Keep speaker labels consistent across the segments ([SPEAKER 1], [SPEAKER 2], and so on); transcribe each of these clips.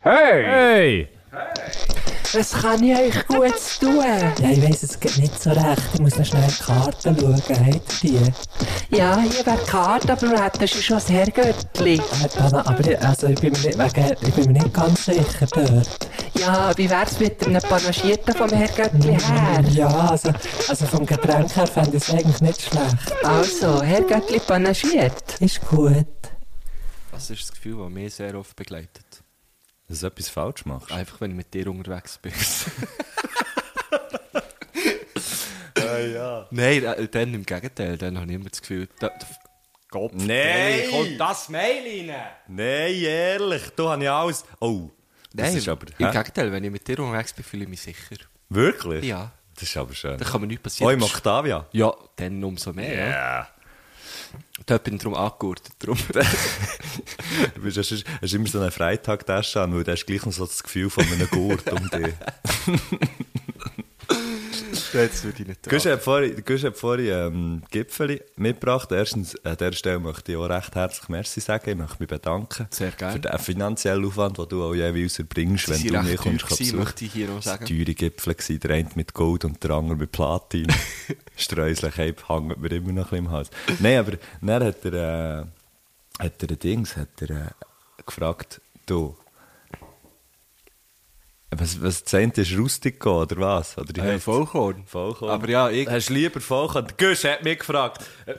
[SPEAKER 1] Hey!
[SPEAKER 2] Hey!
[SPEAKER 3] Das kann ich euch gut tun.
[SPEAKER 4] Ja, ich weiss es geht nicht so recht. Ich muss noch schnell in die Karten schauen. Habt ihr die?
[SPEAKER 3] Ja, hier wäre die Karte, aber du hättest schon das Herrgöttli.
[SPEAKER 4] Äh, Dana, aber ich, also, ich, bin mir nicht, wegen, ich bin mir nicht ganz sicher dort.
[SPEAKER 3] Ja, wie wär's mit einem Panagierten vom Herrgöttli her?
[SPEAKER 4] Ja, also, also vom Getränk her fände ich es eigentlich nicht schlecht.
[SPEAKER 3] Also, Herrgöttli panagiert.
[SPEAKER 4] Ist gut.
[SPEAKER 5] Das ist das Gefühl, das mich sehr oft begleitet.
[SPEAKER 2] Dass du etwas falsch machst.
[SPEAKER 5] Einfach, wenn ich mit dir unterwegs bin.
[SPEAKER 2] Ah,
[SPEAKER 5] ja. Nein, äh, dann im Gegenteil. Dann habe ich immer das Gefühl, da, da, Gott.
[SPEAKER 2] Nein!
[SPEAKER 5] kommt das Mail rein?
[SPEAKER 2] Nein, ehrlich, da habe ich alles. Oh, das
[SPEAKER 5] Nein,
[SPEAKER 2] ist aber.
[SPEAKER 5] im
[SPEAKER 2] hä?
[SPEAKER 5] Gegenteil. Wenn ich mit dir unterwegs bin, fühle ich mich sicher.
[SPEAKER 2] Wirklich?
[SPEAKER 5] Ja.
[SPEAKER 2] Das ist aber schön.
[SPEAKER 5] Da kann mir nichts
[SPEAKER 2] Oh,
[SPEAKER 5] passieren.
[SPEAKER 2] im Octavia.
[SPEAKER 5] ja, dann umso mehr.
[SPEAKER 2] Ja.
[SPEAKER 5] Ja. Dort bin ich darum angegurtet. Drum.
[SPEAKER 2] Du bist, hast, hast immer so einen Freitag-Tasche an, weil du hast gleich noch so das Gefühl von einem Gurt um dich.
[SPEAKER 5] Jetzt würde ich nicht
[SPEAKER 2] Gusch hat vorhin, Gusch hat vorhin ähm, Gipfeli mitgebracht. Erstens, an dieser Stelle möchte ich auch recht herzlich Merci sagen. Ich möchte mich bedanken.
[SPEAKER 5] Sehr gerne.
[SPEAKER 2] Für den finanziellen Aufwand, den du auch jeweils erbringst, wenn
[SPEAKER 5] Sie
[SPEAKER 2] du
[SPEAKER 5] waren
[SPEAKER 2] mir
[SPEAKER 5] recht
[SPEAKER 2] kommst.
[SPEAKER 5] teuer gewesen,
[SPEAKER 2] besuchen.
[SPEAKER 5] möchte ich hier noch
[SPEAKER 2] Es waren
[SPEAKER 5] sagen.
[SPEAKER 2] Teure Gipfel gewesen. Der eine mit Gold und der andere mit Platin. Streuslich, hey, hängt mir immer noch ein bisschen im Hals. Nein, aber dann hat er, äh, hat er ein Dings, hat er äh, gefragt, du, was, was zählt, ist Rustico oder was? Oder wie
[SPEAKER 5] Hey,
[SPEAKER 2] heisst's?
[SPEAKER 5] Vollkorn.
[SPEAKER 2] Vollkorn.
[SPEAKER 5] Aber ja, ich-
[SPEAKER 2] Hast du lieber Vollkorn? Der Gusch hat mich gefragt. Äh,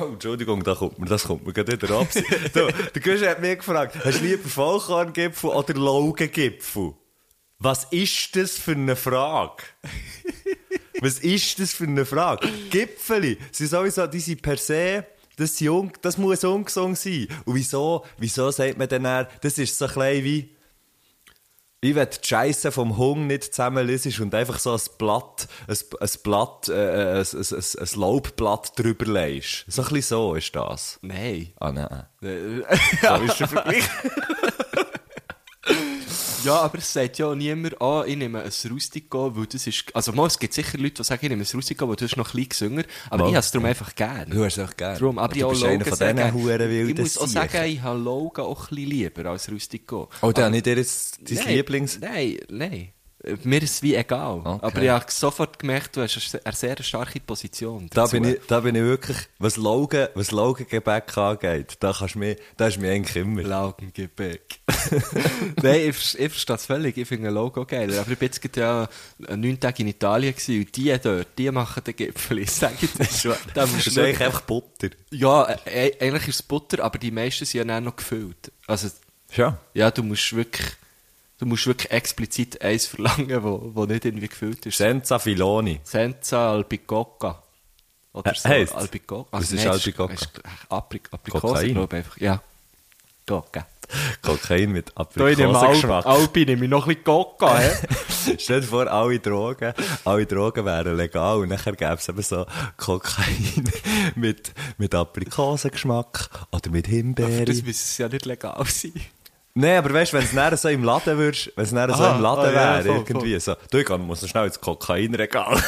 [SPEAKER 2] Oh, Entschuldigung, da kommt mir, das kommt mir gerade wieder ab. du, der Gusch hat mich gefragt, hast du lieber Vollkorngipfel oder Laugengipfel? Was ist das für eine Frage? Was ist das für eine Frage? Gipfeli sind sowieso, die sind per se, das, sind un, das muss ungesund sein. Und wieso, wieso sagt man denn eher, das ist so klein wie, wie wenn die Scheiße vom Hung nicht zusammenlöst und einfach so ein Blatt, ein, ein Blatt, äh, ein, ein, ein, ein Laubblatt drüber legst. So ein bisschen so ist das.
[SPEAKER 5] Nein.
[SPEAKER 2] Ah, nein.
[SPEAKER 5] Äh,
[SPEAKER 2] So ist der Vergleich.
[SPEAKER 5] Ja, aber es sagt ja niemand, ah, ich nehme ein Rustico, weil das ist... Also mal, es gibt sicher Leute, die sagen, ich nehme ein Rustico, weil du bist noch ein bisschen gesünger. Aber
[SPEAKER 2] Mal.
[SPEAKER 5] ich habe es darum einfach gerne.
[SPEAKER 2] Du hast es auch gerne.
[SPEAKER 5] Darum, aber
[SPEAKER 2] Und
[SPEAKER 5] ich
[SPEAKER 2] du
[SPEAKER 5] auch
[SPEAKER 2] bist einer
[SPEAKER 5] Logan
[SPEAKER 2] von
[SPEAKER 5] sehr
[SPEAKER 2] diesen
[SPEAKER 5] gerne.
[SPEAKER 2] huren wilden
[SPEAKER 5] Ich muss auch
[SPEAKER 2] Siechern.
[SPEAKER 5] sagen, ich habe Logan auch ein bisschen lieber als Rustico.
[SPEAKER 2] Oh, dann habe ich dir jetzt dein
[SPEAKER 5] Nein,
[SPEAKER 2] Lieblings...
[SPEAKER 5] Nein, nein. Äh, Mir ist es wie egal.
[SPEAKER 2] Okay.
[SPEAKER 5] Aber ich habe sofort gemerkt, du hast eine sehr starke Position.
[SPEAKER 2] Da
[SPEAKER 5] dazu.
[SPEAKER 2] bin, ich, da bin ich wirklich, was Laugen, was Laugengebäck angeht, da kannst du mir, da ist mir eigentlich immer.
[SPEAKER 5] Laugengebäck. Nein, ich, vers- ich verstehe es völlig. Ich finde ein Logo geil. Aber ich war jetzt gerade ja neun Tage in Italien gewesen, und die dort, die machen den Gipfel. Ich sage dir das schon. Da
[SPEAKER 2] Das
[SPEAKER 5] musst
[SPEAKER 2] ist
[SPEAKER 5] du-
[SPEAKER 2] eigentlich einfach Butter.
[SPEAKER 5] ja, äh, äh, eigentlich ist es Butter, aber die meisten sind ja dann noch gefüllt. Also,
[SPEAKER 2] Ja.
[SPEAKER 5] ja, du musst wirklich, du musst wirklich explizit eins verlangen, wo, wo nicht irgendwie gefüllt ist.
[SPEAKER 2] Senza Filoni.
[SPEAKER 5] Senza albicocca. Oder
[SPEAKER 2] Äh, heisst's?
[SPEAKER 5] Albicocca.
[SPEAKER 2] Was ist
[SPEAKER 5] nein,
[SPEAKER 2] Albicocca?
[SPEAKER 5] es ist- es ist Apri- Aprikose,
[SPEAKER 2] Kokain?
[SPEAKER 5] glaube ich. Einfach. Ja. Coca.
[SPEAKER 2] Kokain mit
[SPEAKER 5] Da in dem Al
[SPEAKER 2] Aprikosengeschmack.
[SPEAKER 5] Albi nehme ich noch ein bisschen Coca. hä?
[SPEAKER 2] Stell dir vor, alle Drogen, alle Drogen wären legal und nachher gäbe es eben so Kokain mit, mit Aprikosengeschmack oder mit Himbeere.
[SPEAKER 5] das müsste es ja nicht legal sein.
[SPEAKER 2] Nein, aber weißt du, wenn es näher so im Laden würdest, wenn es näher so
[SPEAKER 5] Aha,
[SPEAKER 2] im Laden
[SPEAKER 5] ah, ja,
[SPEAKER 2] wäre,
[SPEAKER 5] voll,
[SPEAKER 2] irgendwie so. Du, ich kann- muss noch schnell ins Kokainregal.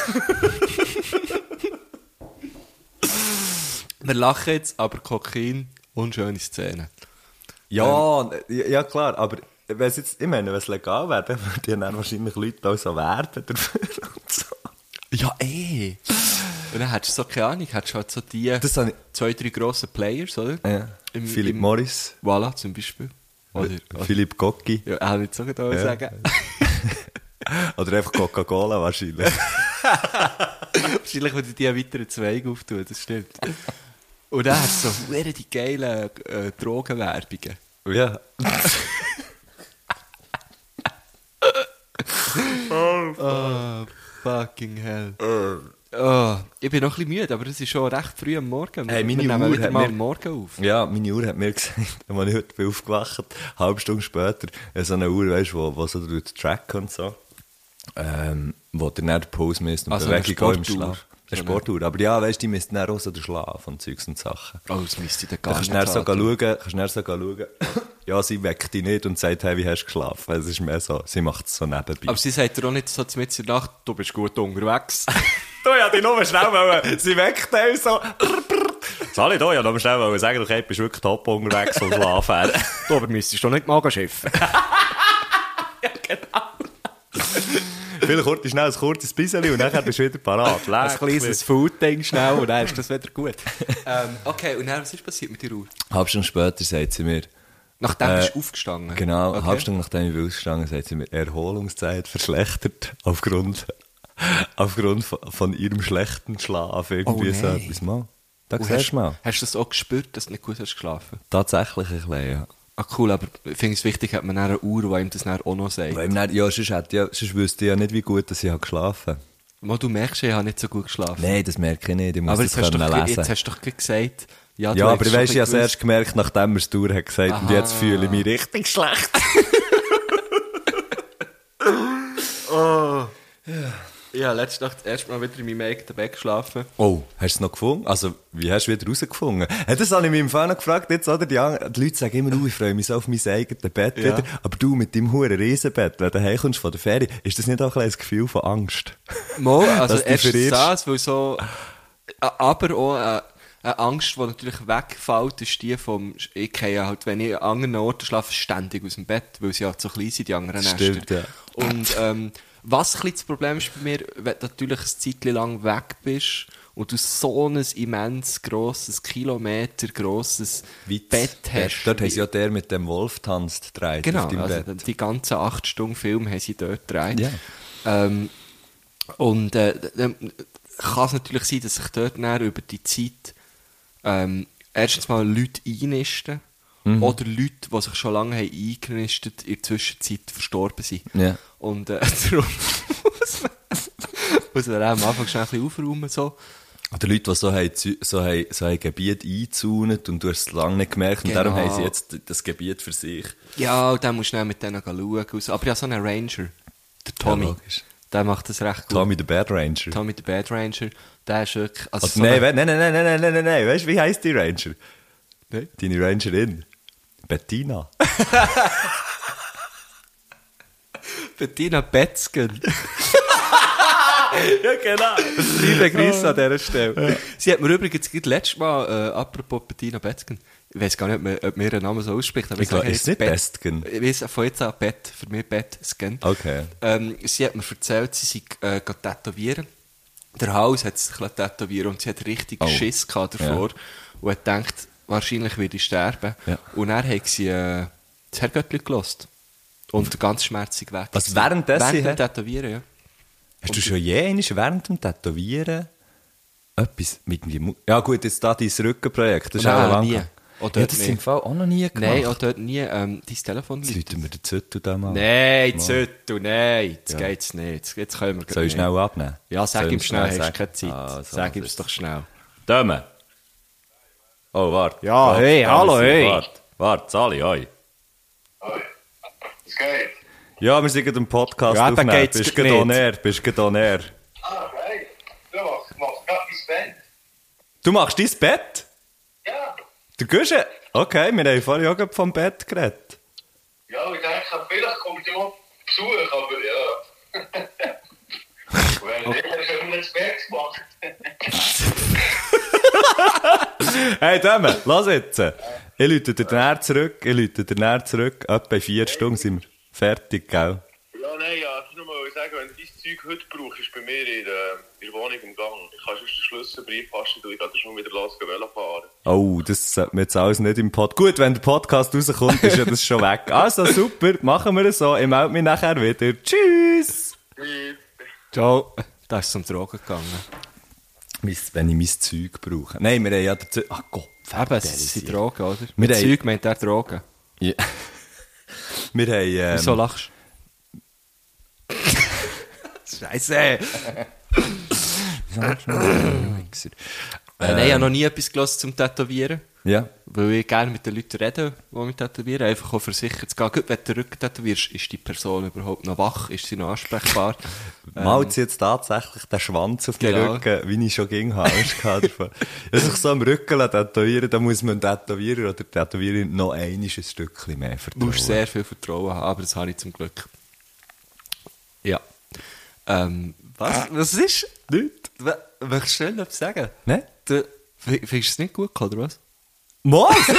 [SPEAKER 5] Wir lachen jetzt, aber Kokain, unschöne Szene.
[SPEAKER 2] Ja, ja, ja, klar, aber wenn's jetzt, ich meine, wenn es legal wäre, dann würden ja dann wahrscheinlich Leute auch so werben dafür und so.
[SPEAKER 5] Ja, eh. Und dann hättest du so, keine Ahnung, hättest du halt so die
[SPEAKER 2] Das habe
[SPEAKER 5] zwei, drei grossen Players, oder? Im-
[SPEAKER 2] Philipp
[SPEAKER 5] im-
[SPEAKER 2] Morris,
[SPEAKER 5] Voilà, zum Beispiel. Oder, oder
[SPEAKER 2] Philipp Gocki
[SPEAKER 5] ja, auch nicht so genau
[SPEAKER 2] Ja.
[SPEAKER 5] sagen.
[SPEAKER 2] oder einfach Coca-Cola wahrscheinlich.
[SPEAKER 5] Wahrscheinlich würde ich die einen weiteren Zweig auftun, das stimmt. Und dann hat so verdammt die geilen äh, Drogenwerbungen.
[SPEAKER 2] ja.
[SPEAKER 5] Oh, fucking hell. Oh, ich bin noch ein bisschen müde, aber es ist schon recht früh am Morgen.
[SPEAKER 2] Hey, meine
[SPEAKER 5] Wir nehmen
[SPEAKER 2] Uhr
[SPEAKER 5] wieder
[SPEAKER 2] hat
[SPEAKER 5] mal
[SPEAKER 2] mir-
[SPEAKER 5] am Morgen auf.
[SPEAKER 2] ja, meine Uhr hat mir gesagt, als ich heute bin aufgewacht eine halbe Stunde später, ja, so eine Uhr, weißt du, die so durch den Track und so, ähm, wo der dann Pause misst und
[SPEAKER 5] Also eine
[SPEAKER 2] Bewegung auch im
[SPEAKER 5] Sportuhr.
[SPEAKER 2] Schlaf.
[SPEAKER 5] So
[SPEAKER 2] Eine
[SPEAKER 5] eine-
[SPEAKER 2] Sportuhr, aber ja, weißt du, die misst dann auch so den Schlaf und Zeugs und Sachen.
[SPEAKER 5] Oh, das müsste ich dann
[SPEAKER 2] Dann
[SPEAKER 5] gar
[SPEAKER 2] kannst
[SPEAKER 5] nicht
[SPEAKER 2] du dann so
[SPEAKER 5] haben.
[SPEAKER 2] schauen, kannst du dann so schauen. Ja, sie weckt dich nicht und sagt, hey, wie hast du geschlafen? Es ist mehr so, sie macht es so nebenbei.
[SPEAKER 5] Aber sie sagt dir auch nicht so mit in der Nacht, du bist gut unterwegs.
[SPEAKER 2] du, ja, die Nummer schnell wollen. Sie weckt dich so. Sali, du, ja, noch schnell wollen sagen, okay, du bist wirklich top unterwegs und schlafen.
[SPEAKER 5] du aber müsstest doch nicht magen schiffen.
[SPEAKER 2] Vielleicht kurz, schnell ein kurzes Bisschen und dann bist du wieder parat.
[SPEAKER 5] Ein kleines Food-Ding schnell und dann ist das wieder gut. ähm, okay, und dann, was ist passiert mit der Uhr?
[SPEAKER 2] Halb Stunde später sagt sie mir,
[SPEAKER 5] Nachdem
[SPEAKER 2] Äh,
[SPEAKER 5] bist du aufgestanden.
[SPEAKER 2] genau, eine
[SPEAKER 5] okay.
[SPEAKER 2] halbe Stunde nachdem ich aufgestanden bin, sagt sie mir, Erholungszeit verschlechtert aufgrund, aufgrund von, von ihrem schlechten Schlaf. Irgendwie
[SPEAKER 5] Oh
[SPEAKER 2] so
[SPEAKER 5] nein.
[SPEAKER 2] etwas mal. Da
[SPEAKER 5] Und
[SPEAKER 2] siehst
[SPEAKER 5] hast,
[SPEAKER 2] du mal.
[SPEAKER 5] hast du das auch gespürt, dass du nicht gut hast geschlafen?
[SPEAKER 2] Tatsächlich ein bisschen, ja.
[SPEAKER 5] Ah, cool, aber ich finde es wichtig, hat man dann eine Uhr, die ihm das dann auch noch sagt.
[SPEAKER 2] Weil dann, ja, sonst, hätte, ja, sonst wüsste ich ja nicht, wie gut dass ich habe geschlafen habe.
[SPEAKER 5] Mal, du merkst, ich habe nicht so gut geschlafen.
[SPEAKER 2] Nein, das merke ich nicht. Ich muss
[SPEAKER 5] aber
[SPEAKER 2] das
[SPEAKER 5] jetzt hast, du
[SPEAKER 2] können
[SPEAKER 5] doch,
[SPEAKER 2] lesen.
[SPEAKER 5] jetzt hast du doch gerade gesagt, ja, du
[SPEAKER 2] ja,
[SPEAKER 5] hast
[SPEAKER 2] aber
[SPEAKER 5] schon
[SPEAKER 2] weißt, ich
[SPEAKER 5] ein
[SPEAKER 2] habe es
[SPEAKER 5] bisschen
[SPEAKER 2] erst gemerkt, nachdem er es durch hat gesagt und jetzt fühle ich mich richtig schlecht.
[SPEAKER 5] gewusst- Ja, letzte Nacht erst mal wieder in meinem eigenen Bett geschlafen.
[SPEAKER 2] Oh, hast du es noch gefunden? Also, wie hast du wieder rausgefunden? Hey, das habe ich mich im Fall noch gefragt. Jetzt, oder? Die, anderen- die Leute sagen immer, oh, ich freue mich so auf mein eigenes Bett
[SPEAKER 5] Ja.
[SPEAKER 2] wieder. Aber du mit deinem hohen Riesenbett, wenn du heimkommst von der Ferie, ist das nicht auch ein kleines Gefühl von Angst?
[SPEAKER 5] Mal, also
[SPEAKER 2] Dass du
[SPEAKER 5] erstens
[SPEAKER 2] verirrst.
[SPEAKER 5] das, weil so, a- aber auch eine, eine Angst, die natürlich wegfällt, ist die vom, ich gehe ja halt, wenn ich an anderen Orten schlafe, ständig aus dem Bett, weil sie halt so klein sind, die anderen Nester.
[SPEAKER 2] Stimmt, ja.
[SPEAKER 5] Und ähm, was ein bisschen das Problem ist bei mir, wenn du natürlich ein Zeitchen lang weg bist und du so ein immens grosses, Kilometer grosses Bett hast.
[SPEAKER 2] Dort haben sie ja der mit dem Wolf tanzt, dreht
[SPEAKER 5] Genau,
[SPEAKER 2] auf deinem
[SPEAKER 5] also
[SPEAKER 2] Bett.
[SPEAKER 5] die ganzen 8 Stunden Film haben sie dort gedreht.
[SPEAKER 2] Ja.
[SPEAKER 5] Ähm, und äh, dann kann es natürlich sein, dass sich dort näher über die Zeit ähm, erstens mal Leute einnisten
[SPEAKER 2] Mhm.
[SPEAKER 5] oder Leute, die sich schon lange haben eingenistet in der Zwischenzeit verstorben sind.
[SPEAKER 2] Ja.
[SPEAKER 5] Und äh, darum muss man, muss man dann am Anfang schnell ein bisschen aufräumen. So.
[SPEAKER 2] Oder Leute, die so, haben, Zü- so, haben, so haben Gebiet eingezäunt und du hast es lange nicht gemerkt und darum
[SPEAKER 5] Genau.
[SPEAKER 2] haben sie jetzt das Gebiet für sich.
[SPEAKER 5] Ja, und dann musst du dann mit denen schauen. und so. Aber ja, so einen Ranger, der Tommy,
[SPEAKER 2] logisch.
[SPEAKER 5] der macht das recht gut.
[SPEAKER 2] Tommy the Bad Ranger.
[SPEAKER 5] Tommy der Bad Ranger, der ist wirklich. Also
[SPEAKER 2] Also,
[SPEAKER 5] so
[SPEAKER 2] nein,
[SPEAKER 5] eine-
[SPEAKER 2] we- nein, nein, nein, nein, nein, nein, nein, nein, weißt du, wie heisst die Ranger?
[SPEAKER 5] Nein.
[SPEAKER 2] Deine Rangerin? Bettina.
[SPEAKER 5] Bettina Betzgen.
[SPEAKER 2] ja, genau.
[SPEAKER 5] Liebe Grüße an dieser Stelle. Sie hat mir übrigens gerade letztes Mal, äh, apropos Bettina Betzgen, ich weiß gar nicht, ob man- ob mir ihren Namen so ausspricht, aber
[SPEAKER 2] Ich glaube,
[SPEAKER 5] sage
[SPEAKER 2] ist
[SPEAKER 5] jetzt
[SPEAKER 2] nicht
[SPEAKER 5] Bet-
[SPEAKER 2] Bestgen.
[SPEAKER 5] Ich weiß von jetzt an Bett, für mich Betzgen.
[SPEAKER 2] Okay.
[SPEAKER 5] Ähm, sie hat mir erzählt, sie sei äh, gerade tätowieren. Der Haus hat sich gerade tätowieren und sie hat richtig
[SPEAKER 2] Oh.
[SPEAKER 5] Schiss gehabt davor und hat gedacht, wahrscheinlich werde ich sterben.
[SPEAKER 2] Ja.
[SPEAKER 5] Und dann hat sie äh, das Herrgöttli gelost. Und ganz schmerzig weg.
[SPEAKER 2] Was, währenddessen
[SPEAKER 5] Während dem
[SPEAKER 2] hat-
[SPEAKER 5] Tätowieren, ja.
[SPEAKER 2] Hast du schon je einmal während dem Tätowieren etwas mit dem Mu Ja, gut, jetzt da dein Rückenprojekt. Das ist
[SPEAKER 5] Nein,
[SPEAKER 2] auch lang.
[SPEAKER 5] nie.
[SPEAKER 2] Ja,
[SPEAKER 5] Auch dort
[SPEAKER 2] das ist
[SPEAKER 5] nicht.
[SPEAKER 2] im Fall auch noch nie gemacht.
[SPEAKER 5] Nein, auch dort nie. Ähm, dein Telefon
[SPEAKER 2] Jetzt
[SPEAKER 5] läutet.
[SPEAKER 2] läuten wir den Zettel da mal.
[SPEAKER 5] Nein, Zöttu, nein, jetzt geht's nicht. Jetzt- Jetzt können wir
[SPEAKER 2] Soll ich
[SPEAKER 5] nicht.
[SPEAKER 2] schnell abnehmen?
[SPEAKER 5] Ja, sag
[SPEAKER 2] Soll
[SPEAKER 5] ihm
[SPEAKER 2] ich
[SPEAKER 5] schnell, hast du
[SPEAKER 2] sagen?
[SPEAKER 5] keine Zeit.
[SPEAKER 2] Ah, so,
[SPEAKER 5] sag ihm
[SPEAKER 2] das-
[SPEAKER 5] es doch schnell.
[SPEAKER 2] Döme. Oh, warte.
[SPEAKER 5] Ja,
[SPEAKER 2] Warte,
[SPEAKER 5] hey,
[SPEAKER 2] da
[SPEAKER 5] hallo,
[SPEAKER 2] muss ich-
[SPEAKER 5] hey.
[SPEAKER 2] Warte, warte, Sali, hoi.
[SPEAKER 1] Was geht?
[SPEAKER 2] Ja, wir sind gerade im Podcast
[SPEAKER 5] Ja, dann geht's
[SPEAKER 2] Bist
[SPEAKER 5] gerade
[SPEAKER 2] gerade on
[SPEAKER 5] nicht.
[SPEAKER 2] air, bist gerade on air.
[SPEAKER 1] Ah, geil. Du machst, machst gerade dein Band.
[SPEAKER 2] Du machst dein Bett?
[SPEAKER 1] Ja.
[SPEAKER 2] Du gehst ja- Okay, wir haben vorhin auch gerade vom Bett geredet.
[SPEAKER 1] Ja, ich denke, vielleicht kommt jemand Besuch, aber ja. Wenn nicht, dann können wir das Bett gemacht.
[SPEAKER 2] Hey, Döme, lass jetzt. Ich läute dir näher zurück, ich läute dir näher zurück. Etwa in vier Stunden sind wir fertig, gell?
[SPEAKER 1] Ja, nein, ja. nou Ich nur mal sagen, wenn du dein Zeug heute brauchst, ist bei mir in der, in der Wohnung im Gang. Ich kann sonst den Schlüsselbrief passen, du, ich kann dir schon wieder los, Velo fahren.
[SPEAKER 2] Oh, das sollte man jetzt alles nicht im Podcast. Gut, wenn der Podcast rauskommt, ist ja das schon weg. Also super, machen wir es so. Ich melde mich nachher wieder. Tschüss!
[SPEAKER 5] Ciao. Da ist es um Drogen gegangen.
[SPEAKER 2] Mein- Wenn ich mein Zeug brauche. Nein, wir haben ja dazu. Ach Gott,
[SPEAKER 5] Eben, es sind Drogen, oder? Mit
[SPEAKER 2] Mit haben-
[SPEAKER 5] Zeug meint er Drogen.
[SPEAKER 2] Ja. Wir haben. Ähm,
[SPEAKER 5] Wieso lachst du? Scheiße! Äh, Nein, ich habe
[SPEAKER 2] Ähm.
[SPEAKER 5] noch nie etwas gelassen zum Tätowieren.
[SPEAKER 2] Ja.
[SPEAKER 5] Weil ich gerne mit den Leuten rede, die mich tätowieren. Einfach auch für sicher zu gehen. Gut, wenn du den Rücken tätowierst, ist die Person überhaupt noch wach? Ist sie noch ansprechbar?
[SPEAKER 2] Malt sie jetzt tatsächlich den Schwanz auf den
[SPEAKER 5] Ähm. Genau.
[SPEAKER 2] Rücken, wie ich schon ging, habe Angst gehabt davon. Wenn sich so am Rücken lassen tätowieren, dann muss man Tätowierer oder die Tätowiererin noch ein Stückchen mehr
[SPEAKER 5] Du
[SPEAKER 2] vertrauen.
[SPEAKER 5] musst sehr viel Vertrauen haben, aber das habe ich zum Glück. Ja. Ähm, was? Was ist?
[SPEAKER 2] Ah. Nicht?
[SPEAKER 5] W- Möchtest du schnell etwas sagen?
[SPEAKER 2] Nein?
[SPEAKER 5] Du, f- findest du es nicht gut, oder was?
[SPEAKER 2] Mal, sicher?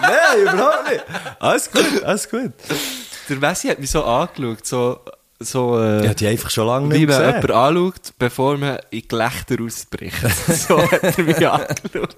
[SPEAKER 2] Nein, überhaupt nicht. Alles gut, alles gut.
[SPEAKER 5] der Messi hat mich so angeschaut, so, so, äh,
[SPEAKER 2] Ich habe die einfach schon lange
[SPEAKER 5] wie
[SPEAKER 2] nicht
[SPEAKER 5] man jemanden
[SPEAKER 2] gesehen.
[SPEAKER 5] anschaut, bevor man in Gelächter ausbricht. so hat er mich angeschaut.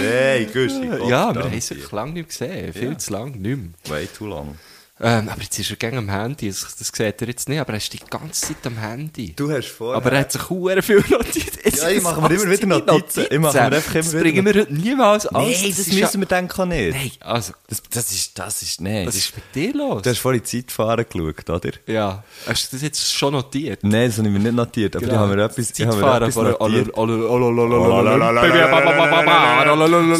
[SPEAKER 2] Nein, günstig. Gott,
[SPEAKER 5] ja, wir
[SPEAKER 2] danke
[SPEAKER 5] haben es wirklich lange nicht gesehen, viel
[SPEAKER 2] Ja.
[SPEAKER 5] zu lange nicht mehr.
[SPEAKER 2] dir. Way too long.
[SPEAKER 5] Ähm, aber jetzt ist er gegen am Handy, das, das sieht er jetzt nicht, aber er ist die ganze Zeit am Handy.
[SPEAKER 2] Du hast vorher...
[SPEAKER 5] aber äh, er hat sich sehr viel Notizen.
[SPEAKER 2] Ja, ich mache mir immer wieder Notizen. Ich mache mir einfach immer
[SPEAKER 5] das
[SPEAKER 2] wieder
[SPEAKER 5] bringen wir heute niemals
[SPEAKER 2] Nein,
[SPEAKER 5] alles.
[SPEAKER 2] das,
[SPEAKER 5] ist
[SPEAKER 2] müssen
[SPEAKER 5] ja-
[SPEAKER 2] wir denken auch nicht.
[SPEAKER 5] Nein, also,
[SPEAKER 2] Das, das ist... Das ist... Nein.
[SPEAKER 5] was
[SPEAKER 2] das
[SPEAKER 5] ist mit dir los?
[SPEAKER 2] Du hast vorhin Zeitfahren geschaut, oder?
[SPEAKER 5] ja, hast du das jetzt schon notiert?
[SPEAKER 2] Nein, das habe ich mir nicht notiert, aber ich habe mir etwas, ich habe mir
[SPEAKER 5] Zeitfahren
[SPEAKER 2] etwas
[SPEAKER 5] von
[SPEAKER 2] notiert.
[SPEAKER 5] Olympia.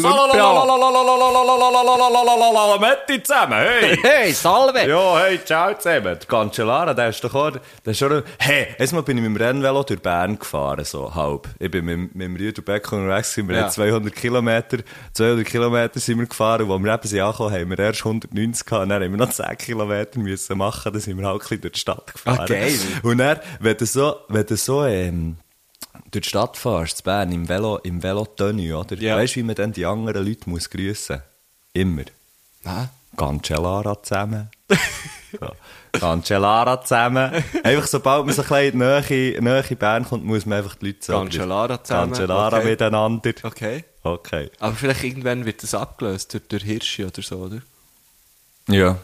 [SPEAKER 2] Metti zusammen, hey!
[SPEAKER 5] Hey, Salve!
[SPEAKER 2] Ja, hey, ciao zusammen. Der Cancellara, der ist doch auch... Der ist schon... Hey, erstmal bin ich mit dem Rennvelo durch Bern gefahren, so halb. Ich bin mit, mit dem Rüder Beck unterwegs, gewesen. wir
[SPEAKER 5] Ja.
[SPEAKER 2] haben 200 Kilometer, 200 Kilometer sind wir gefahren und als wir eben sind angekommen haben, wir erst 190 gehabt, und dann haben wir noch 10 Kilometer müssen machen, dann sind wir halt ein bisschen durch die Stadt gefahren.
[SPEAKER 5] Ah, geil.
[SPEAKER 2] Und dann, wenn du so, wenn du so, ähm, durch die Stadt fährst, zu Bern, im Velo, im Velotenue, oder?
[SPEAKER 5] Ja.
[SPEAKER 2] Weißt du, wie man dann die anderen Leute muss grüssen muss? Immer.
[SPEAKER 5] Na,
[SPEAKER 2] Cancellara zusammen. so. Cancellara zusammen. Einfach sobald man so ein bisschen in die Nähe, Nähe Bern kommt, muss man einfach die Leute so
[SPEAKER 5] Cancellara
[SPEAKER 2] grüßen.
[SPEAKER 5] zusammen,
[SPEAKER 2] Cancellara
[SPEAKER 5] okay.
[SPEAKER 2] miteinander.
[SPEAKER 5] Okay.
[SPEAKER 2] Okay.
[SPEAKER 5] Aber vielleicht irgendwann wird das abgelöst durch, durch Hirsche oder so, oder?
[SPEAKER 2] Ja.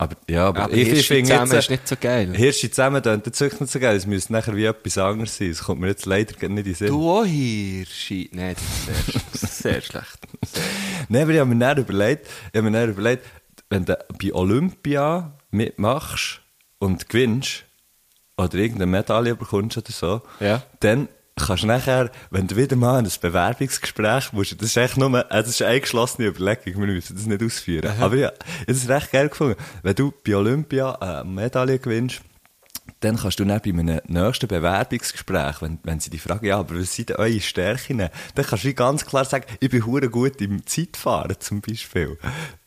[SPEAKER 2] Aber, ja, aber,
[SPEAKER 5] Aber
[SPEAKER 2] ich, ich
[SPEAKER 5] Hirsche
[SPEAKER 2] finde
[SPEAKER 5] zusammen
[SPEAKER 2] jetzt,
[SPEAKER 5] ist nicht so geil.
[SPEAKER 2] Hirsche zusammen, dann das ist nicht so geil. Es müsste nachher wie etwas anderes sein. Es kommt mir jetzt leider gerade nicht in den Sinn.
[SPEAKER 5] Du auch Hirsche? Nein, das ist sehr, sehr schlecht.
[SPEAKER 2] Nein, aber ich habe mir dann überlegt, ich habe mir dann überlegt, wenn du bei Olympia mitmachst und gewinnst oder irgendeine Medaille bekommst oder so,
[SPEAKER 5] Ja.
[SPEAKER 2] dann kannst du nachher, wenn du wieder mal in ein Bewerbungsgespräch musst, das ist echt nur, äh, das ist eine eingeschlossene Überlegung, wir müssen das nicht ausführen. Aber ja, es ist recht geil gefunden. Wenn du bei Olympia eine Medaille gewinnst, dann kannst du dann bei einem nächsten Bewerbungsgespräch, wenn, wenn sie dich fragen, ja, aber was sind denn eure Stärken, dann kannst du wie ganz klar sagen, ich bin hure gut im Zeitfahren zum Beispiel.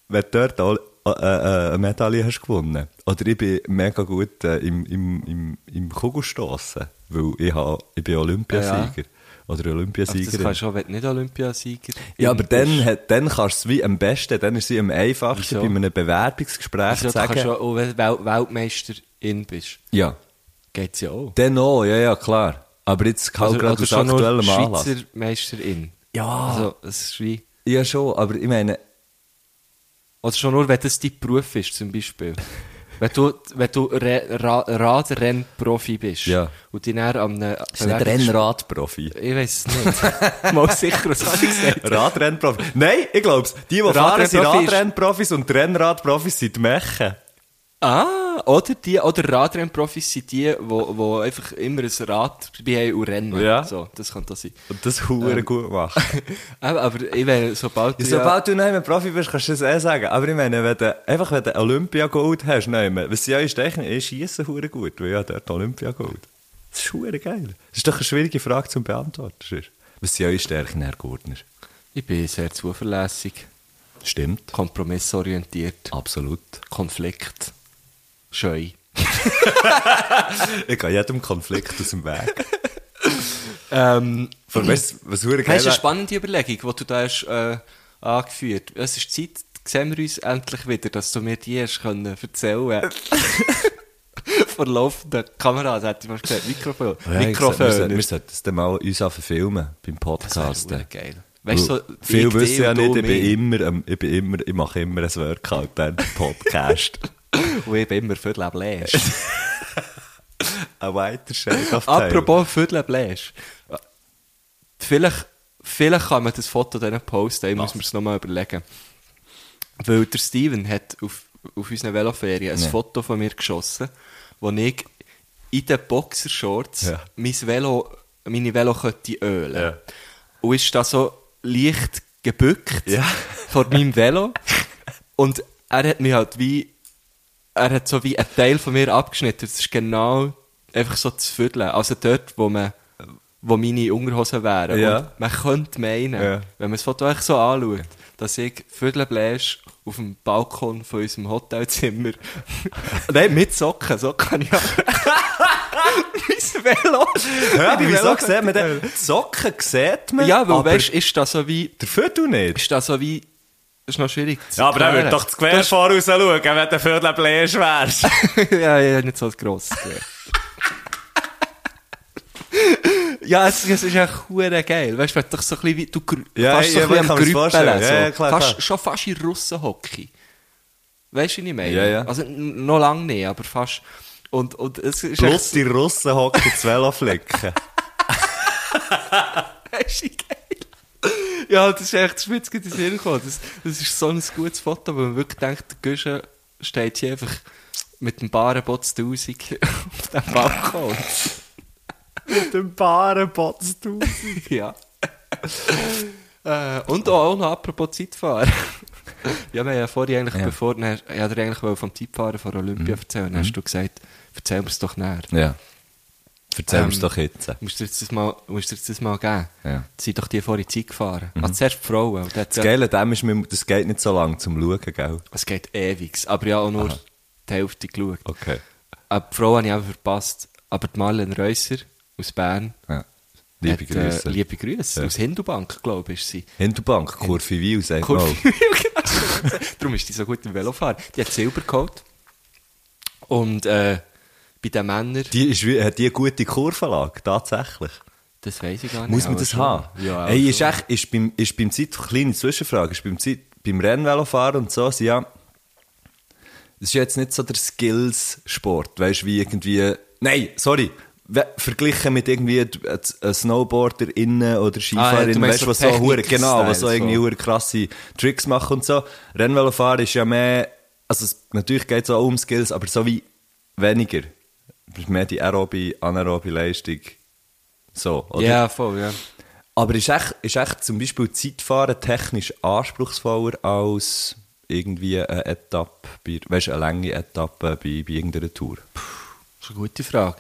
[SPEAKER 2] Wenn du dort all, äh, äh, eine Medaille hast gewonnen. Oder ich bin mega gut äh, im, im, im, im Kugelstossen, weil ich, hab, ich bin Olympiasieger. Oder
[SPEAKER 5] Aber das
[SPEAKER 2] Olympiasiegerin.
[SPEAKER 5] kannst du auch, wenn du nicht Olympiasieger
[SPEAKER 2] Ja, aber
[SPEAKER 5] bist.
[SPEAKER 2] dann, hat- dann kannst du es wie am besten, dann ist es wie am einfachsten
[SPEAKER 5] Wieso?
[SPEAKER 2] bei einem Bewerbungsgespräch
[SPEAKER 5] Wieso,
[SPEAKER 2] zu
[SPEAKER 5] du kannst
[SPEAKER 2] sagen.
[SPEAKER 5] du auch, wenn du Wel- Weltmeisterin bist,
[SPEAKER 2] Ja.
[SPEAKER 5] geht's ja auch.
[SPEAKER 2] Dann auch, ja, ja, klar. Aber jetzt halt gerade aus aktuellem Anlass.
[SPEAKER 5] Schweizer Meisterin.
[SPEAKER 2] Ja.
[SPEAKER 5] Also, es ist wie...
[SPEAKER 2] Ja, schon, aber eh, ich meine,
[SPEAKER 5] Oder schon nur, wenn das dein Beruf ist, zum Beispiel. wenn du, wenn du Re Ra Radrennprofi bist
[SPEAKER 2] Ja.
[SPEAKER 5] und dich dann am...
[SPEAKER 2] ist nicht Rennradprofi.
[SPEAKER 5] Ich weiß es nicht. Mal sicher, was habe ich gesagt?
[SPEAKER 2] Radrennprofi. Nein, ich glaub's. Die, die fahren, sind
[SPEAKER 5] Radrennprofi ist-
[SPEAKER 2] Radrennprofis und die Rennradprofis sind die Mechen.
[SPEAKER 5] Ah, oder, die, oder Radrennprofis sind die, die wo, wo einfach immer ein Rad dabei haben und rennen.
[SPEAKER 2] Ja.
[SPEAKER 5] So, das kann das sein.
[SPEAKER 2] Und das hure gut machen.
[SPEAKER 5] Ah, Aber, aber ich wäre, sobald
[SPEAKER 2] Ja,
[SPEAKER 5] du ja-
[SPEAKER 2] Sobald du nicht mehr Profi bist, kannst du das eh sagen. Aber ich meine, wenn du einfach wenn du Olympia-Gold hast, nicht mehr, was sie euch denken, ist schiessen hure gut, weil ja dort Olympia-Gold. Das ist hure geil. Das ist doch eine schwierige Frage zum Beantworten. sonst. Was sind eure Stärken, Herr Gurtner?
[SPEAKER 5] Ich bin sehr zuverlässig,
[SPEAKER 2] Stimmt.
[SPEAKER 5] kompromissorientiert,
[SPEAKER 2] Absolut.
[SPEAKER 5] Konflikt, scheu.
[SPEAKER 2] Ich gehe jedem Konflikt aus dem Weg.
[SPEAKER 5] Ähm,
[SPEAKER 2] Von was, was hure geil
[SPEAKER 5] Hast du eine
[SPEAKER 2] wär-
[SPEAKER 5] spannende Überlegung, die du da hast, äh, angeführt Es ist Zeit, sehen wir uns endlich wieder, dass du mir die hast können erzählen Vor laufender Kamera, das hätte ich mal gesagt. Mikrofon.
[SPEAKER 2] Ja, ich sag, Wir,
[SPEAKER 5] Mikrofon.
[SPEAKER 2] sollten- wir sollten es dann mal uns anfangen filmen beim
[SPEAKER 5] Das
[SPEAKER 2] Podcast.
[SPEAKER 5] wäre geil. Weißt du, so,
[SPEAKER 2] viel
[SPEAKER 5] ich, dich
[SPEAKER 2] wissen ja
[SPEAKER 5] und du
[SPEAKER 2] nicht, ich bin,
[SPEAKER 5] mich.
[SPEAKER 2] immer, am- ich bin immer, ich mache immer ein Workout dann im Podcast.
[SPEAKER 5] Und ich bin immer Viertel am Läsch.
[SPEAKER 2] Ein weiter Shade of Tail.
[SPEAKER 5] Apropos Viertel am Läsch. Vielleicht, vielleicht kann man das Foto dann posten, ich muss mir es nochmal überlegen. Weil der Steven hat auf, auf unseren Veloferien ein
[SPEAKER 2] Ja.
[SPEAKER 5] Foto von mir geschossen, wo ich in den Boxershorts
[SPEAKER 2] Ja.
[SPEAKER 5] mein Velo, meine Velokötte ölen.
[SPEAKER 2] Ja.
[SPEAKER 5] Und ist da so leicht gebückt
[SPEAKER 2] Ja.
[SPEAKER 5] vor meinem Velo. Und er hat mich halt wie, er hat so wie einen Teil von mir abgeschnitten. Das ist genau einfach so zu vierteln. Also dort, wo man, wo meine Unterhosen wären.
[SPEAKER 2] Ja.
[SPEAKER 5] Und man könnte meinen,
[SPEAKER 2] Ja.
[SPEAKER 5] wenn man das Foto echt so anschaut, dass ich Vödelbläsch auf dem Balkon von unserem Hotelzimmer. Nein, mit Socken, so kann ich auch. mein Velo!
[SPEAKER 2] Hä,
[SPEAKER 5] Meine
[SPEAKER 2] wieso
[SPEAKER 5] Velo-
[SPEAKER 2] sieht man den? Die Socken sieht man,
[SPEAKER 5] Ja, weil
[SPEAKER 2] aber
[SPEAKER 5] weißt ist das so wie.
[SPEAKER 2] der Viertel nicht.
[SPEAKER 5] Ist das so wie. Das ist noch schwierig zu
[SPEAKER 2] Ja, aber dann würde
[SPEAKER 5] erklären.
[SPEAKER 2] doch das Querfahren raus schauen, wenn du Viertel bläst wärst.
[SPEAKER 5] ja, ja, nicht so als gross. ja, es, es ist echt hure geil. Weißt du, wenn du dich so ein bisschen wie, du grü-
[SPEAKER 2] Ja,
[SPEAKER 5] fast so
[SPEAKER 2] ja,
[SPEAKER 5] ein bisschen
[SPEAKER 2] ja,
[SPEAKER 5] am
[SPEAKER 2] kann man's
[SPEAKER 5] Grübeln.
[SPEAKER 2] vorstellen.
[SPEAKER 5] so.
[SPEAKER 2] Ja, ja, klar,
[SPEAKER 5] fast,
[SPEAKER 2] klar.
[SPEAKER 5] Schon fast in Russenhockey. Weißt du, wie ich meine?
[SPEAKER 2] Ja, ja.
[SPEAKER 5] Also, n- noch lange nicht, aber fast. Und, und es ist echt
[SPEAKER 2] Plus die Russen hocken zu Veloflecken.
[SPEAKER 5] Das ist geil. Ja, das ist echt das ist mir jetzt gerade in den Sinn gekommen. Das, das ist so ein gutes Foto, wo man wirklich denkt, der Guschen steht hier einfach mit dem Barenbotz 1000 auf dem Balkon.
[SPEAKER 2] Dem Bärenbotz du.
[SPEAKER 5] ja. äh, und auch noch apropos Zeitfahren. ja, wir haben ja vorhin eigentlich,
[SPEAKER 2] Ja. Mhm.
[SPEAKER 5] bevor, dann hast- ich wollte dir eigentlich vom Zeitfahren von Olympia erzählen, dann hast du gesagt, erzähl mir es doch näher.
[SPEAKER 2] Ja. Erzähl mir's
[SPEAKER 5] Ähm,
[SPEAKER 2] doch jetzt.
[SPEAKER 5] Musst du jetzt das mal, musst du jetzt das mal geben?
[SPEAKER 2] Ja. Mhm.
[SPEAKER 5] Jetzt sind doch die vorhin Zeit gefahren. Also zuerst die Frauen. Und
[SPEAKER 2] Das Geile an dem ist, mir- das geht nicht so lange zum Schauen, gell?
[SPEAKER 5] Es geht ewig. Aber ja, auch nur die Hälfte geschaut.
[SPEAKER 2] Okay.
[SPEAKER 5] Aber die Frau habe ich einfach verpasst. Aber die Marlene Reusser aus Bern.
[SPEAKER 2] Ja. Liebe
[SPEAKER 5] hat, äh,
[SPEAKER 2] Grüße.
[SPEAKER 5] liebe Grüße.
[SPEAKER 2] Ja.
[SPEAKER 5] Aus Hindubank, glaube ich, ist sie.
[SPEAKER 2] Hinterbank, Kurve Wiel, sagt
[SPEAKER 5] Kurve
[SPEAKER 2] mal.
[SPEAKER 5] Darum ist die so gut im Velofahren. Die hat Silber geholt. Und äh, bei den Männern,
[SPEAKER 2] Die ist, wie- hat die eine gute Kurvenlage, tatsächlich.
[SPEAKER 5] das weiß ich gar nicht.
[SPEAKER 2] Muss man
[SPEAKER 5] aber
[SPEAKER 2] das
[SPEAKER 5] schon.
[SPEAKER 2] haben?
[SPEAKER 5] Ja,
[SPEAKER 2] Ey,
[SPEAKER 5] aber
[SPEAKER 2] ist
[SPEAKER 5] schon.
[SPEAKER 2] echt, ist beim, ist beim Zeit, kleine Zwischenfrage, ist beim Zeit, beim Rennvelofahren und so, sind ja, es ist jetzt nicht so der Skills-Sport, weißt du, wie irgendwie, nein, sorry, we- verglichen mit irgendwie d- ein Snowboarder innen oder
[SPEAKER 5] Ah, ja, du
[SPEAKER 2] Skifahrerin, weißt
[SPEAKER 5] meinst
[SPEAKER 2] du,
[SPEAKER 5] so
[SPEAKER 2] was so hure,
[SPEAKER 5] Technik-Style,
[SPEAKER 2] genau, was so
[SPEAKER 5] so.
[SPEAKER 2] irgendwie hure krasse Tricks machen und so. Rennvelofahren ist ja mehr, also es, natürlich geht es auch um Skills, aber so wie weniger. Es ist Mehr die aerobe, anaerobe Leistung. So, oder?
[SPEAKER 5] Ja, voll, ja.
[SPEAKER 2] Aber ist echt, ist echt zum Beispiel Zeitfahren technisch anspruchsvoller als irgendwie eine Etappe, bei, weißt, eine lange Etappe bei, bei irgendeiner Tour?
[SPEAKER 5] Das ist eine gute Frage.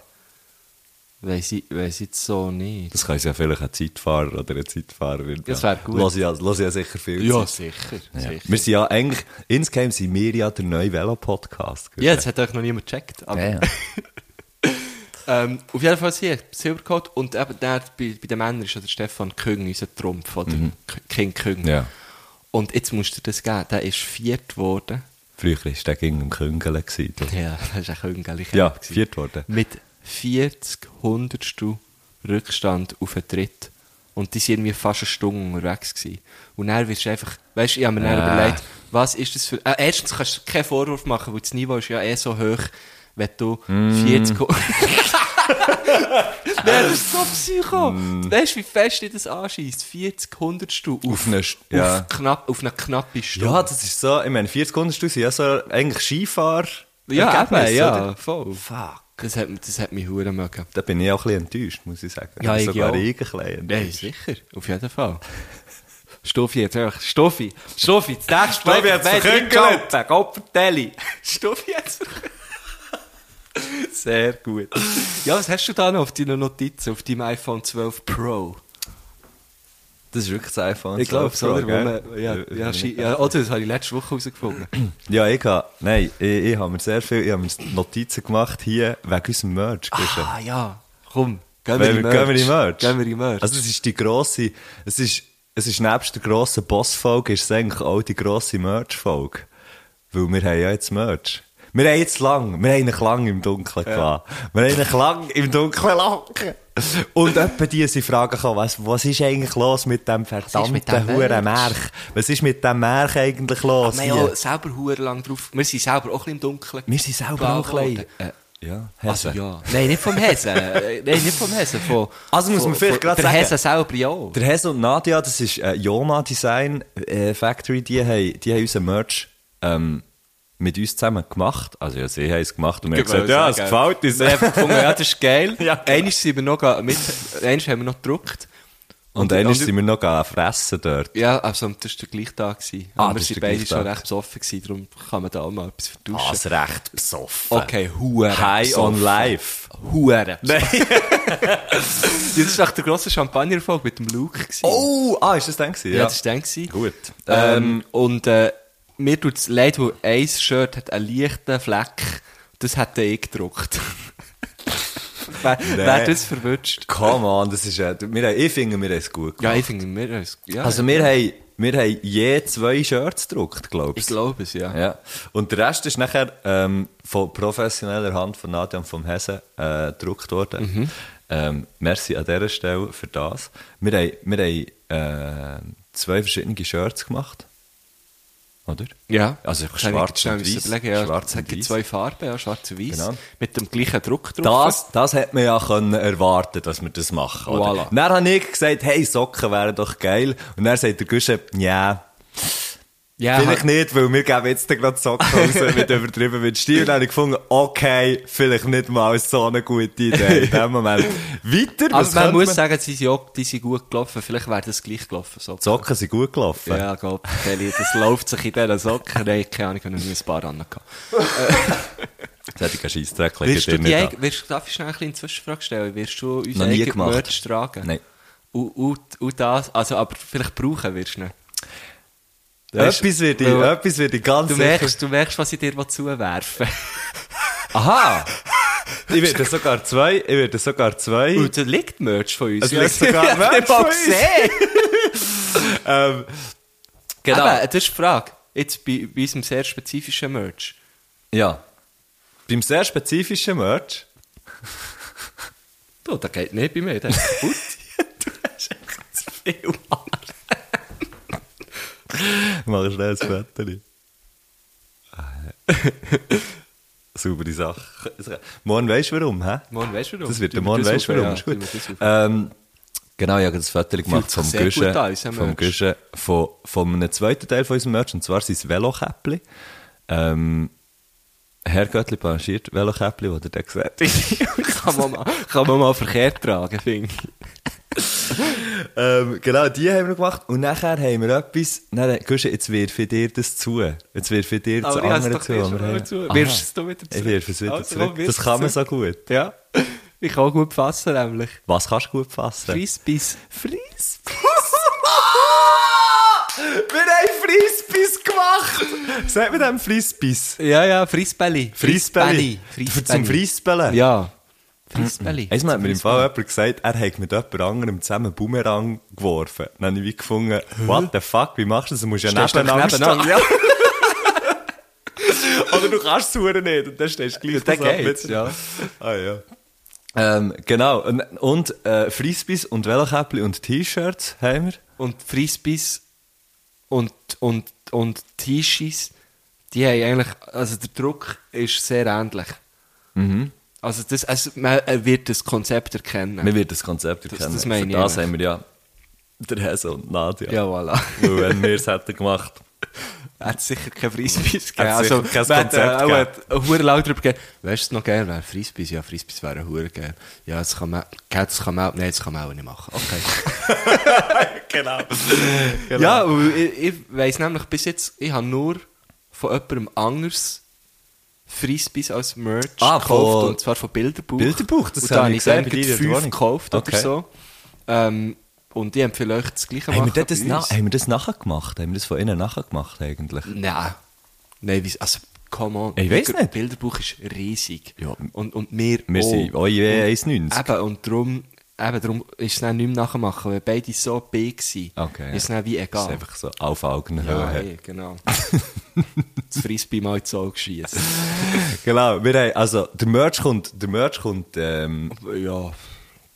[SPEAKER 5] Weiss ich, weiss ich jetzt so nicht.
[SPEAKER 2] Das kann es ja vielleicht ein Zeitfahrer oder eine Zeitfahrerin.
[SPEAKER 5] Das
[SPEAKER 2] ja.
[SPEAKER 5] wär gut.
[SPEAKER 2] Lass ja, lass ja sicher viel
[SPEAKER 5] Ja,
[SPEAKER 2] zu.
[SPEAKER 5] sicher.
[SPEAKER 2] Ja.
[SPEAKER 5] sicher.
[SPEAKER 2] Wir sind ja eigentlich, insgeheim sind wir ja der neue Velo-Podcast. gell?
[SPEAKER 5] Ja, das hat euch noch niemand gecheckt. Aber
[SPEAKER 2] Ja, ja.
[SPEAKER 5] Ähm, auf jeden Fall hier, Silbercode. Und eben der, bei, bei den Männern ist ja der Stefan Küng, unser Trumpf, oder? K- King Küng.
[SPEAKER 2] Mhm. Ja.
[SPEAKER 5] Und jetzt musst du dir das geben, der ist viert worden.
[SPEAKER 2] Früher war der ging im Küngeln. gewesen, du.
[SPEAKER 5] Ja, das ist ein Küngelich.
[SPEAKER 2] Ja, viert worden.
[SPEAKER 5] Mit 40 Hundertstel Rückstand auf den Tritt. Und die waren irgendwie fast eine Stunde unterwegs. Gewesen. Und dann wirst du einfach, weißt du, ich habe mir dann
[SPEAKER 2] Äh.
[SPEAKER 5] überlegt, was ist das für. Äh, erstens kannst du keinen Vorwurf machen, weil das Niveau ist ja eh so hoch, wenn du
[SPEAKER 2] Mm.
[SPEAKER 5] 40 Hu- Nein, das ist so psycho.
[SPEAKER 2] Mm.
[SPEAKER 5] Weißt du, wie fest ich das anschießt? 40 Hundertstel auf,
[SPEAKER 2] Auf eine
[SPEAKER 5] auf,
[SPEAKER 2] St- ja.
[SPEAKER 5] knapp, auf eine knappe Stunde.
[SPEAKER 2] Ja, das ist so, ich meine, 40 Stunden sind ja so eigentlich Skifahrer.
[SPEAKER 5] ja, eben,
[SPEAKER 2] Ergebnis,
[SPEAKER 5] ja
[SPEAKER 2] oder?
[SPEAKER 5] voll. Fuck. Das hat, das hat mich hure mögen.
[SPEAKER 2] Da bin ich auch ein bisschen enttäuscht, muss ich sagen.
[SPEAKER 5] Ja, ich
[SPEAKER 2] sogar
[SPEAKER 5] auch.
[SPEAKER 2] ich ein bisschen
[SPEAKER 5] Nein,
[SPEAKER 2] enttäuscht.
[SPEAKER 5] sicher, auf jeden Fall. Stoffi jetzt einfach. Stoffi, Stoffi, das nächste
[SPEAKER 2] Stoffi hat's verküngelt.
[SPEAKER 5] Kopfertelli. Stoffi hat's verküngelt. Sehr gut. Ja, was hast du da noch auf deinen Notizen, auf deinem iPhone 12 Pro?
[SPEAKER 2] Das ist wirklich das iPhone.
[SPEAKER 5] Ich glaube, so, oder?
[SPEAKER 2] Pro, gell?
[SPEAKER 5] Wo man- Ja, ja, schi- ja, oder? Das habe ich letzte Woche herausgefunden.
[SPEAKER 2] Eh, Ja, ich habe, nein, ich, ich habe mir sehr viel, ich habe mir Notizen gemacht hier wegen unserem Merch. gestern.
[SPEAKER 5] ah, ja. Komm, gehen wir
[SPEAKER 2] Weil
[SPEAKER 5] in
[SPEAKER 2] wir-
[SPEAKER 5] Merch.
[SPEAKER 2] Gehen wir in Merch.
[SPEAKER 5] Gehen wir in Merch.
[SPEAKER 2] Also es ist die grosse, es ist, es ist nebst der grossen Boss-Folge, ist es eigentlich auch die grosse Merch-Folge. Weil wir haben ja jetzt Merch. Wir haben jetzt lang, wir haben ihn lang im Dunkeln gelassen. Wir haben ihn lang im Dunkeln lachen. Und etwa die sind Fragen gekommen, was, was ist eigentlich los mit dem
[SPEAKER 5] mit dem
[SPEAKER 2] verdammten Hurenmärch? Was ist mit dem Märch eigentlich los?
[SPEAKER 5] wir haben
[SPEAKER 2] hier?
[SPEAKER 5] auch selber hure lang drauf. Wir sind selber auch ein bisschen im Dunkeln.
[SPEAKER 2] Wir sind selber
[SPEAKER 5] Blau
[SPEAKER 2] auch ein bisschen-
[SPEAKER 5] geworden. Äh,
[SPEAKER 2] Ja,
[SPEAKER 5] Also,
[SPEAKER 2] Hesse.
[SPEAKER 5] ja. Nein, nicht vom Hesen. Äh, Nein, nicht vom Hesen. Von,
[SPEAKER 2] Also muss
[SPEAKER 5] von,
[SPEAKER 2] man vielleicht
[SPEAKER 5] von-
[SPEAKER 2] gerade
[SPEAKER 5] Der
[SPEAKER 2] sagen-
[SPEAKER 5] Hesen selber ja auch.
[SPEAKER 2] Der Hess und Nadia, das ist äh, Yoma Design äh, Factory, die haben, die haben unseren Merch ähm, mit uns zusammen gemacht. Also ja, sie haben es gemacht und wir haben gesagt, ja, es gefällt uns.
[SPEAKER 5] Genau, Wir haben gefunden, ja, das ist geil.
[SPEAKER 2] Ja,
[SPEAKER 5] ja,
[SPEAKER 2] genau.
[SPEAKER 5] Einmal sind wir noch ge- mit, einmal haben wir noch gedruckt.
[SPEAKER 2] Und dann sind wir noch gegangen fressen dort.
[SPEAKER 5] Ja, also, das war der gleiche Tag. gewesen.
[SPEAKER 2] Ah,
[SPEAKER 5] Und wir
[SPEAKER 2] das ist
[SPEAKER 5] sind
[SPEAKER 2] der
[SPEAKER 5] beide
[SPEAKER 2] gleiche
[SPEAKER 5] schon
[SPEAKER 2] Tag.
[SPEAKER 5] recht besoffen gewesen, darum kann man da auch mal etwas vertuschen.
[SPEAKER 2] Ah, es recht besoffen.
[SPEAKER 5] okay, Huren.
[SPEAKER 2] High on life.
[SPEAKER 5] Huren. Nein. das war nach der grossen Champagner-Folge mit dem Luke. gewesen.
[SPEAKER 2] Oh, ah, ist das dann gewesen?
[SPEAKER 5] Ja,
[SPEAKER 2] Ja,
[SPEAKER 5] das war dann. gewesen.
[SPEAKER 2] Gut.
[SPEAKER 5] Ähm, und äh, mir tut es leid, weil ein Shirt hat einen leichten Fleck. Das hat dann ich gedruckt. wer, wer das verwünscht?
[SPEAKER 2] Come on, das ist, äh, wir haben, ich finde, wir haben es gut gemacht.
[SPEAKER 5] Ja, ich finde, wir... Ja,
[SPEAKER 2] Also wir haben, Wir haben je zwei Shirts gedruckt, glaube
[SPEAKER 5] Ich glaube es, ja.
[SPEAKER 2] Ah, Ja. Und der Rest ist nachher ähm, von professioneller Hand von Nadja und vom Hesse äh, gedruckt worden.
[SPEAKER 5] Mhm.
[SPEAKER 2] Ähm, merci an dieser Stelle für das. Wir haben, wir haben äh, zwei verschiedene Shirts gemacht. Oder?
[SPEAKER 5] Ja,
[SPEAKER 2] Also
[SPEAKER 5] Kann ich
[SPEAKER 2] schwarz
[SPEAKER 5] jetzt schnell
[SPEAKER 2] und weiss.
[SPEAKER 5] überlegen, Ja,
[SPEAKER 2] Schwarz
[SPEAKER 5] es hat
[SPEAKER 2] und weiss.
[SPEAKER 5] zwei Farben, ja, schwarz und weiß.
[SPEAKER 2] Genau.
[SPEAKER 5] Mit dem gleichen Druck drauf.
[SPEAKER 2] Das, das hätte man ja können erwarten dass wir das machen. Oder?
[SPEAKER 5] Voilà.
[SPEAKER 2] Dann habe ich gesagt, hey, Socken wären doch geil. Und dann sagt der Guschen, ja,
[SPEAKER 5] ja,
[SPEAKER 2] vielleicht
[SPEAKER 5] vielleicht
[SPEAKER 2] nicht, weil wir geben jetzt gerade Socken raus mit übertrieben mit Stil. Und dann habe ich gefunden, okay, vielleicht nicht mal so eine gute Idee in dem Moment. Weiter,
[SPEAKER 5] Aber
[SPEAKER 2] was
[SPEAKER 5] Also, man
[SPEAKER 2] könnte
[SPEAKER 5] muss sagen, sie sind, auch, die sind gut gelaufen. Vielleicht wäre das gleich gelaufen. So.
[SPEAKER 2] Die Socken sind gut gelaufen.
[SPEAKER 5] Ja, Gott, Feli, das läuft sich in diesen Socken. Nein, keine Ahnung, wenn ich nie ein paar ran hatte.
[SPEAKER 2] Das hätte ich keinen Scheissdreck
[SPEAKER 5] Wirst du
[SPEAKER 2] legen
[SPEAKER 5] die
[SPEAKER 2] dir
[SPEAKER 5] eig- wirst, darf ich schnell eine kleine Zwischenfrage stellen? Wirst du
[SPEAKER 2] Noch
[SPEAKER 5] unsere
[SPEAKER 2] nie
[SPEAKER 5] eigene
[SPEAKER 2] gemacht.
[SPEAKER 5] Merch tragen?
[SPEAKER 2] Nein.
[SPEAKER 5] Und, und, und das, also, aber vielleicht brauchen wirst du nicht.
[SPEAKER 2] an. Etwas wird ich,
[SPEAKER 5] Weil-
[SPEAKER 2] etwas wird ich ganz
[SPEAKER 5] Du
[SPEAKER 2] sicher-
[SPEAKER 5] merkst, du merkst, was ich dir zuwerfen
[SPEAKER 2] Aha! Ich werde sogar zwei, ich werde sogar zwei.
[SPEAKER 5] Und da liegt Merch von
[SPEAKER 2] Es
[SPEAKER 5] uns.
[SPEAKER 2] liegt sogar
[SPEAKER 5] Ich hab's
[SPEAKER 2] Merch
[SPEAKER 5] nicht
[SPEAKER 2] von
[SPEAKER 5] mal
[SPEAKER 2] uns.
[SPEAKER 5] gesehen.
[SPEAKER 2] ähm, genau.
[SPEAKER 5] Eben, das ist die Frage. Jetzt bei, bei unserem sehr spezifischen Merch.
[SPEAKER 2] Ja. Beim sehr spezifischen Merch.
[SPEAKER 5] Du, das geht nicht bei mir. Das ist kaputt. du hast echt zu viel Haar.
[SPEAKER 2] Mach schnell ein Foto. Saubere Sache. Morgen weisst du warum, hä?
[SPEAKER 5] Mann, weißt du warum?
[SPEAKER 2] Das wird der
[SPEAKER 5] Über
[SPEAKER 2] Morgen weisst du warum.
[SPEAKER 5] Ja,
[SPEAKER 2] Ist gut.
[SPEAKER 5] über das auf.
[SPEAKER 2] Ähm, genau, ich habe das Foto gemacht
[SPEAKER 5] sich
[SPEAKER 2] vom
[SPEAKER 5] sehr
[SPEAKER 2] Guschen.
[SPEAKER 5] gut an, unser
[SPEAKER 2] Vom
[SPEAKER 5] Merch.
[SPEAKER 2] Guschen. Von, von einem zweiten Teil von unserem Merch. Und zwar sein Velokäppli. Ähm, Herrgöttli pangiert Velokäppli, wo der da gesagt
[SPEAKER 5] kann, man mal, kann man mal verkehrt tragen, finde ich.
[SPEAKER 2] Ähm, genau, die haben wir gemacht. Und nachher haben wir etwas. Nein, nein, Guschen, jetzt werfe ich dir das zu. Jetzt werfe ich dir das
[SPEAKER 5] Aber ich hab's
[SPEAKER 2] andere
[SPEAKER 5] doch
[SPEAKER 2] zu.
[SPEAKER 5] dir
[SPEAKER 2] was wir
[SPEAKER 5] schon mal
[SPEAKER 2] haben.
[SPEAKER 5] zu.
[SPEAKER 2] Aha.
[SPEAKER 5] Wirfst es du wieder zurück?
[SPEAKER 2] Ich werfe es wieder
[SPEAKER 5] Also, komm,
[SPEAKER 2] zurück.
[SPEAKER 5] wirf
[SPEAKER 2] Das
[SPEAKER 5] es
[SPEAKER 2] kann man so
[SPEAKER 5] zurück.
[SPEAKER 2] gut.
[SPEAKER 5] Ja. Ich kann auch gut fassen, nämlich.
[SPEAKER 2] Was kannst du gut fassen?
[SPEAKER 5] Frisbees.
[SPEAKER 2] Frisbees! wir haben Frisbees gemacht! Sagt man dem Frisbees?
[SPEAKER 5] Ja, ja, Frisbelli.
[SPEAKER 2] Frisbelli.
[SPEAKER 5] Frisbelli. Hm.
[SPEAKER 2] Zum Frisbellen?
[SPEAKER 5] Ja. Frisbelli.
[SPEAKER 2] Einmal hat mir im Fall jemand gesagt, er hat mit jemand anderem zusammen Boomerang geworfen. Dann habe ich wie gefunden, what the fuck, wie machst du das? Du musst ja
[SPEAKER 5] Stehst doch
[SPEAKER 2] nebeneinander stehen.
[SPEAKER 5] nebeneinander.
[SPEAKER 2] Ja. Oder du kannst es verdammt nicht und dann stehst du gleich
[SPEAKER 5] Dann
[SPEAKER 2] auf so einem
[SPEAKER 5] geht's,
[SPEAKER 2] Bild.
[SPEAKER 5] ja.
[SPEAKER 2] Ah ja. Ähm, genau, und, und äh, Frisbees und Velokäppli und T-Shirts haben wir.
[SPEAKER 5] Und Frisbees und, und, und T-Shirts, die haben eigentlich, also der Druck ist sehr ähnlich. Also, das, also man äh, wird das Konzept erkennen.
[SPEAKER 2] Wir werden das Konzept erkennen.
[SPEAKER 5] das meine ich
[SPEAKER 2] Für das
[SPEAKER 5] eben.
[SPEAKER 2] haben wir ja der Hesse und Nadja.
[SPEAKER 5] ja, voilà.
[SPEAKER 2] Weil wenn wir es hätten gemacht,
[SPEAKER 5] Hat sicher kein Frisbees gegeben.
[SPEAKER 2] Hat
[SPEAKER 5] Also,
[SPEAKER 2] sicher kein
[SPEAKER 5] man
[SPEAKER 2] Konzept
[SPEAKER 5] Hat äh, auch hure laut darüber gegeben. Weißt du es noch geil? Wäre Frisbees? Ja, Frisbees wäre hure geil. Ja, das kann man, gell, das kann man auch, nein, das kann man auch nicht machen. Okay.
[SPEAKER 2] genau.
[SPEAKER 5] ja, weil ich, ich weiss nämlich bis jetzt, ich habe nur von jemandem anders Frisbees als Merch
[SPEAKER 2] Ah,
[SPEAKER 5] gekauft.
[SPEAKER 2] von-
[SPEAKER 5] Und zwar von Bilderbuch.
[SPEAKER 2] Bilderbuch, das
[SPEAKER 5] und
[SPEAKER 2] habe
[SPEAKER 5] da habe
[SPEAKER 2] ich
[SPEAKER 5] ich
[SPEAKER 2] gesehen,
[SPEAKER 5] selber
[SPEAKER 2] bei dir in der
[SPEAKER 5] fünf
[SPEAKER 2] Wohnung.
[SPEAKER 5] gekauft
[SPEAKER 2] Okay.
[SPEAKER 5] oder so. Ähm, und die haben vielleicht das gleiche
[SPEAKER 2] Haben wir,
[SPEAKER 5] machen
[SPEAKER 2] dort das
[SPEAKER 5] bei
[SPEAKER 2] na
[SPEAKER 5] uns.
[SPEAKER 2] haben wir das nachher gemacht? Haben wir das von innen nachher gemacht eigentlich?
[SPEAKER 5] Nein. Nein, wieso- also, come on.
[SPEAKER 2] Ich weiss
[SPEAKER 5] Bilder-
[SPEAKER 2] nicht.
[SPEAKER 5] Bilderbuch ist riesig.
[SPEAKER 2] Ja.
[SPEAKER 5] Und, und wir,
[SPEAKER 2] Wir
[SPEAKER 5] auch.
[SPEAKER 2] sind oh je
[SPEAKER 5] Und
[SPEAKER 2] 1,90.
[SPEAKER 5] Eben, und darum, eben, darum ist es dann nicht mehr nachmachen, weil beide so big sind.
[SPEAKER 2] Okay, ja.
[SPEAKER 5] Ist es dann wie
[SPEAKER 2] Das ist
[SPEAKER 5] egal.
[SPEAKER 2] einfach so auf Augenhöhe.
[SPEAKER 5] Ja, hey, genau. das Frisbee mal ins Auge schießen.
[SPEAKER 2] Genau, wir haben, also der Merch kommt, der Merch kommt, ähm,
[SPEAKER 5] ja.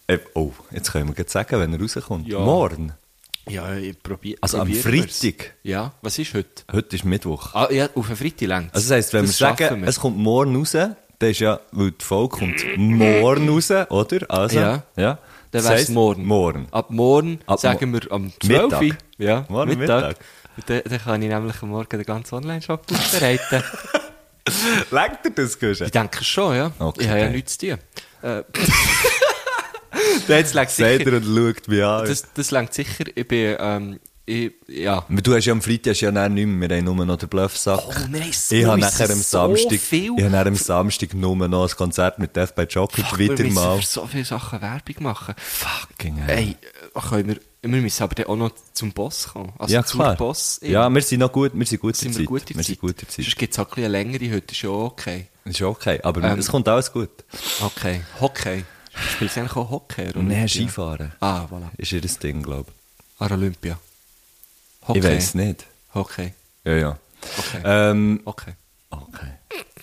[SPEAKER 2] äh, oh, jetzt können wir gleich sagen, wenn er rauskommt.
[SPEAKER 5] Ja.
[SPEAKER 2] Morgen,
[SPEAKER 5] Ja, ich probiere
[SPEAKER 2] also am Freitag.
[SPEAKER 5] Ja, was ist heute?
[SPEAKER 2] Heute ist Mittwoch.
[SPEAKER 5] Ah, ja, auf den Freitag längt
[SPEAKER 2] Also das heisst, wenn wir sagen, es kommt morgen raus, dann ist ja, weil die Folge kommt morgen raus, oder? Also,
[SPEAKER 5] Ja.
[SPEAKER 2] ja.
[SPEAKER 5] Dann
[SPEAKER 2] Das
[SPEAKER 5] wär's
[SPEAKER 2] heisst,
[SPEAKER 5] morgen.
[SPEAKER 2] Morgen. Ah.
[SPEAKER 5] Ab morgen
[SPEAKER 2] Ab
[SPEAKER 5] sagen
[SPEAKER 2] mo-
[SPEAKER 5] wir am 12.
[SPEAKER 2] Mittag.
[SPEAKER 5] Uhr. Ja,
[SPEAKER 2] Morgen Mittag.
[SPEAKER 5] Und Dann, dann kann ich nämlich am Morgen den ganzen Online-Shop aufbereiten.
[SPEAKER 2] Lenkt dir das, Guschen?
[SPEAKER 5] ich denke schon, ja.
[SPEAKER 2] Okay.
[SPEAKER 5] Ich habe ja nichts zu tun. Äh, Jetzt längt
[SPEAKER 2] Seht
[SPEAKER 5] sicher.
[SPEAKER 2] ihr und schaut mich an.
[SPEAKER 5] Das, das längt sicher. Ich bin, ähm, ich, ja.
[SPEAKER 2] Aber du hast ja am Freitag hast ja dann nicht mehr, wir haben nur noch den Bluffsack.
[SPEAKER 5] wir haben so-
[SPEAKER 2] ich habe
[SPEAKER 5] wir
[SPEAKER 2] nachher am
[SPEAKER 5] müssen so
[SPEAKER 2] Samstag,
[SPEAKER 5] viel-
[SPEAKER 2] ich habe nachher am Samstag nur noch ein Konzert mit Death by Chocolate
[SPEAKER 5] wir
[SPEAKER 2] wieder
[SPEAKER 5] müssen
[SPEAKER 2] mal.
[SPEAKER 5] für so viele Sachen Werbung machen.
[SPEAKER 2] Fucking hell.
[SPEAKER 5] Ey, äh, können wir, wir müssen aber dann auch noch zum Boss kommen. Also
[SPEAKER 2] ja,
[SPEAKER 5] zur
[SPEAKER 2] klar.
[SPEAKER 5] Boss. eben.
[SPEAKER 2] ja, wir sind noch gut, wir sind gut in
[SPEAKER 5] sind
[SPEAKER 2] Zeit.
[SPEAKER 5] wir gut in
[SPEAKER 2] wir sind gut in Zeit.
[SPEAKER 5] Sonst gibt es auch ein bisschen eine längere heute, ist ja auch okay.
[SPEAKER 2] Ist okay, aber
[SPEAKER 5] Ähm,
[SPEAKER 2] es kommt alles gut.
[SPEAKER 5] Okay. Hockey. Spielst du eigentlich auch Hockey? oder?
[SPEAKER 2] Nein, Skifahren
[SPEAKER 5] Ah, voilà.
[SPEAKER 2] ist ihr das Ding, glaube ich.
[SPEAKER 5] An Olympia. Hockey.
[SPEAKER 2] Ich weiß nicht.
[SPEAKER 5] Hockey.
[SPEAKER 2] Ja, ja.
[SPEAKER 5] Okay.
[SPEAKER 2] Ähm,
[SPEAKER 5] okay.
[SPEAKER 2] okay.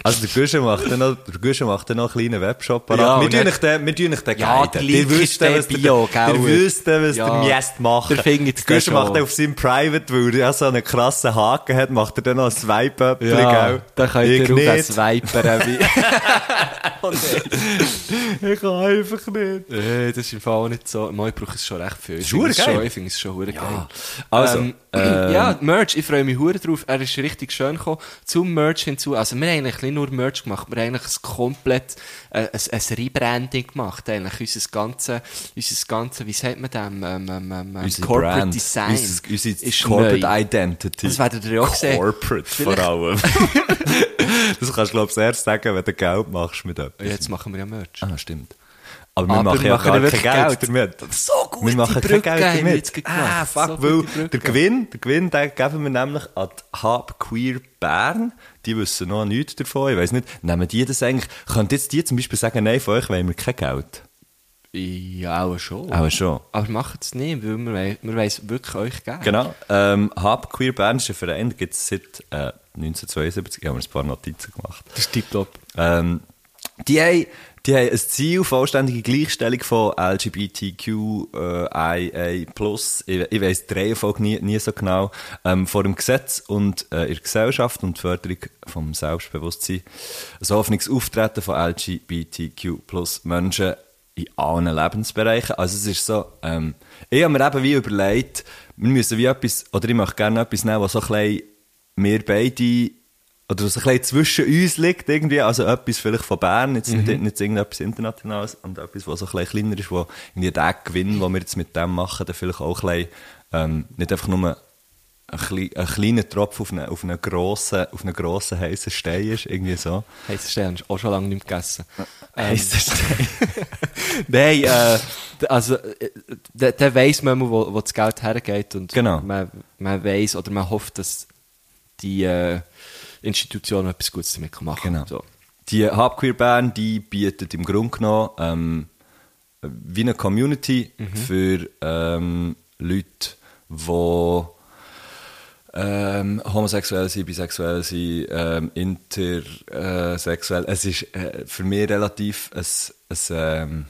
[SPEAKER 2] Also der Guschen macht dann noch, der Guschen macht dann noch einen kleinen Webshop. parat. wir
[SPEAKER 5] Ja, und
[SPEAKER 2] tun
[SPEAKER 5] dann-
[SPEAKER 2] euch den, wir tun euch den
[SPEAKER 5] Ja,
[SPEAKER 2] guiden.
[SPEAKER 5] der Link ist der
[SPEAKER 2] was der,
[SPEAKER 5] Bio,
[SPEAKER 2] der,
[SPEAKER 5] gell?
[SPEAKER 2] wisst dann, was
[SPEAKER 5] Ja.
[SPEAKER 2] der Miest macht.
[SPEAKER 5] Der findet
[SPEAKER 2] Der
[SPEAKER 5] den
[SPEAKER 2] Guschen macht
[SPEAKER 5] schon.
[SPEAKER 2] dann auf seinem Private, weil er so einen krassen Haken hat, macht er dann noch ein swipe
[SPEAKER 5] Ja, da könnt
[SPEAKER 2] ich
[SPEAKER 5] ihr auch
[SPEAKER 2] nicht.
[SPEAKER 5] das Viperen wie...
[SPEAKER 2] Ich kann einfach nicht.
[SPEAKER 5] Äh, das ist im Fall auch nicht so. Mal, ich brauche es schon recht viel. Ich
[SPEAKER 2] Ist
[SPEAKER 5] finde es
[SPEAKER 2] geil.
[SPEAKER 5] schon, ich finde es schon hure geil.
[SPEAKER 2] Also, äh,
[SPEAKER 5] ähm, ja, Merch, ich freue mich hure drauf. Er ist richtig schön gekommen. Zum Merch hinzu, also wir haben eigentlich nicht nur Merch gemacht, wir haben eigentlich ein komplett, äh, ein, ein Rebranding gemacht. Eigentlich unser ganze, unser ganze, wie sagt man dem, ähm, ähm, ähm, ähm,
[SPEAKER 2] Unser
[SPEAKER 5] Corporate
[SPEAKER 2] Brand,
[SPEAKER 5] Design.
[SPEAKER 2] unser, unser
[SPEAKER 5] ist
[SPEAKER 2] Corporate
[SPEAKER 5] neu.
[SPEAKER 2] Identity.
[SPEAKER 5] Das werdet ihr ja auch sehen.
[SPEAKER 2] Corporate vor
[SPEAKER 5] Vielleicht-
[SPEAKER 2] allem. das kannst du, glaube ich, erst sagen, wenn du Geld machst mit etwas.
[SPEAKER 5] Jetzt machen wir ja Merch.
[SPEAKER 2] Ah, stimmt. Aber wir
[SPEAKER 5] Aber
[SPEAKER 2] machen
[SPEAKER 5] wir
[SPEAKER 2] ja
[SPEAKER 5] machen
[SPEAKER 2] gar
[SPEAKER 5] ja
[SPEAKER 2] kein
[SPEAKER 5] wirklich
[SPEAKER 2] Geld,
[SPEAKER 5] Geld.
[SPEAKER 2] damit.
[SPEAKER 5] So gute
[SPEAKER 2] Wir machen
[SPEAKER 5] Brücke
[SPEAKER 2] kein
[SPEAKER 5] haben wir
[SPEAKER 2] Geld
[SPEAKER 5] jetzt
[SPEAKER 2] damit.
[SPEAKER 5] gerade gemacht.
[SPEAKER 2] ah, fuck,
[SPEAKER 5] So gute
[SPEAKER 2] weil der
[SPEAKER 5] Brücke.
[SPEAKER 2] Gewinn, der Gewinn, den geben wir nämlich an die Hub Queer Bern. Die wissen noch nichts davon, ich weiss nicht. Nehmen die das eigentlich, könnt jetzt die zum Beispiel sagen, nein, von euch wollen wir kein Geld?
[SPEAKER 5] Ja, auch schon.
[SPEAKER 2] Auch schon.
[SPEAKER 5] Aber macht es nicht, weil wir, wei- wir wollen wirklich euch geben.
[SPEAKER 2] Genau. Ähm, Hub Queer Bern ist ein Verein, den gibt es seit äh, 1972. Ich habe mir ein paar Notizen gemacht.
[SPEAKER 5] Das ist tipptopp.
[SPEAKER 2] Ähm, die, haben, die haben ein Ziel, vollständige Gleichstellung von äh, LGBTQIA+. ich, ich weiss die Reihenfolge nie, nie so genau. Ähm, vor dem Gesetz und äh, in der Gesellschaft und die Förderung vom Selbstbewusstsein. Ein offenes Auftreten von LGBTQ+, Menschen in allen Lebensbereichen. Also es ist so, ähm, ich habe mir eben wie überlegt, wir müssen wie etwas, oder ich möchte gerne etwas nehmen, was so ein bisschen wir beide oder was ein bisschen zwischen uns liegt irgendwie, also etwas vielleicht von Bern, jetzt nicht, nicht irgendetwas Internationales und etwas, was so ein bisschen kleiner ist, wo irgendwie der Gewinn, den wir jetzt mit dem machen, dann vielleicht auch ein bisschen, ähm, nicht einfach nur ein, kle ein kleiner Tropfen auf einen, auf einen grossen, auf einen grossen heissen Stein ist, irgendwie so.
[SPEAKER 5] Heißt Stern, auch schon lange nicht mehr gegessen. Ähm,
[SPEAKER 2] Heissen Stein.
[SPEAKER 5] Nein, äh, d- also, äh, d- dann weiss man, immer, wo, wo das Geld hergeht und
[SPEAKER 2] Genau.
[SPEAKER 5] man, man weiss oder man hofft, dass die äh, Institutionen etwas Gutes damit machen.
[SPEAKER 2] Genau.
[SPEAKER 5] So.
[SPEAKER 2] Die Hub Queer Bern, die bietet im Grunde genommen ähm, wie eine Community für ähm, Leute, die ähm, homosexuell sind, bisexuell sind, ähm, intersexuell. Es ist äh, für mich relativ ein, ein ähm,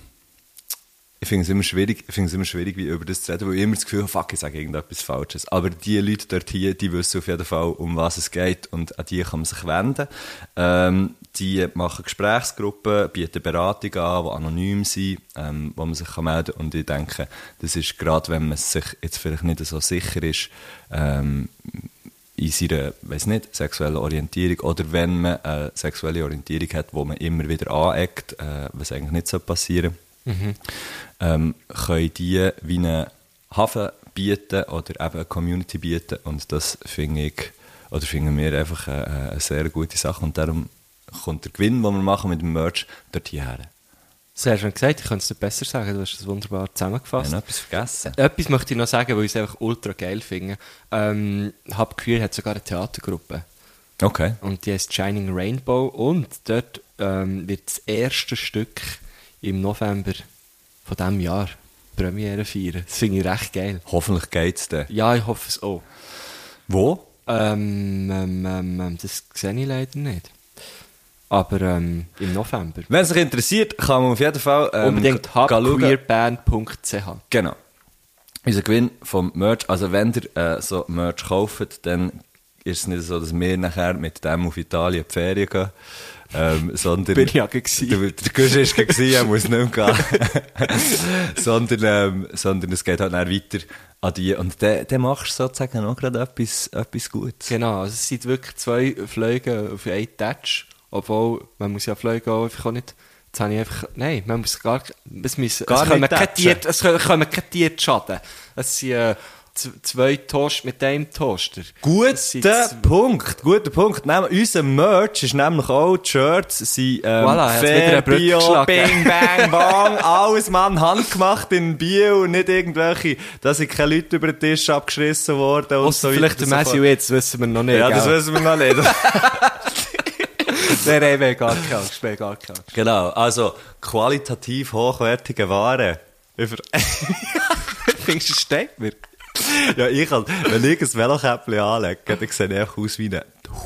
[SPEAKER 2] ich finde es immer schwierig, ich finde es immer schwierig, wie über das zu reden, weil ich immer das Gefühl habe, fuck, ich sage irgendetwas Falsches. Aber die Leute dort hier, die wissen auf jeden Fall, um was es geht und an die kann man sich wenden. Ähm, die machen Gesprächsgruppen, bieten Beratung an, die anonym sind, ähm, wo man sich kann melden kann. Und ich denke, das ist gerade, wenn man sich jetzt vielleicht nicht so sicher ist, ähm, in seiner, weiß nicht, sexuellen Orientierung oder wenn man eine sexuelle Orientierung hat, wo man immer wieder aneckt, äh, was eigentlich nicht so passieren ähm, können die wie einen Hafen bieten oder eben eine Community bieten und das finde ich, oder finden wir einfach eine, eine sehr gute Sache und darum kommt der Gewinn, den wir machen mit dem Merch, dort hierher.
[SPEAKER 5] Sehr schön gesagt, ich könnte es nicht besser sagen, du hast es wunderbar
[SPEAKER 2] Haben
[SPEAKER 5] zusammengefasst.
[SPEAKER 2] wir noch etwas vergessen?
[SPEAKER 5] Etwas möchte ich noch sagen, weil ich es einfach ultra geil finde. Ähm, Hab Queer hat sogar eine Theatergruppe.
[SPEAKER 2] Okay.
[SPEAKER 5] Und die heißt Shining Rainbow. Und dort ähm, wird das erste Stück im November von diesem Jahr Premiere feiern. Das finde ich recht geil.
[SPEAKER 2] Hoffentlich geht's dann.
[SPEAKER 5] Ja, ich hoffe es auch.
[SPEAKER 2] Wo?
[SPEAKER 5] Ähm, ähm, ähm, ähm, das sehe ich leider nicht. Aber ähm, im November.
[SPEAKER 2] Wenn es euch interessiert, kann man auf jeden Fall ähm,
[SPEAKER 5] Unbedingt
[SPEAKER 2] gehen schauen.
[SPEAKER 5] hubqueerband.ch.
[SPEAKER 2] Genau. Unser Gewinn vom Merch, also wenn ihr äh, so Merch kauft, dann ist es nicht so, dass wir nachher mit dem auf Italien die Ferien gehen, ähm, sondern...
[SPEAKER 5] Bin ich ja gewesen.
[SPEAKER 2] Der, der Gusch ist gewesen, er muss nicht mehr gehen. sondern, ähm, sondern es geht halt dann weiter an die. Und dann, dann machst du sozusagen auch gerade etwas, etwas Gutes.
[SPEAKER 5] Genau, also es sind wirklich zwei Flüge auf einen Touch. Obwohl, man muss ja Flüge auch einfach auch nicht... Jetzt habe ich einfach... Nein, man muss gar... Es, müssen,
[SPEAKER 2] Gar
[SPEAKER 5] es kommen
[SPEAKER 2] nicht
[SPEAKER 5] keine
[SPEAKER 2] touchen.
[SPEAKER 5] Tier, es kommen- kommen keine Tiere zu schaden. Es sind äh, z- zwei Toast mit einem Toaster. Es sind
[SPEAKER 2] Guter
[SPEAKER 5] z-
[SPEAKER 2] Punkt, guter Punkt. Nehm, unser Merch ist nämlich auch, die Shirts sind ähm,
[SPEAKER 5] Voilà, er hat wieder eine Brücke geschlagen.
[SPEAKER 2] bing, bang, bang, alles Mann, handgemacht in Biel und nicht irgendwelche, da sind keine Leute über den Tisch abgeschissen worden und so
[SPEAKER 5] Ausser
[SPEAKER 2] weiter.
[SPEAKER 5] vielleicht der
[SPEAKER 2] und so fort.
[SPEAKER 5] Messi jetzt, wissen wir noch nicht.
[SPEAKER 2] Ja, das
[SPEAKER 5] gell?
[SPEAKER 2] wissen wir noch nicht.
[SPEAKER 5] Nein, nein, wir haben gar keine Angst, wir haben gar keine Angst.
[SPEAKER 2] genau, also qualitativ hochwertige Ware. Über
[SPEAKER 5] Findest du, es steht mir?
[SPEAKER 2] ja, ich kann, wenn ich ein Velokäppchen anlege, dann sehe ich einfach aus wie ein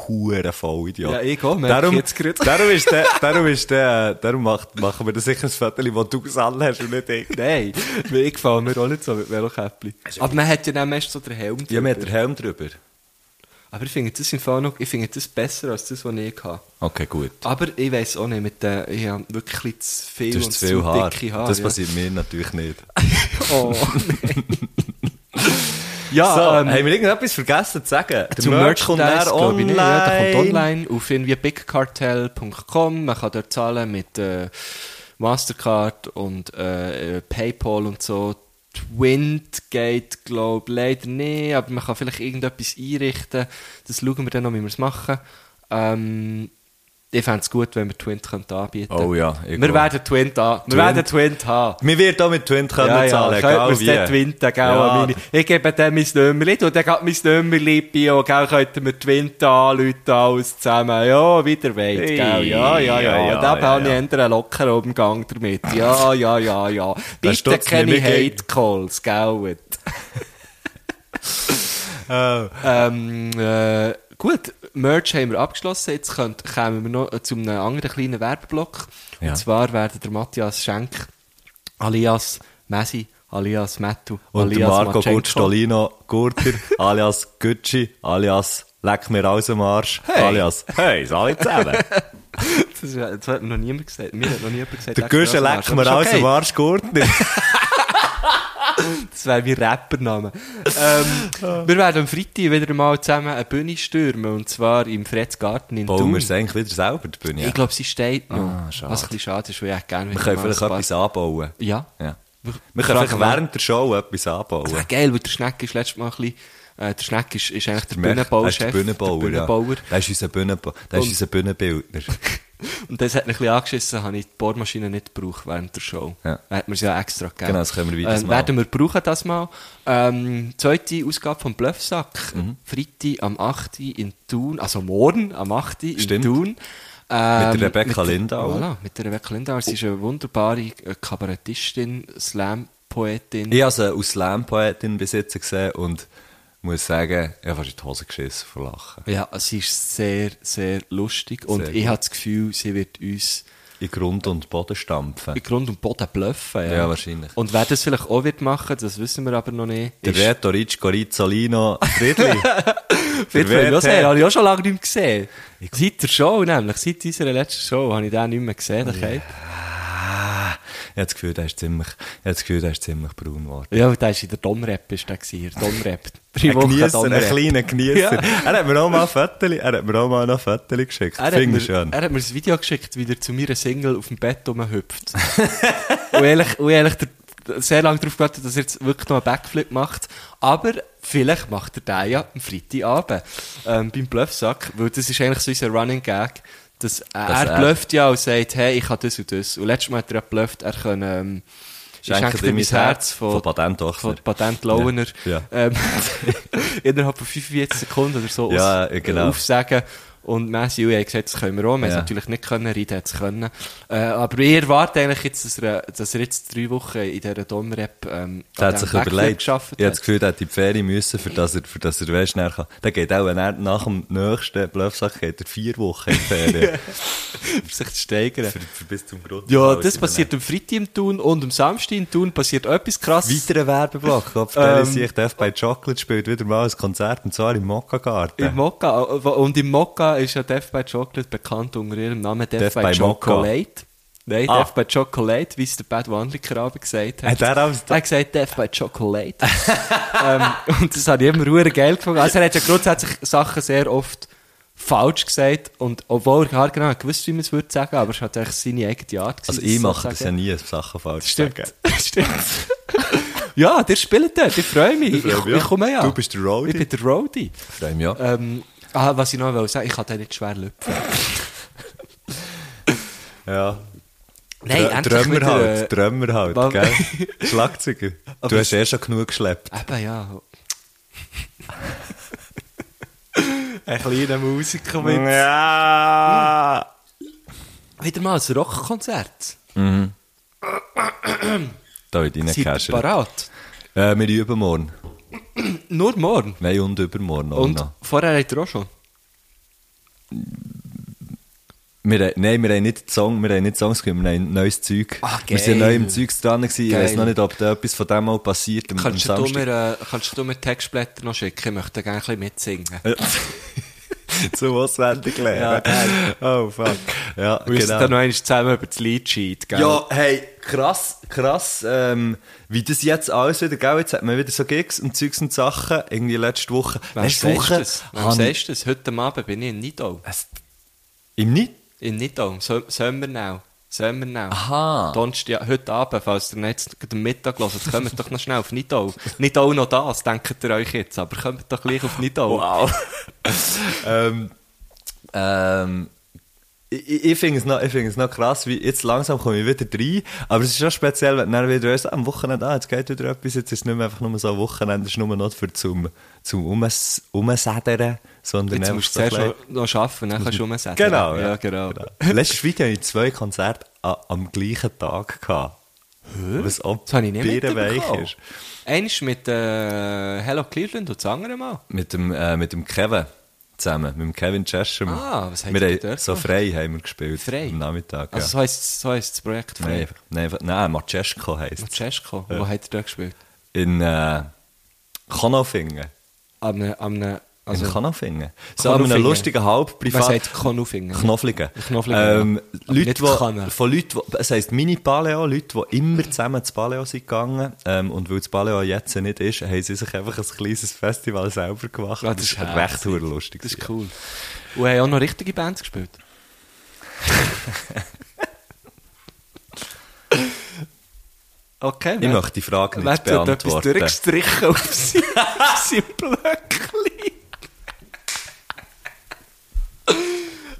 [SPEAKER 2] hure Vollidiot.
[SPEAKER 5] Ja, ich auch, merke
[SPEAKER 2] darum,
[SPEAKER 5] ich jetzt gerade.
[SPEAKER 2] darum ist der, darum ist der, darum macht, machen wir da sicher ein Viertel, wo du es anlässt und nicht ich.
[SPEAKER 5] Nein, weil ich gefällt mir auch nicht so mit Velokäppli. Aber man hat ja dann meist so den Helm
[SPEAKER 2] Ja, man hat
[SPEAKER 5] drüber.
[SPEAKER 2] den Helm drüber.
[SPEAKER 5] Aber ich finde das im Fall noch, ich finde das besser als das, was ich hatte.
[SPEAKER 2] Okay, gut.
[SPEAKER 5] Aber ich weiß auch nicht, mit den, ich habe wirklich ein bisschen zu viel
[SPEAKER 2] Du
[SPEAKER 5] und
[SPEAKER 2] hast zu viel Haar.
[SPEAKER 5] dicke Haare.
[SPEAKER 2] Das
[SPEAKER 5] ja.
[SPEAKER 2] passiert mir natürlich nicht.
[SPEAKER 5] Oh, nein. ja,
[SPEAKER 2] so,
[SPEAKER 5] ähm,
[SPEAKER 2] haben wir irgendetwas vergessen zu sagen? Der
[SPEAKER 5] zum Merch kommt
[SPEAKER 2] nachher
[SPEAKER 5] online. Ja, der kommt online auf irgendwie bigcartel.com. Man kann dort zahlen mit äh, Mastercard und äh, äh, Paypal und so. Twint geht, glaube ich, leider nicht, aber man kann vielleicht irgendetwas einrichten. Das schauen wir dann noch, wie wir es machen. Ähm, ich fände es gut, wenn wir Twint könnten anbieten
[SPEAKER 2] Oh ja, ich
[SPEAKER 5] Wir
[SPEAKER 2] auch.
[SPEAKER 5] werden Twint, an wir
[SPEAKER 2] Twint.
[SPEAKER 5] werden Twint haben.
[SPEAKER 2] Wir werden hier mit Twin können zahlen,
[SPEAKER 5] könnt
[SPEAKER 2] egal
[SPEAKER 5] mir's
[SPEAKER 2] wie.
[SPEAKER 5] dann twinten, gell,
[SPEAKER 2] Ja.
[SPEAKER 5] an meine. Ich gebe dem mein Nummerli, du, dann geht mein Nummerli bio, gell, könnten wir twinten anrufen, alles zusammen. Ja, wieder weit,
[SPEAKER 2] Hey,
[SPEAKER 5] gell, ja, ja,
[SPEAKER 2] ja,
[SPEAKER 5] ja.
[SPEAKER 2] ja,
[SPEAKER 5] Und dann
[SPEAKER 2] ja,
[SPEAKER 5] habe ich
[SPEAKER 2] ja.
[SPEAKER 5] endlich einen lockeren Umgang damit. Ja, ja, ja, ja. Bitte
[SPEAKER 2] stutzt
[SPEAKER 5] keine
[SPEAKER 2] mich nicht
[SPEAKER 5] Hate-Calls, gell, gut. Ähm, äh, gut, Merch haben wir abgeschlossen. Jetzt könnt, kommen wir noch zu einem anderen kleinen Werbeblock.
[SPEAKER 2] Ja.
[SPEAKER 5] Und zwar werden der Matthias Schenk, alias Messi, alias Mattu,
[SPEAKER 2] Und der
[SPEAKER 5] alias
[SPEAKER 2] Marco
[SPEAKER 5] Matschenko.
[SPEAKER 2] Gurtstolino Gurter, alias Gucci, alias Leck mir aus dem Arsch, alias Hey, ist alle zusammen.
[SPEAKER 5] Das, ist- das hat noch niemand gesagt. Mir hat noch niemand gesagt.
[SPEAKER 2] Der Gursche leckt mir aus dem Arsch Gurtner.
[SPEAKER 5] Das wäre wie Rappername. ähm, wir werden am Freitag wieder mal zusammen eine Bühne stürmen. Und zwar im Freds Garten in
[SPEAKER 2] Bauen wir
[SPEAKER 5] Thun.
[SPEAKER 2] es eigentlich wieder selber, die Bühne.
[SPEAKER 5] Ich glaube, sie steht noch.
[SPEAKER 2] Ah, schade.
[SPEAKER 5] Was ein bisschen schade ist, weil ich echt gerne
[SPEAKER 2] wir können vielleicht etwas anbauen.
[SPEAKER 5] Ja.
[SPEAKER 2] Ja.
[SPEAKER 5] Wir-
[SPEAKER 2] Wir können
[SPEAKER 5] Frag
[SPEAKER 2] vielleicht
[SPEAKER 5] mal.
[SPEAKER 2] während der Show etwas anbauen.
[SPEAKER 5] Das wäre Also geil, weil der Schneck ist letztes Mal ein bisschen, äh, der Schneck ist, ist eigentlich der
[SPEAKER 2] Merkt, er ist
[SPEAKER 5] Bühnenbauchef.
[SPEAKER 2] der Bühnenbauer,
[SPEAKER 5] der
[SPEAKER 2] ja.
[SPEAKER 5] Bühnenbauer.
[SPEAKER 2] Das ist unser Bühnenbauer, das ist
[SPEAKER 5] Und-
[SPEAKER 2] unser Bühnenbildner.
[SPEAKER 5] Und das hat mich ein bisschen angeschissen, habe ich die Bohrmaschine nicht gebraucht während der Show.
[SPEAKER 2] Ja.
[SPEAKER 5] Hat mir sie ja extra gegeben.
[SPEAKER 2] Genau, das können wir weiteres
[SPEAKER 5] ähm,
[SPEAKER 2] Mal.
[SPEAKER 5] Werden wir brauchen das mal. Ähm, zweite Ausgabe vom Bluffsack.
[SPEAKER 2] Mhm.
[SPEAKER 5] Freitag am 8. Uhr in Thun, also morgen am 8. Uhr in
[SPEAKER 2] Stimmt.
[SPEAKER 5] Thun. Ähm,
[SPEAKER 2] Mit der Rebecca Lindau.
[SPEAKER 5] Voilà, mit der Rebecca Lindau. Sie ist eine wunderbare äh, Kabarettistin, Slam-Poetin.
[SPEAKER 2] Ich habe sie als Slam-Poetin bis jetzt gesehen und muss sagen, ich habe fast in die Hose geschissen vor Lachen.
[SPEAKER 5] Ja, sie ist sehr, sehr lustig. Und
[SPEAKER 2] Sehr
[SPEAKER 5] ich
[SPEAKER 2] gut.
[SPEAKER 5] habe das Gefühl, sie wird uns
[SPEAKER 2] In Grund und Boden stampfen.
[SPEAKER 5] in Grund und Boden bluffen. Ja,
[SPEAKER 2] Ja, wahrscheinlich.
[SPEAKER 5] Und wer das vielleicht auch wird machen, das wissen wir aber noch nicht.
[SPEAKER 2] Der Reto Riccio Rizzolino Friedli.
[SPEAKER 5] wird
[SPEAKER 2] der
[SPEAKER 5] von
[SPEAKER 2] Wert
[SPEAKER 5] uns her.
[SPEAKER 2] her.
[SPEAKER 5] Habe ich auch schon lange nicht mehr gesehen. Seit der Show nämlich, seit unserer letzten Show, habe ich den nicht mehr gesehen.
[SPEAKER 2] Oh
[SPEAKER 5] Yeah.
[SPEAKER 2] ich habe das Gefühl, der ist ziemlich, ich habe das Gefühl, der ist ziemlich braun geworden.
[SPEAKER 5] Ja, und der war in der Domrap, ist der gewesen, der Domrap. Drei
[SPEAKER 2] Ein
[SPEAKER 5] Wochen
[SPEAKER 2] Geniesser, ein
[SPEAKER 5] Domrap.
[SPEAKER 2] kleiner Geniesser.
[SPEAKER 5] Ja.
[SPEAKER 2] Er hat mir auch mal ein Viertel, er hat mir auch mal noch ein Viertel geschickt.
[SPEAKER 5] Er hat,
[SPEAKER 2] Finde
[SPEAKER 5] mir,
[SPEAKER 2] ich schön.
[SPEAKER 5] er hat mir das Video geschickt, wie er zu mir Single auf dem Bett rumhüpft. und ehrlich, und ehrlich der, sehr lange darauf gewartet, dass er jetzt wirklich noch einen Backflip macht. Aber vielleicht macht er den ja am Freitagabend ähm, beim Bluffsack, weil das ist eigentlich so unser Running Gag, dass, äh, er,
[SPEAKER 2] er-
[SPEAKER 5] blufft ja und sagt, hey, ich habe das und das. Und letztes Mal hat er ja geblufft, er kann... Ähm, ich schenke dir mein Herz von,
[SPEAKER 2] von Patent Ochsner.
[SPEAKER 5] von Patent Lauener.
[SPEAKER 2] Ja.
[SPEAKER 5] Ähm, innerhalb von 45 Sekunden oder so
[SPEAKER 2] Ja,
[SPEAKER 5] aus,
[SPEAKER 2] genau.
[SPEAKER 5] aufsagen. Und Messi und ich haben gesagt, das können wir auch. Wir haben es
[SPEAKER 2] Ja.
[SPEAKER 5] natürlich nicht können, Reid hat es können. Äh, aber ich erwarte eigentlich jetzt, dass er, dass er jetzt drei Wochen in dieser Domrep ähm,
[SPEAKER 2] Der hat
[SPEAKER 5] an diesem
[SPEAKER 2] sich
[SPEAKER 5] Backflip
[SPEAKER 2] überlegt. Ich
[SPEAKER 5] geschafft
[SPEAKER 2] habe das Gefühl, der hätte in die Ferien müssen, für das er, für das er weißt, nachher kann. Der geht auch nach- nach dem nächsten Bluffsack geht er vier Wochen in die Ferien.
[SPEAKER 5] um sich zu steigern.
[SPEAKER 2] für, für bis zum Grund.
[SPEAKER 5] Ja, das passiert am Freitag im Tun und am Samstag im Tun passiert etwas krasses.
[SPEAKER 2] Weiterer Werbeblock. Auf der ähm, ich darf bei Chocolate spielt wieder mal ein Konzert, und zwar im Mokka-Garten.
[SPEAKER 5] Im Mokka. äh, Und im Mokka ist ja Death by Chocolate bekannt unter ihrem Namen Death,
[SPEAKER 2] Death
[SPEAKER 5] by,
[SPEAKER 2] by
[SPEAKER 5] Chocolate. Nein,
[SPEAKER 2] Ah.
[SPEAKER 5] Death by Chocolate, wie es der Bad Wandlicker aber gesagt hat.
[SPEAKER 2] Hat er auch-
[SPEAKER 5] Er hat gesagt Death by Chocolate. ähm, und das habe ich immer ruhig geil gefunden. Also er hat ja grundsätzlich Sachen sehr oft falsch gesagt und obwohl er genau gewusst, wie man es würde sagen, aber es hat eigentlich seine eigene Art gewesen,
[SPEAKER 2] also ich
[SPEAKER 5] so
[SPEAKER 2] mache
[SPEAKER 5] zu
[SPEAKER 2] das ja
[SPEAKER 5] sagen.
[SPEAKER 2] nie, Sachen falsch
[SPEAKER 5] Stimmt,
[SPEAKER 2] sagen.
[SPEAKER 5] stimmt. ja, der spielt dort, ich freue mich. Ich,
[SPEAKER 2] freu mich
[SPEAKER 5] ich
[SPEAKER 2] auch.
[SPEAKER 5] komme ja.
[SPEAKER 2] Du bist der Roadie.
[SPEAKER 5] Ich bin der Roadie.
[SPEAKER 2] Freue mich auch.
[SPEAKER 5] Ähm, ah, was ich noch will sagen, ich kann den nicht schwer lüpfen.
[SPEAKER 2] Ja.
[SPEAKER 5] Nein,
[SPEAKER 2] Trö-
[SPEAKER 5] endlich
[SPEAKER 2] Trömmer
[SPEAKER 5] wieder, äh,
[SPEAKER 2] halt, Trömmer
[SPEAKER 5] Mann.
[SPEAKER 2] halt, gell? Schlagzeuger.
[SPEAKER 5] Aber
[SPEAKER 2] Du
[SPEAKER 5] es-
[SPEAKER 2] hast eh schon genug geschleppt.
[SPEAKER 5] Eben, ja. Ein kleiner Musiker mit...
[SPEAKER 2] Ja.
[SPEAKER 5] Wieder mal ein Rockkonzert.
[SPEAKER 2] Da wird
[SPEAKER 5] Seid ihr
[SPEAKER 2] reingecasht.
[SPEAKER 5] parat?
[SPEAKER 2] Äh, wir üben morgen.
[SPEAKER 5] Nur morgen.
[SPEAKER 2] Nein, und übermorgen auch
[SPEAKER 5] Und
[SPEAKER 2] noch.
[SPEAKER 5] vorher hat er auch schon.
[SPEAKER 2] Wir, haben- nein, wir haben nicht Song, wir haben nicht Songs gekommen, wir haben neues Zeug.
[SPEAKER 5] Ah,
[SPEAKER 2] wir
[SPEAKER 5] geil.
[SPEAKER 2] sind neu im Zeug dran gewesen. Ich
[SPEAKER 5] Geil.
[SPEAKER 2] weiss noch nicht, ob da etwas von dem mal passiert am,
[SPEAKER 5] Kannst
[SPEAKER 2] am
[SPEAKER 5] du,
[SPEAKER 2] Samstag.
[SPEAKER 5] mir, äh, kannst du mir Textblätter noch schicken? Ich möchte gerne ein bisschen mitsingen.
[SPEAKER 2] Zum Äh, auswendig lernen. oh, fuck. Ja,
[SPEAKER 5] Wir müssen
[SPEAKER 2] genau.
[SPEAKER 5] dann noch einmal zusammen über das Lied scheiden, gell?
[SPEAKER 2] Ja, hey, krass, krass, ähm, wie das jetzt alles wieder, gell, jetzt hat man wieder so Gigs und Zeugs und Sachen, irgendwie letzte Woche.
[SPEAKER 5] Wem
[SPEAKER 2] letzte
[SPEAKER 5] sagst du
[SPEAKER 2] Woche
[SPEAKER 5] das? Wem
[SPEAKER 2] habe ich-
[SPEAKER 5] sagst du das? Heute Abend bin ich in Nidau.
[SPEAKER 2] Es- Im Nicht?
[SPEAKER 5] In Nidau. So- Sommernau. Sommernau.
[SPEAKER 2] Aha.
[SPEAKER 5] Donnerstag, ja, heute Abend, falls ihr jetzt am Mittag hört, kommt doch noch schnell auf Nidau. Nicht auch noch das, denkt ihr euch jetzt, aber kommt doch gleich auf Nidau.
[SPEAKER 2] Wow. Oh. ähm, ähm, ich- ich, ich finde es, noch- ich find es noch krass, wie jetzt langsam komme ich wieder rein, aber es ist schon speziell, wenn du dann wieder weißt, am Wochenende, ah, jetzt geht wieder etwas, jetzt ist es nicht mehr einfach nur so ein Wochenende, es ist nur noch für zum, zum Ums, Umsedern, sondern
[SPEAKER 5] Jetzt
[SPEAKER 2] einfach
[SPEAKER 5] musst
[SPEAKER 2] so
[SPEAKER 5] du zuerst
[SPEAKER 2] ein
[SPEAKER 5] noch, noch arbeiten, dann kannst du rumsetzen.
[SPEAKER 2] Genau,
[SPEAKER 5] ja, genau.
[SPEAKER 2] Letztes Video hatte ich zwei Konzerte a- am gleichen Tag. Gehabt. Was auch
[SPEAKER 5] Das habe ich nicht
[SPEAKER 2] birrenweich
[SPEAKER 5] mitbekommen.
[SPEAKER 2] ist.
[SPEAKER 5] Eins mit äh, Hello Cleveland und das andere Mal.
[SPEAKER 2] Mit dem, äh, mit dem Kevin zusammen, mit dem Kevin Chesham.
[SPEAKER 5] Ah, was haben
[SPEAKER 2] wir
[SPEAKER 5] sie
[SPEAKER 2] haben
[SPEAKER 5] dort
[SPEAKER 2] So frei haben wir gespielt.
[SPEAKER 5] Frei?
[SPEAKER 2] Am Nachmittag,
[SPEAKER 5] Also so
[SPEAKER 2] ja.
[SPEAKER 5] heisst, so heisst das Projekt
[SPEAKER 2] Nein,
[SPEAKER 5] von
[SPEAKER 2] einfach- nein, einfach- nein, Marcesko heisst
[SPEAKER 5] Cesko.
[SPEAKER 2] Ja.
[SPEAKER 5] Wo hat er da gespielt?
[SPEAKER 2] In äh, Konofingen.
[SPEAKER 5] Am, am,
[SPEAKER 2] in
[SPEAKER 5] also,
[SPEAKER 2] Konofingen. So an einem
[SPEAKER 5] Konofingen.
[SPEAKER 2] lustigen Halbprivat...
[SPEAKER 5] Was heisst Konofingen?
[SPEAKER 2] Knofligen.
[SPEAKER 5] Knofligen,
[SPEAKER 2] Ähm,
[SPEAKER 5] ja. Aber
[SPEAKER 2] Leute,
[SPEAKER 5] nicht
[SPEAKER 2] wo,
[SPEAKER 5] Kanne.
[SPEAKER 2] von Leuten, wo, es heisst Mini-Paleo, Leute, die immer zusammen zu Paleo sind gegangen ähm, und weil das Paleo jetzt nicht ist, haben sie sich einfach ein kleines Festival selber gemacht.
[SPEAKER 5] Ja, das ist
[SPEAKER 2] recht
[SPEAKER 5] herzig.
[SPEAKER 2] lustig.
[SPEAKER 5] das
[SPEAKER 2] gewesen,
[SPEAKER 5] ist cool. Und haben auch noch richtige Bands gespielt. okay,
[SPEAKER 2] ja. Ich
[SPEAKER 5] wer-
[SPEAKER 2] möchte die Frage
[SPEAKER 5] wer
[SPEAKER 2] nicht
[SPEAKER 5] hat dort etwas
[SPEAKER 2] beantworten.
[SPEAKER 5] durchgestrichen auf sein, auf sein Blöckli?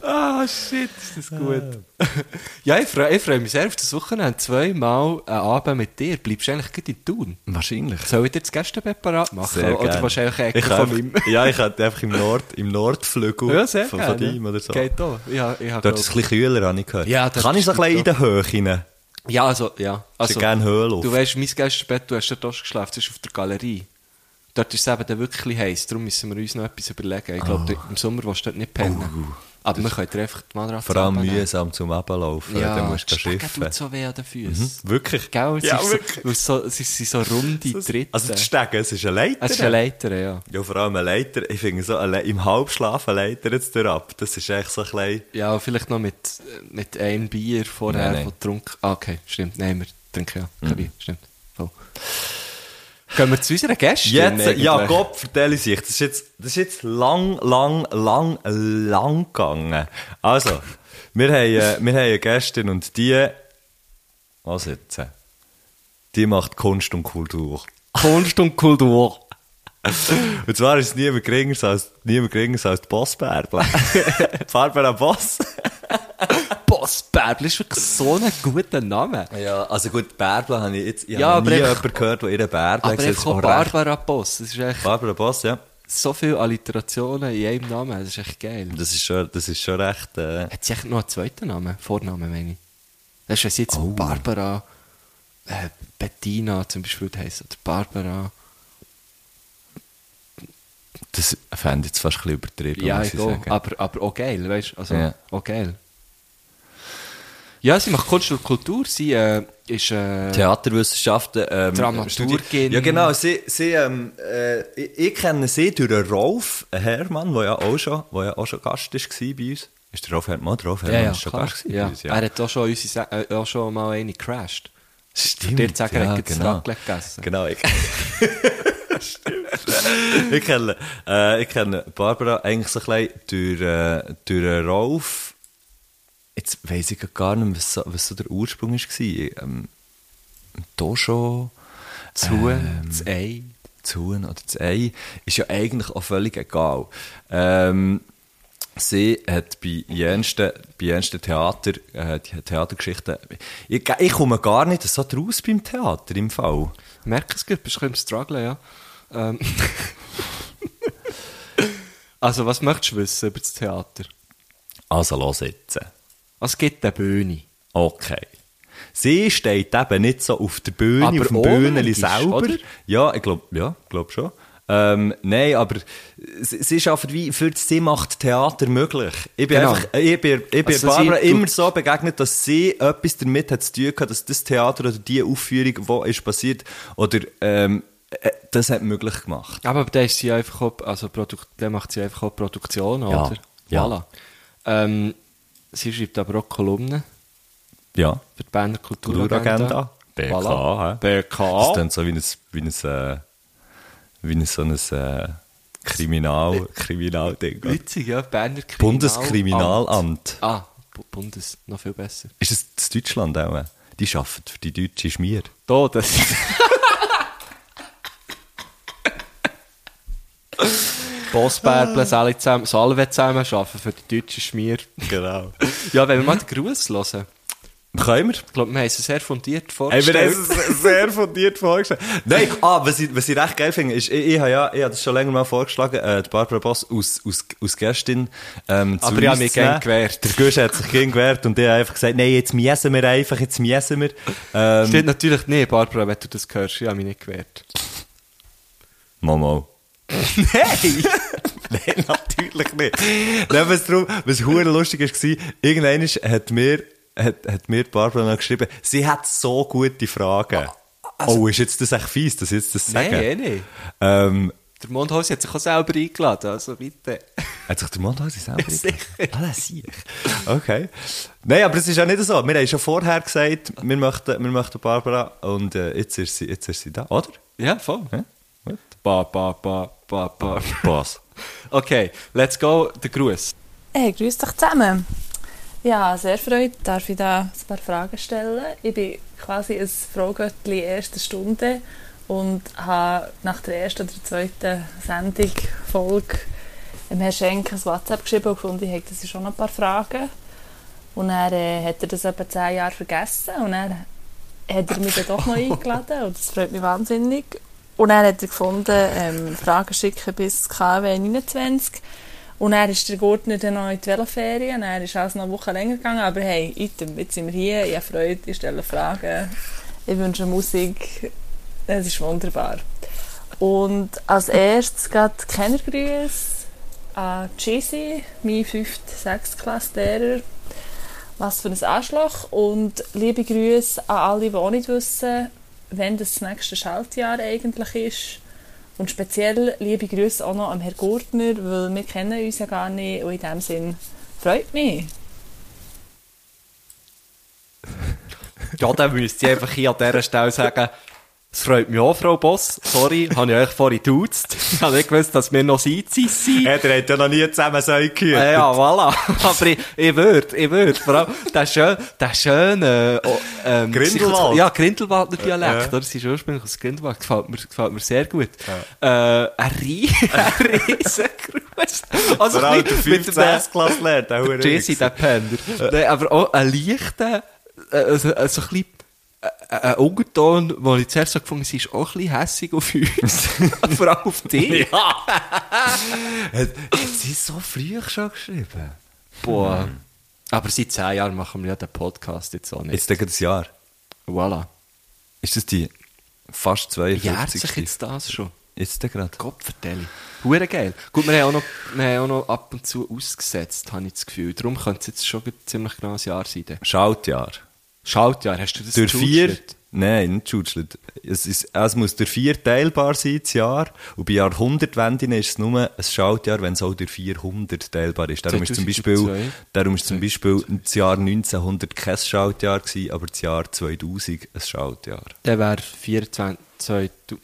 [SPEAKER 5] Ah, shit, ist das gut. ja, ich freue, ich freue mich sehr auf das Wochenende. Zweimal einen Abend mit dir. Bleibst du eigentlich gut in Tun?
[SPEAKER 2] Wahrscheinlich.
[SPEAKER 5] Soll ich dir das Gästebett parat machen?
[SPEAKER 2] Sehr
[SPEAKER 5] Oder
[SPEAKER 2] gerne.
[SPEAKER 5] wahrscheinlich eine
[SPEAKER 2] ich
[SPEAKER 5] Ecke von
[SPEAKER 2] einfach,
[SPEAKER 5] meinem...
[SPEAKER 2] Ja, ich hätte einfach im, Nord, im Nordflügel
[SPEAKER 5] Ja, sehr
[SPEAKER 2] von, von
[SPEAKER 5] gerne.
[SPEAKER 2] ihm oder so.
[SPEAKER 5] Äh, Geht auch. Ja, ich habe
[SPEAKER 2] Dort ist es ein bisschen kühler, habe ich gehört.
[SPEAKER 5] Ja, dort
[SPEAKER 2] Kann ich so ein
[SPEAKER 5] ist es
[SPEAKER 2] bisschen in der Höhe rein?
[SPEAKER 5] ja, also, ja. Also,
[SPEAKER 2] gerne Höhenluft.
[SPEAKER 5] Du weißt, mein Gästebett, du hast dort auch schon geschlafen, das ist auf der Galerie. Dort ist es eben dann wirklich heiß, darum müssen wir uns noch etwas überlegen. Ich
[SPEAKER 2] Ah.
[SPEAKER 5] glaube, du- im Sommer willst du dort nicht pennen. Aber wir können dir einfach die Matratze
[SPEAKER 2] Uh, Vor allem
[SPEAKER 5] abnehmen.
[SPEAKER 2] mühsam zum Ablaufen,
[SPEAKER 5] Ja,
[SPEAKER 2] dann musst du
[SPEAKER 5] die Stege
[SPEAKER 2] schiffen. Mhm,
[SPEAKER 5] tut so weh an den Füßen.
[SPEAKER 2] Wirklich?
[SPEAKER 5] Gell? Es
[SPEAKER 2] Ja,
[SPEAKER 5] ist
[SPEAKER 2] wirklich.
[SPEAKER 5] so, weil es so, es ist- sind so runde Tritte.
[SPEAKER 2] Also das Stegen, es ist eine Leiter.
[SPEAKER 5] es ist eine Leiter, ja.
[SPEAKER 2] ja, vor allem eine Leiter. Ich finde so, eine Le im Halbschlaf eine Leiter jetzt ab. Das ist echt so ein bisschen...
[SPEAKER 5] Ja, und vielleicht noch mit, mit einem Bier vorher,
[SPEAKER 2] Nein, nein. Mhm.
[SPEAKER 5] wo getrunken Ah, okay, stimmt. Nein, wir trinken ja kein Bier, stimmt. Voll. Gehen wir zu unseren Gästen?
[SPEAKER 2] Jetzt,
[SPEAKER 5] eigentlich?
[SPEAKER 2] ja, Gott, vertelle sich. Das ist jetzt, das ist jetzt lang, lang, lang, lang gegangen. Also, wir haben, äh, wir haben eine Gästin und die... Was jetzt? Die macht Kunst und Kultur.
[SPEAKER 5] Kunst und Kultur.
[SPEAKER 2] Und zwar ist es niemand geringer als, niemand geringer als die Bossbärbel. Barbara Boss.
[SPEAKER 5] Boss Bärbel ist wirklich so ein guter Name.
[SPEAKER 2] Ja, also gut, Bärbel habe ich jetzt ich
[SPEAKER 5] Ja,
[SPEAKER 2] habe
[SPEAKER 5] aber
[SPEAKER 2] nie
[SPEAKER 5] einfach-
[SPEAKER 2] jemanden gehört, der ihren Bärbel
[SPEAKER 5] Aber
[SPEAKER 2] gesagt
[SPEAKER 5] ich
[SPEAKER 2] hat.
[SPEAKER 5] auch
[SPEAKER 2] Oh, recht.
[SPEAKER 5] Barbara Boss. Das ist echt
[SPEAKER 2] Barbara Boss, ja.
[SPEAKER 5] so viele Alliterationen in einem Namen. Das ist echt geil.
[SPEAKER 2] Das ist schon, das ist schon recht... Äh,
[SPEAKER 5] Hat sie echt noch einen zweiten Namen? Vornamen, meine ich. Weißt du, wenn sie jetzt
[SPEAKER 2] Oh.
[SPEAKER 5] Barbara äh, Bettina zum Beispiel heisst, oder Barbara...
[SPEAKER 2] das fände ich jetzt fast ein bisschen übertrieben,
[SPEAKER 5] Ja,
[SPEAKER 2] muss ich
[SPEAKER 5] ich auch.
[SPEAKER 2] sagen.
[SPEAKER 5] Aber, aber auch geil, weißt du? Also,
[SPEAKER 2] Ja.
[SPEAKER 5] auch geil. Ja, sie macht Kunst und Kultur. Sie äh, ist. Äh,
[SPEAKER 2] Theaterwissenschaften, ähm,
[SPEAKER 5] Dramaturgin.
[SPEAKER 2] studiert. Ja, genau. Sie, sie, ähm, äh, ich, ich kenne sie durch den Rolf Herrmann, der ja auch schon, der ja auch schon Gast war bei uns. Ist der Rolf Herrmann? Oh, der Rolf Herrmann
[SPEAKER 5] ja, ja,
[SPEAKER 2] ist schon
[SPEAKER 5] klar.
[SPEAKER 2] Gast gewesen
[SPEAKER 5] ja.
[SPEAKER 2] bei uns,
[SPEAKER 5] Er hat auch schon, unsere, Sa- äh, auch schon mal eine gecrashed.
[SPEAKER 2] Stimmt.
[SPEAKER 5] Dir zu sagen, er hat jetzt Raclette gegessen.
[SPEAKER 2] Genau. Ich, Stimmt. ich, kenne, äh, ich kenne Barbara eigentlich so ein bisschen durch, äh, durch den Rolf. Jetzt weiss ich gar nicht, was so, was so der Ursprung war. Ähm, Dojo.
[SPEAKER 5] Zu,
[SPEAKER 2] ähm,
[SPEAKER 5] das Ei.
[SPEAKER 2] Zuhn oder das Ei, ist ja eigentlich auch völlig egal. Ähm, sie hat bei jensten, bei jensten Theater, äh, die Theatergeschichten, ich, ich komme gar nicht so draus beim Theater im Fall.
[SPEAKER 5] Ich merke es gut, bist du ein bisschen im Struggle, ja. Ähm. also, was möchtest du wissen über das Theater?
[SPEAKER 2] Also los jetzt.
[SPEAKER 5] Es gibt eine Bühne.
[SPEAKER 2] Okay. Sie steht eben nicht so auf der Bühne,
[SPEAKER 5] Aber
[SPEAKER 2] auf dem
[SPEAKER 5] auch
[SPEAKER 2] Bühnenli
[SPEAKER 5] manchmal,
[SPEAKER 2] selber.
[SPEAKER 5] oder?
[SPEAKER 2] Ja, ich glaube ja, ich glaub schon. Ähm, nein, aber sie, sie schafft wie für das sie macht Theater möglich. Ich bin
[SPEAKER 5] Genau.
[SPEAKER 2] einfach, ich bin, ich bin
[SPEAKER 5] Also
[SPEAKER 2] Barbara
[SPEAKER 5] sie
[SPEAKER 2] immer
[SPEAKER 5] tut-
[SPEAKER 2] so begegnet, dass sie etwas damit hat zu tun gehabt, dass das Theater oder die Aufführung, die ist passiert, oder, ähm, äh, das hat möglich gemacht.
[SPEAKER 5] Aber da ist sie einfach auch, also Produkt, da macht sie einfach auch Produktion,
[SPEAKER 2] Ja,
[SPEAKER 5] oder?
[SPEAKER 2] ja.
[SPEAKER 5] Voilà. Ähm, sie schreibt aber auch Kolumnen
[SPEAKER 2] Ja.
[SPEAKER 5] für die Berner Kulturagenda.
[SPEAKER 2] Kulturagenda. BK, hä? Das
[SPEAKER 5] BK.
[SPEAKER 2] klingt so wie ein, wie ein, äh, wie ein so ein, äh, Kriminal, Kriminalding.
[SPEAKER 5] Witzig, ja, Berner Kriminalamt.
[SPEAKER 2] Bundeskriminalamt.
[SPEAKER 5] Ah, Bu- Bundes, noch viel besser.
[SPEAKER 2] Ist es das Deutschland auch? Die arbeiten für die deutsche Schmier.
[SPEAKER 5] Da, das. Bossbärblen, Salve zusammen, Salve zusammen arbeiten für die deutsche Schmier.
[SPEAKER 2] Genau.
[SPEAKER 5] Ja, wenn wir mal den Gruß hören.
[SPEAKER 2] Können wir?
[SPEAKER 5] Ich glaube, wir haben es sehr fundiert
[SPEAKER 2] Hey, wir
[SPEAKER 5] vorgestellt.
[SPEAKER 2] haben es sehr fundiert vorgestellt. Nein, ah, was, ich, was ich recht geil finde, ist, ich, ich habe ja, ich habe das schon länger mal vorgeschlagen, äh, die Barbara Boss aus, aus, aus Gästin ähm, zu
[SPEAKER 5] Aber ich habe
[SPEAKER 2] uns
[SPEAKER 5] mich
[SPEAKER 2] zu nehmen.
[SPEAKER 5] gern gewehrt.
[SPEAKER 2] Der Gusch hat sich gern gewehrt und ich habe einfach gesagt, nein, jetzt miesen wir einfach, jetzt miesen wir. Ähm,
[SPEAKER 5] Steht natürlich nicht, Barbara, wenn du das hörst. Ich habe mich nicht gewehrt.
[SPEAKER 2] Momo. Nein! Nein, natürlich nicht. Nein, was drum, was hure lustig war, irgendwann hat mir, hat, hat mir Barbara noch geschrieben, sie hat so gute
[SPEAKER 5] Ah,
[SPEAKER 2] Fragen. oh, ist jetzt das echt fies, dass ich jetzt das sage?
[SPEAKER 5] Nein, eh nicht.
[SPEAKER 2] Ähm,
[SPEAKER 5] Der Mondhaus hat sich auch selber eingeladen, also bitte.
[SPEAKER 2] hat sich der Mondhausen selber
[SPEAKER 5] Ja, sicher.
[SPEAKER 2] eingeladen? Ah, das sehe ich. Okay. Nein, aber es ist ja nicht so. Wir haben schon vorher gesagt, wir möchten, wir möchten Barbara und äh, jetzt, ist sie, jetzt ist sie da, oder?
[SPEAKER 5] Ja, voll.
[SPEAKER 2] Ja? Gut.
[SPEAKER 5] Ba, ba, ba, ba, ba.
[SPEAKER 2] Boss.
[SPEAKER 5] Okay, let's go, der Gruß.
[SPEAKER 6] Hey, grüß dich zusammen. Ja, sehr freut, darf ich da ein paar Fragen stellen. Ich bin quasi ein Fragöttli erster Stunde und habe nach der ersten oder zweiten Sendung, Folge, dem Herrn Schenk ein WhatsApp geschrieben und gefunden, ich hätte schon noch ein paar Fragen. Und dann äh, hat er das etwa zehn Jahre vergessen und dann hat er mich dann doch noch eingeladen und das freut mich wahnsinnig. Und dann hat er gefunden, ähm, Fragen schicken bis KW 29. Und dann ist der Gurtner dann noch in die Veloferien, dann ist alles noch eine Woche länger gegangen, aber hey, item, jetzt sind wir hier, ich habe Freude, ich stelle Fragen, ich wünsche Musik, es ist wunderbar. Und als erstes geht Kennergrüße an Cheesy, mein 5. 6. Klasslehrer. Was für ein Arschloch. Und liebe Grüße an alle, die auch nicht wissen, wann das nächste Schaltjahr eigentlich ist. Und speziell liebe Grüße auch noch an Herrn Gurtner, weil wir kennen uns ja gar nicht und in dem Sinn freut mich.
[SPEAKER 5] Ja, dann müsste ich einfach hier an dieser Stelle sagen, es freut mich auch, Frau Boss. Sorry, habe ich euch vorhin duzt. Ich habe nicht gewusst, dass wir noch Seizis sind.
[SPEAKER 2] Hey, der hat ja noch nie zusammen so gehört.
[SPEAKER 5] Ah, Ja, ja, voilà. Aber ich, ich würde, ich würde. Vor allem der schöne, der schöne äh, oh, ähm,
[SPEAKER 2] Grindelwald.
[SPEAKER 5] Ja, Grindelwaldner Dialekt.
[SPEAKER 2] Ja.
[SPEAKER 5] Oder? Sie ist ursprünglich aus Grindelwald. Gefällt mir, gefällt mir sehr gut. Äh, ein Rie- ein Riesengruß. Also
[SPEAKER 2] Vor
[SPEAKER 5] ein
[SPEAKER 2] allem der
[SPEAKER 5] bisschen
[SPEAKER 2] 5.
[SPEAKER 5] mit einem-
[SPEAKER 2] 6. Klasse lernt, der Hure
[SPEAKER 5] Jesse,
[SPEAKER 2] Wichser.
[SPEAKER 5] der Penner. Nein, aber auch ein leichter, äh, also, äh, so ein bisschen, äh, äh, ein Unterton, wo ich zuerst so gefunden habe, sie ist auch ein bisschen hässig auf uns. Vor allem auf dich.
[SPEAKER 2] Hat, hat sie so früh schon geschrieben?
[SPEAKER 5] Boah. Mhm. Aber seit zehn Jahren machen wir ja den Podcast jetzt auch nicht.
[SPEAKER 2] Jetzt denke das Jahr.
[SPEAKER 5] Voilà.
[SPEAKER 2] Ist das die fast
[SPEAKER 5] Jährt
[SPEAKER 2] 42?
[SPEAKER 5] sich jetzt das schon?
[SPEAKER 2] Jetzt da gerade.
[SPEAKER 5] Gott vertelle. Hure geil. Gut, wir haben, auch noch, wir haben auch noch ab und zu ausgesetzt, habe ich das Gefühl. Darum könnte es jetzt schon ziemlich genau ein Jahr sein. dann.
[SPEAKER 2] Schaltjahr.
[SPEAKER 5] Schaltjahr, hast du das
[SPEAKER 2] Durch vier.
[SPEAKER 5] gejudged?
[SPEAKER 2] Nein, nicht Schutschlet. Es, ist, es muss durch vier teilbar sein, das Jahr. Und bei Jahrhundertwenden ist es nur ein Schaltjahr, wenn es auch durch 400 teilbar ist. Darum ist zum Beispiel,
[SPEAKER 5] 2002.
[SPEAKER 2] darum ist zum Beispiel das Jahr 1900 kein Schaltjahr gewesen, aber das Jahr 2000 ein Schaltjahr.
[SPEAKER 5] Dann wäre 24, 2000.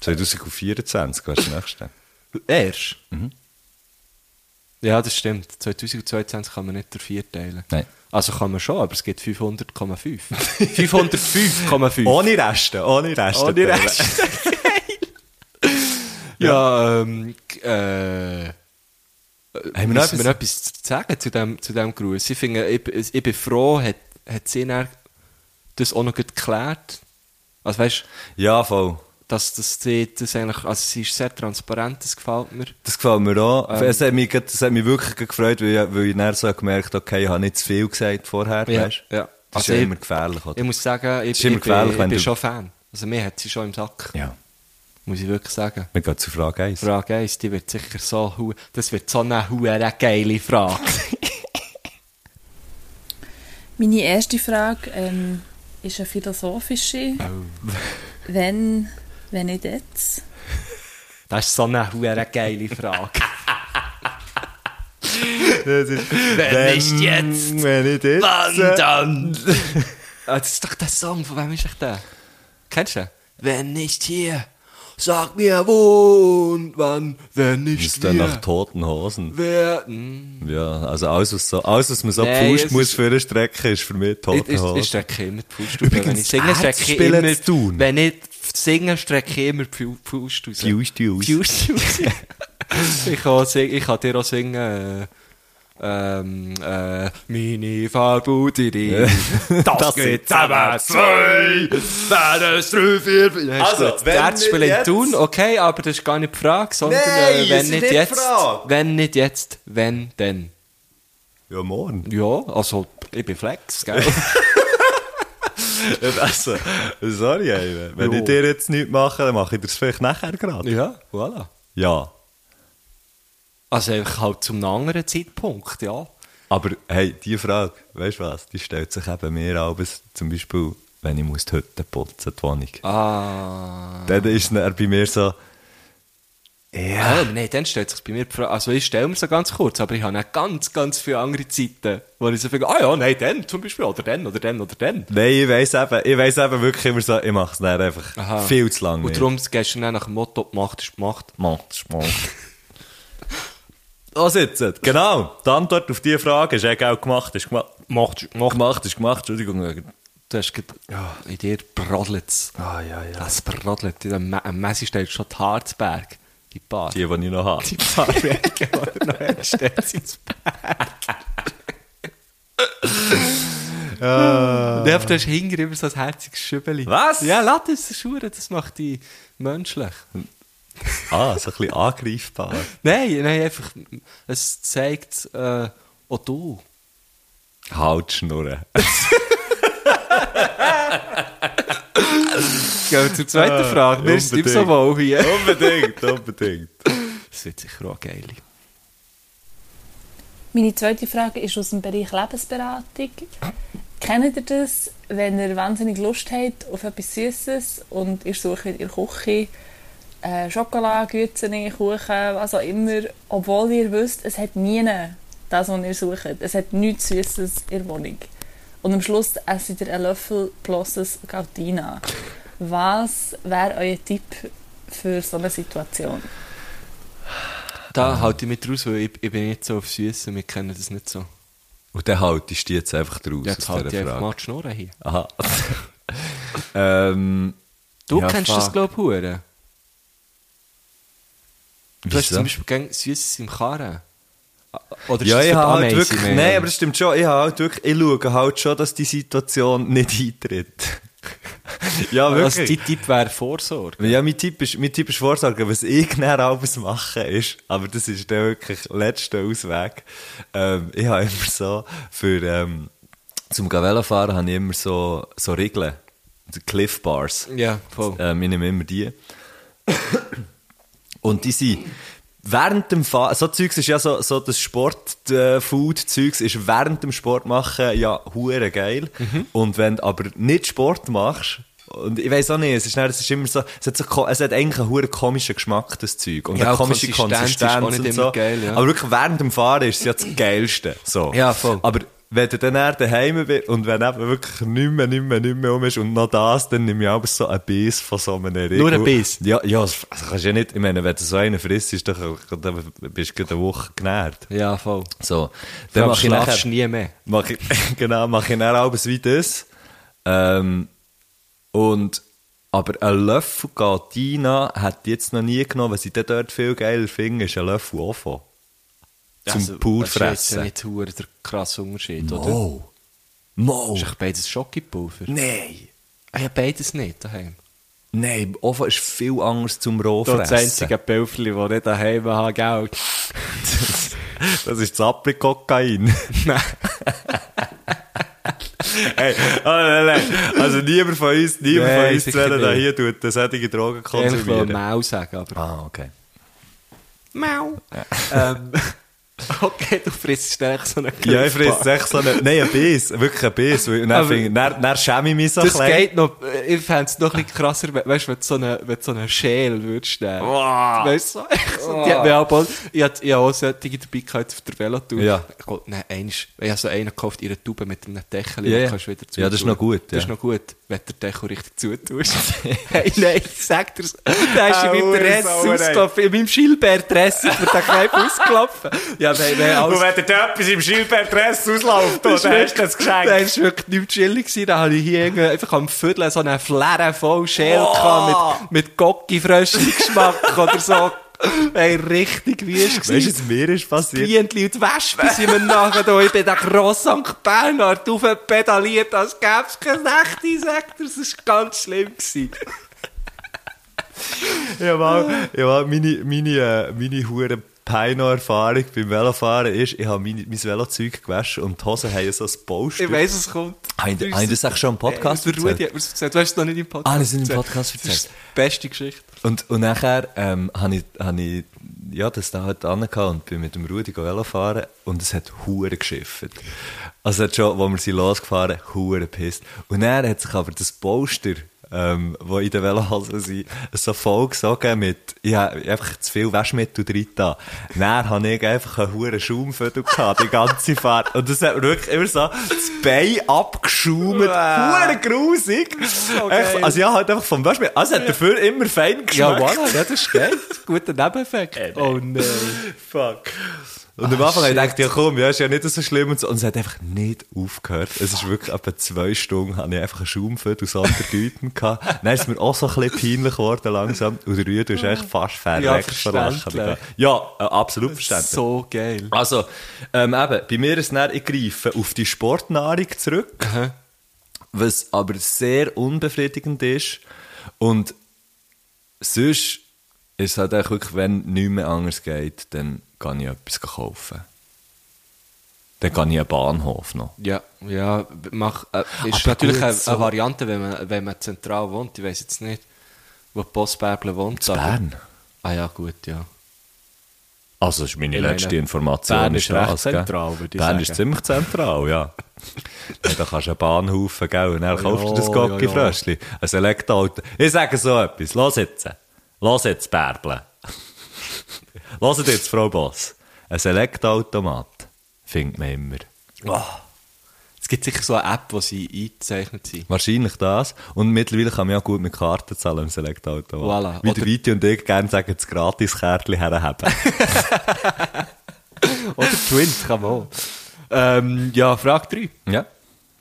[SPEAKER 2] 2024 wäre das nächste.
[SPEAKER 5] Erst?
[SPEAKER 2] Mhm.
[SPEAKER 5] Ja, das stimmt. 2022 kann man nicht durch vier teilen.
[SPEAKER 2] Nein.
[SPEAKER 5] Also kann man schon, aber es gibt 500,5. 505,5.
[SPEAKER 2] Ohne Reste, ohne Reste.
[SPEAKER 5] Ohne Rest. ja, ähm, ähm, äh,
[SPEAKER 2] Haben wir noch
[SPEAKER 5] müssen wir
[SPEAKER 2] etwas?
[SPEAKER 5] etwas zu sagen zu dem, zu dem Gruß? Ich, finde, ich, ich bin froh, hat, hat sie dann das auch noch gut geklärt. Also weißt
[SPEAKER 2] Ja, voll.
[SPEAKER 5] dass das, sie das eigentlich, also sie ist sehr transparent, das gefällt mir.
[SPEAKER 2] Das gefällt mir auch.
[SPEAKER 5] Ähm.
[SPEAKER 2] es hat mich, grad- das hat mich wirklich grad gefreut, weil, ich- weil ich dann so gemerkt habe, okay, ich habe nicht zu viel gesagt vorher.
[SPEAKER 5] Ja,
[SPEAKER 2] Weißt?
[SPEAKER 5] ja.
[SPEAKER 2] Das ist
[SPEAKER 5] Also
[SPEAKER 2] ja
[SPEAKER 5] ich-
[SPEAKER 2] immer gefährlich, oder?
[SPEAKER 5] Ich muss sagen, ich,
[SPEAKER 2] ist immer
[SPEAKER 5] ich, bin,
[SPEAKER 2] gefährlich,
[SPEAKER 5] ich
[SPEAKER 2] wenn
[SPEAKER 5] bin
[SPEAKER 2] du-
[SPEAKER 5] schon Fan. Also mir hat sie schon im Sack.
[SPEAKER 2] ja.
[SPEAKER 5] Muss ich wirklich sagen.
[SPEAKER 2] Wir gehen zu Frage 1.
[SPEAKER 5] Frage 1, die wird sicher so, hu- das wird so eine hure geile Frage.
[SPEAKER 6] Meine erste Frage ähm, ist eine philosophische. Wenn, wenn nicht jetzt?
[SPEAKER 5] Das ist so eine hure geile Frage.
[SPEAKER 2] Wenn,
[SPEAKER 5] nicht jetzt.
[SPEAKER 2] Wenn nicht jetzt.
[SPEAKER 5] dann? Ah, das ist doch der Song, von wem ist echt der? Kennst du den? Wenn nicht hier, sag mir wo und wann, wenn
[SPEAKER 2] Ist
[SPEAKER 5] nicht
[SPEAKER 2] dann nach
[SPEAKER 5] hier,
[SPEAKER 2] toten Hosen.
[SPEAKER 5] wer... Hm.
[SPEAKER 2] Ja, also alles, was, so, alles, was man so
[SPEAKER 5] Nein,
[SPEAKER 2] pusht,
[SPEAKER 5] es
[SPEAKER 2] muss
[SPEAKER 5] ist-
[SPEAKER 2] für eine Strecke, ist für mich
[SPEAKER 5] Ich,
[SPEAKER 2] tote
[SPEAKER 5] ich,
[SPEAKER 2] Hosen.
[SPEAKER 5] ich strecke immer die Faust
[SPEAKER 2] Übrigens,
[SPEAKER 5] Wenn ich singe,
[SPEAKER 2] Ärzte
[SPEAKER 5] strecke ich
[SPEAKER 2] spielen
[SPEAKER 5] immer...
[SPEAKER 2] zu tun.
[SPEAKER 5] Wenn ich singe, strecke ich immer die Faust raus.
[SPEAKER 2] Die Faust raus.
[SPEAKER 5] Die Faust raus. ich, kann sing, ich kann dir auch singen... äh, Ähm, äh, meine Farbudiri. Das,
[SPEAKER 2] Das sind
[SPEAKER 5] geht zusammen. Zwei, dann ist drei, vier, vier.
[SPEAKER 2] Also, wenn
[SPEAKER 5] Ärzte
[SPEAKER 2] nicht
[SPEAKER 5] spielen
[SPEAKER 2] jetzt.
[SPEAKER 5] tun, okay, aber das ist gar nicht die Frage, sondern
[SPEAKER 2] Nein,
[SPEAKER 5] äh, wenn
[SPEAKER 2] es ist
[SPEAKER 5] nicht,
[SPEAKER 2] nicht die
[SPEAKER 5] jetzt,
[SPEAKER 2] Frage.
[SPEAKER 5] wenn nicht jetzt, wenn denn?
[SPEAKER 2] Ja, morgen.
[SPEAKER 5] Ja, also ich bin flex, gell?
[SPEAKER 2] Also, sorry, ey, wenn
[SPEAKER 5] Jo.
[SPEAKER 2] ich dir jetzt nichts mache, dann mache ich das vielleicht nachher gerade.
[SPEAKER 5] ja, voilà.
[SPEAKER 2] Ja.
[SPEAKER 5] Also einfach halt zum anderen Zeitpunkt, ja.
[SPEAKER 2] Aber hey, die Frage, weißt du was, die stellt sich eben mir abends, zum Beispiel, wenn ich muss die Hütte putzen, die Wohnung.
[SPEAKER 5] Ah.
[SPEAKER 2] Dann ist er bei mir so,
[SPEAKER 5] Ja.
[SPEAKER 2] ja,
[SPEAKER 5] aber nein, dann stellt sich bei mir die Frage, also ich stelle mir so ganz kurz, aber ich habe auch ganz, ganz viele andere Zeiten, wo ich so finde, ah ja, nein, dann zum Beispiel, oder dann, oder dann, oder dann.
[SPEAKER 2] nein, ich weiss eben, ich weiss eben wirklich immer so, ich mache es dann einfach
[SPEAKER 5] Aha.
[SPEAKER 2] viel zu lange.
[SPEAKER 5] Und darum gehst du dann nach dem Motto, gemacht ist gemacht.
[SPEAKER 2] Macht's mal. Was jetzt? Genau, die Antwort auf diese Frage ist auch gemacht, ist gemacht.
[SPEAKER 5] Macht ist gemacht.
[SPEAKER 2] Gemacht ist gemacht, Entschuldigung.
[SPEAKER 5] Du hast gerade, in dir brodelt es.
[SPEAKER 2] Ah, ja, ja.
[SPEAKER 5] Das brodelt. In dem Me- Am Messi steht schon die Harzberg. Die Bar.
[SPEAKER 2] Ah, Die, die ich noch habe.
[SPEAKER 5] Harzberg, oder? Nein, steht sie ins Berg. Ja, aber du hast hinter immer so ein herziges Schübeli.
[SPEAKER 2] Ah. Was?
[SPEAKER 5] Ja, lass das, das ist verdammt, das macht dich menschlich.
[SPEAKER 2] Ah, so ein bisschen angreifbar.
[SPEAKER 5] Nein, nein, einfach, es zeigt, äh, auch du.
[SPEAKER 2] Hautschnurren.
[SPEAKER 5] Gehen wir zur zweiten Frage. Mir ist es nicht so
[SPEAKER 2] Ah, unbedingt.
[SPEAKER 5] wohl hier.
[SPEAKER 2] unbedingt, unbedingt.
[SPEAKER 5] Das wird sicher auch geil.
[SPEAKER 6] Meine zweite Frage ist aus dem Bereich Lebensberatung. Kennt ihr das, wenn ihr wahnsinnig Lust habt auf etwas Süßes und ihr sucht in der Küche äh, Schokolade, Gützene, Kuchen, was auch immer, obwohl ihr wisst, es hat nie das, was ihr sucht. Es hat nichts Süßes in der Wohnung. Und am Schluss esst ihr einen Löffel bloßes Gautina. Was wäre euer Tipp für so eine Situation?
[SPEAKER 5] Da halte ich mich draus, weil ich, ich bin nicht so auf Süße, wir kennen das nicht so.
[SPEAKER 2] Und dann haltest du die jetzt einfach draus
[SPEAKER 5] Jetzt
[SPEAKER 2] aus
[SPEAKER 5] halte ich
[SPEAKER 2] dieser
[SPEAKER 5] einfach mal
[SPEAKER 2] Frage.
[SPEAKER 5] die Schnurren hier.
[SPEAKER 2] Aha. ähm,
[SPEAKER 5] Du
[SPEAKER 2] Ja,
[SPEAKER 5] kennst das,
[SPEAKER 2] fuck.
[SPEAKER 5] glaube ich, hure. Du hast
[SPEAKER 2] wieso?
[SPEAKER 5] zum Beispiel gern Süßes im Karren. A- Oder
[SPEAKER 2] ja,
[SPEAKER 5] das
[SPEAKER 2] ich
[SPEAKER 5] für die
[SPEAKER 2] habe halt
[SPEAKER 5] Ameisen
[SPEAKER 2] wirklich,
[SPEAKER 5] mehr?
[SPEAKER 2] nein, aber das stimmt schon, ich habe halt wirklich, ich schaue halt schon, dass die Situation nicht eintritt. ja,
[SPEAKER 5] Also,
[SPEAKER 2] wirklich.
[SPEAKER 5] dein Tipp wäre Vorsorge.
[SPEAKER 2] Ja, mein Tipp ist, mein Tipp ist Vorsorge. Was ich genau alles mache, ist, aber das ist der wirklich letzte Ausweg. Ähm, ich habe immer so, für, ähm, zum Gavellenfahren habe ich immer so, so Regeln. Cliff Bars.
[SPEAKER 5] Ja, voll.
[SPEAKER 2] Ähm, ich nehme immer die. Und die sind während dem Fahren, so Zeugs ist ja so, so das Sport-Food-Zeugs ist während dem Sport machen ja hure geil.
[SPEAKER 5] Mhm.
[SPEAKER 2] Und wenn du aber nicht Sport machst, und ich weiß auch nicht, es ist, dann, es ist immer so, es hat, so, ko- es hat eigentlich einen hure komischen Geschmack, das Zeug. Und
[SPEAKER 5] Ja,
[SPEAKER 2] eine komische
[SPEAKER 5] Konsistenz ist
[SPEAKER 2] Konsistenz.
[SPEAKER 5] auch nicht
[SPEAKER 2] und
[SPEAKER 5] immer
[SPEAKER 2] so.
[SPEAKER 5] geil, ja.
[SPEAKER 2] Aber wirklich während dem Fahren ist es ja das Geilste. So.
[SPEAKER 5] Ja, voll.
[SPEAKER 2] Aber wenn du dann eher daheim bist und wenn eben wirklich nicht mehr, nicht mehr, nicht mehr um ist und noch das, dann nehme ich aber so ein Biss von so einem Regel.
[SPEAKER 5] ein Biss?
[SPEAKER 2] Ja, ja, das das kannst du ja nicht, ich meine, wenn du so einen frisst, ist doch- dann bist du gerade eine Woche genährt.
[SPEAKER 5] Ja, voll.
[SPEAKER 2] So.
[SPEAKER 5] Vor
[SPEAKER 2] Dann
[SPEAKER 5] allem
[SPEAKER 2] mache ich
[SPEAKER 5] schlafst
[SPEAKER 2] nachher,
[SPEAKER 5] du nie mehr.
[SPEAKER 2] mache ich, genau, mache ich dann alles wie das. Ähm, und, aber ein Löffel Gatina hätte ich jetzt noch nie genommen, was ich dann dort viel geiler finde, ist ein Löffel Ofo. Zum pur
[SPEAKER 5] Das ist jetzt ja
[SPEAKER 2] fressen.
[SPEAKER 5] nicht hure der krasse Unterschied, oder?
[SPEAKER 2] Mo. Mo.
[SPEAKER 5] Ist echt beides Schokipulver?
[SPEAKER 2] Nein.
[SPEAKER 5] Ah ja, beides nicht daheim.
[SPEAKER 2] Nein, Ofen ist viel anders zum Rohfressen.
[SPEAKER 5] Pulverli, das ich nicht daheim habe, gell?
[SPEAKER 2] Das ist das Aprikokain. Hey, oh, nein, nein. Also niemand von uns, niemand
[SPEAKER 5] Nein,
[SPEAKER 2] von uns
[SPEAKER 5] sicher
[SPEAKER 2] zwei, der
[SPEAKER 5] nicht.
[SPEAKER 2] hier tut, äh, solche Drogen
[SPEAKER 5] Ich wollte
[SPEAKER 2] konsumieren.
[SPEAKER 5] Mau sagen, aber...
[SPEAKER 2] Ah, okay.
[SPEAKER 5] Mau! ähm, okay, du frisst stärker so einen
[SPEAKER 2] Ja, ich
[SPEAKER 5] Knopfball.
[SPEAKER 2] friss echt so einen, nein, einen Biss, wirklich einen Biss. weil- Und dann,
[SPEAKER 5] Aber-
[SPEAKER 2] find ich- dann, dann schäme ich mich so
[SPEAKER 5] Das
[SPEAKER 2] klein.
[SPEAKER 5] geht noch, äh, ich fände es noch ein bisschen krasser, we- weißt du, wenn du so eine, wenn du so eine Schäl würdest nehmen.
[SPEAKER 2] Wow.
[SPEAKER 5] Weißt du, so, echt so, die hat mir auch bald, ich hatte ich hatte auch solche dabei gehabt auf der Velotour.
[SPEAKER 2] Ja.
[SPEAKER 5] Gott, nein, eins, ich habe so einen gekauft, ihre Tube mit einem Deckel,
[SPEAKER 2] Ja,
[SPEAKER 5] den
[SPEAKER 2] ja.
[SPEAKER 5] kannst du wieder
[SPEAKER 2] Ja, das ist
[SPEAKER 5] zutun.
[SPEAKER 2] noch gut,
[SPEAKER 5] Das ist
[SPEAKER 2] ja.
[SPEAKER 5] noch gut, wenn du den Deckel richtig zutust. hey, nein, ich sag dir's, da ist in meinem
[SPEAKER 2] Aua,
[SPEAKER 5] Dress
[SPEAKER 2] Sauerei.
[SPEAKER 5] ausgelaufen, in meinem Schilbär-Dress ist mir der Kneipe ausgelaufen. Ja, nein, nein, alles
[SPEAKER 2] Und wenn dir da etwas im Schilberdress ausläuft, dann hast du das geschenkt.
[SPEAKER 5] das war wirklich nicht chillig. gewesen. Da habe ich hier irgendwie einfach am Vierteln so eine Fläre voll Schäl gehabt mit, mit Gocki-Fröschli-Geschmack oder so. Ey, richtig wüst
[SPEAKER 2] Weißt du,
[SPEAKER 5] gewesen.
[SPEAKER 2] was mir ist passiert?
[SPEAKER 5] Bientli und die Wespen sind mir nachher da. Ich bin der grosse St. Bernhard raufpedaliert, als gäbe es keine Nächte, sagt er. Das war ganz schlimm. Gewesen.
[SPEAKER 2] Ja, mal, ja, mal meine, meine, äh, meine hure Peino-Erfahrung beim Velofahren ist, ich habe mein, mein Velozeug gewaschen und die Hosen haben so ein Polster.
[SPEAKER 5] Ich weiss, es kommt.
[SPEAKER 2] Habe ich,
[SPEAKER 5] Du
[SPEAKER 2] habe ich das eigentlich schon im Podcast
[SPEAKER 5] Ey, der Rudi
[SPEAKER 2] erzählt?
[SPEAKER 5] hat mir das gesagt. Du hast es noch nicht im Podcast
[SPEAKER 2] Ah, das ist nicht im
[SPEAKER 5] erzählt.
[SPEAKER 2] Podcast
[SPEAKER 5] Das ist
[SPEAKER 2] erzählt.
[SPEAKER 5] die beste Geschichte.
[SPEAKER 2] Und, und nachher ähm, habe ich, habe ich ja, das da halt angehauen und bin mit dem Rudi Velofahren und es hat hure geschifft. Also hat schon, als wir sie losgefahren hure pisst. Und dann hat sich aber das Polster, ähm, wo in den Velohalsen sind, so voll gesogen mit, ich habe einfach zu viel Waschmittel drin da. Dann habe ich einfach einen hure Schaumviertel gehabt, die ganze Fahrt. Und das hat mir wirklich immer so das Bein abgeschaumt. Hure grusig. Echt, also ja, halt einfach vom Waschmittel. Also es hat dafür immer fein geschmeckt.
[SPEAKER 5] Ja, voilà, ja, das ist geil. Guter Nebeneffekt. oh nein.
[SPEAKER 2] Fuck. Und am
[SPEAKER 5] Ah,
[SPEAKER 2] Anfang habe ich
[SPEAKER 5] shit.
[SPEAKER 2] gedacht, ja komm, ja, ist ja nicht so schlimm und so. Und es hat einfach nicht aufgehört. Es ist wirklich etwa zwei Stunden, habe ich einfach einen Schaumfeld aus anderen Leuten gehabt. Dann ist es mir auch so ein bisschen peinlich geworden langsam. Und der Rüde ist echt fast verreckt vor Lachen.
[SPEAKER 5] verständlich.
[SPEAKER 2] Ja, äh, absolut verständlich.
[SPEAKER 5] So geil.
[SPEAKER 2] Also, ähm, eben, bei mir ist dann, ich greife auf die Sportnahrung zurück, was aber sehr unbefriedigend ist. Und sonst ist es halt auch wirklich, wenn nichts mehr anders geht, dann kann ich etwas kaufen. Dann kann ich einen Bahnhof noch.
[SPEAKER 5] Ja, ja, mach, äh, ist
[SPEAKER 2] Aber
[SPEAKER 5] natürlich
[SPEAKER 2] gut,
[SPEAKER 5] eine,
[SPEAKER 2] so-
[SPEAKER 5] eine Variante, wenn man, wenn man zentral wohnt. Ich weiß jetzt nicht, wo die Postbärbler wohnt.
[SPEAKER 2] Zu
[SPEAKER 5] aber-
[SPEAKER 2] Bern.
[SPEAKER 5] Ah ja, gut, ja.
[SPEAKER 2] Also, das ist meine
[SPEAKER 5] Ich
[SPEAKER 2] letzte
[SPEAKER 5] meine,
[SPEAKER 2] Information.
[SPEAKER 5] Bern ist recht
[SPEAKER 2] das, gell?
[SPEAKER 5] zentral, würde ich
[SPEAKER 2] Bern
[SPEAKER 5] sagen.
[SPEAKER 2] ist ziemlich zentral, ja. ja da kannst du einen Bahnhof, gell? Und dann kaufst du das
[SPEAKER 5] ja, ja.
[SPEAKER 2] Gocki-Fröschli. Ein Elektroauto. Ich sage so etwas. Los jetzt. Los jetzt, Bärble. Los jetzt, Frau Boss. Ein Elektroautomat findet man immer.
[SPEAKER 5] Es gibt sicher so eine App, wo sie eingezeichnet sind.
[SPEAKER 2] Wahrscheinlich das. Und mittlerweile kann man ja gut mit Karten zahlen im Select-Automat.
[SPEAKER 5] Voilà.
[SPEAKER 2] Wie der
[SPEAKER 5] Oder-
[SPEAKER 2] Viti und ich gerne sagen, das Gratis-Kärtchen herhaben.
[SPEAKER 5] Oder Twins, kann man auch. Ähm, ja, Frage 3.
[SPEAKER 2] ja.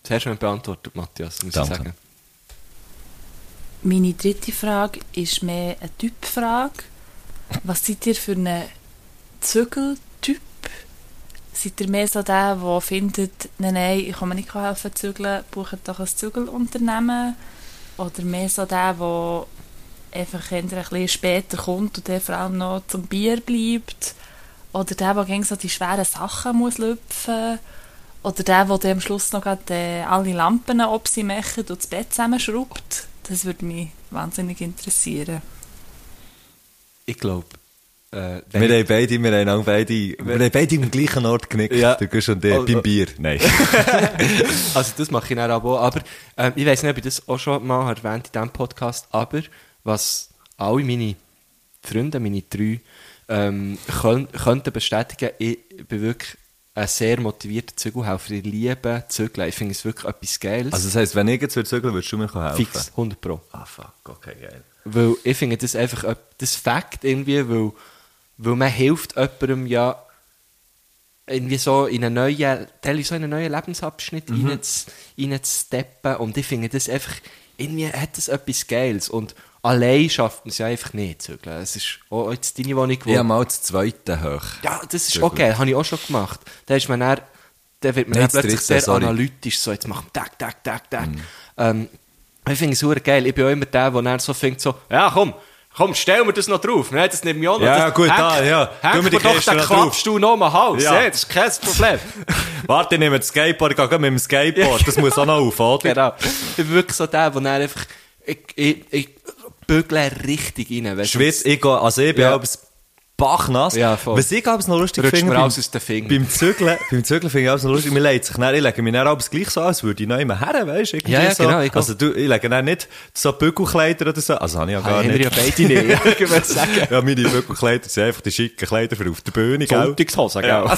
[SPEAKER 5] Das hast du mir beantwortet, Matthias, muss
[SPEAKER 2] Danke.
[SPEAKER 5] ich sagen.
[SPEAKER 6] Meine dritte Frage ist mehr eine Typfrage. Was seid ihr für einen Zügeltyp? Seid ihr mehr so der, der findet, nein, nein, ich kann mir nicht helfen zu zügeln, bucht doch ein Zügelunternehmen? Oder mehr so der, der einfach eher ein bisschen später kommt und dann vor allem noch zum Bier bleibt? Oder der, der gegen so die schweren Sachen muss lüpfen muss? Oder der, der dann am Schluss noch grad, äh, alle Lampen ob sie machen und das Bett zusammenschraubt. Das würde mich wahnsinnig interessieren.
[SPEAKER 5] Ich glaube, äh, wenn
[SPEAKER 2] Wir
[SPEAKER 5] ich-
[SPEAKER 2] haben beide, wir haben auch beide, wir haben beide am gleichen Ort genickt.
[SPEAKER 5] Ja.
[SPEAKER 2] Du gehst und der,
[SPEAKER 5] Oh,
[SPEAKER 2] beim
[SPEAKER 5] oh.
[SPEAKER 2] Bier. Nein.
[SPEAKER 5] Also das mache ich dann aber auch. Aber ähm, ich weiß nicht, ob ich das auch schon mal erwähnt in diesem Podcast, aber was alle meine Freunde, meine drei, ähm, können, könnten bestätigen, ich bin wirklich ein sehr motivierter Zügelhelfer. Ich liebe Zügeln. Ich finde es wirklich etwas Geiles.
[SPEAKER 2] Also das heisst, wenn ich jetzt würde zügeln, würdest du mir helfen?
[SPEAKER 5] Fix, 100 Pro.
[SPEAKER 2] Ah, fuck, okay, geil.
[SPEAKER 5] Weil ich finde das einfach öp- das Fakt irgendwie, weil, weil man hilft jemandem ja irgendwie so in einen neuen, teilweise so in einen neuen Lebensabschnitt mhm. reinzusteppen und ich finde das einfach, irgendwie hat das etwas Geiles und allein schafft man es ja einfach nicht zu zügeln. Es ist auch jetzt deine Wohnung, wo...
[SPEAKER 2] Ich habe mal das zweite hoch.
[SPEAKER 5] ja, das ist
[SPEAKER 2] Zügeln.
[SPEAKER 5] auch geil, habe ich auch schon gemacht. Da ist man dann, dann wird man
[SPEAKER 2] Nein, das
[SPEAKER 5] dann plötzlich
[SPEAKER 2] dritte,
[SPEAKER 5] sehr
[SPEAKER 2] sorry. Mhm.
[SPEAKER 5] analytisch, so jetzt macht man tak, tak, tak, tak. Ähm, ich finde es super geil. Ich bin auch immer der, der dann so fängt so, ja komm, Komm, stell mir das noch drauf. Nein, das nimmt mich auch noch.
[SPEAKER 2] Ja,
[SPEAKER 5] das,
[SPEAKER 2] gut, da, ja. Tu
[SPEAKER 5] Häng
[SPEAKER 2] mir
[SPEAKER 5] mir
[SPEAKER 2] die
[SPEAKER 5] doch
[SPEAKER 2] Kiste
[SPEAKER 5] den
[SPEAKER 2] noch drauf.
[SPEAKER 5] Klappstuhl noch mal Hals.
[SPEAKER 2] Ja.
[SPEAKER 5] Ja. das ist kein Problem.
[SPEAKER 2] Warte, ich nehme das Skateboard, ich gehe gleich mit dem Skateboard. Das muss auch noch auf, oder?
[SPEAKER 5] genau. Ich bin wirklich so der, der dann einfach... Ich, ich, ich bügle richtig rein. Weißt du?
[SPEAKER 2] Schweiz, ich gehe, also ich bin
[SPEAKER 5] Ja.
[SPEAKER 2] abends bachnass.
[SPEAKER 5] Ja, voll.
[SPEAKER 2] Was ich abends noch lustig
[SPEAKER 5] Rutscht
[SPEAKER 2] finde,
[SPEAKER 5] mir
[SPEAKER 2] beim-
[SPEAKER 5] alles aus den Fingern.
[SPEAKER 2] beim Zügeln, beim Zügeln finde ich abends noch lustig, mir legt sich dann, ich lege mich dann abends gleich so an, als würde ich noch immer her, weißt du, irgendwie
[SPEAKER 5] Ja, ja,
[SPEAKER 2] so.
[SPEAKER 5] genau, ich auch.
[SPEAKER 2] also du, ich lege dann nicht so Bügelkleider oder so, also habe ich ja gar
[SPEAKER 5] Haben wir
[SPEAKER 2] nicht.
[SPEAKER 5] ja beide nicht. Ich würde sagen.
[SPEAKER 2] Ja, meine Bügelkleider sind einfach die schicken Kleider für auf der Bühne, gell?
[SPEAKER 5] Sonntagshosen, gell?
[SPEAKER 2] Ja.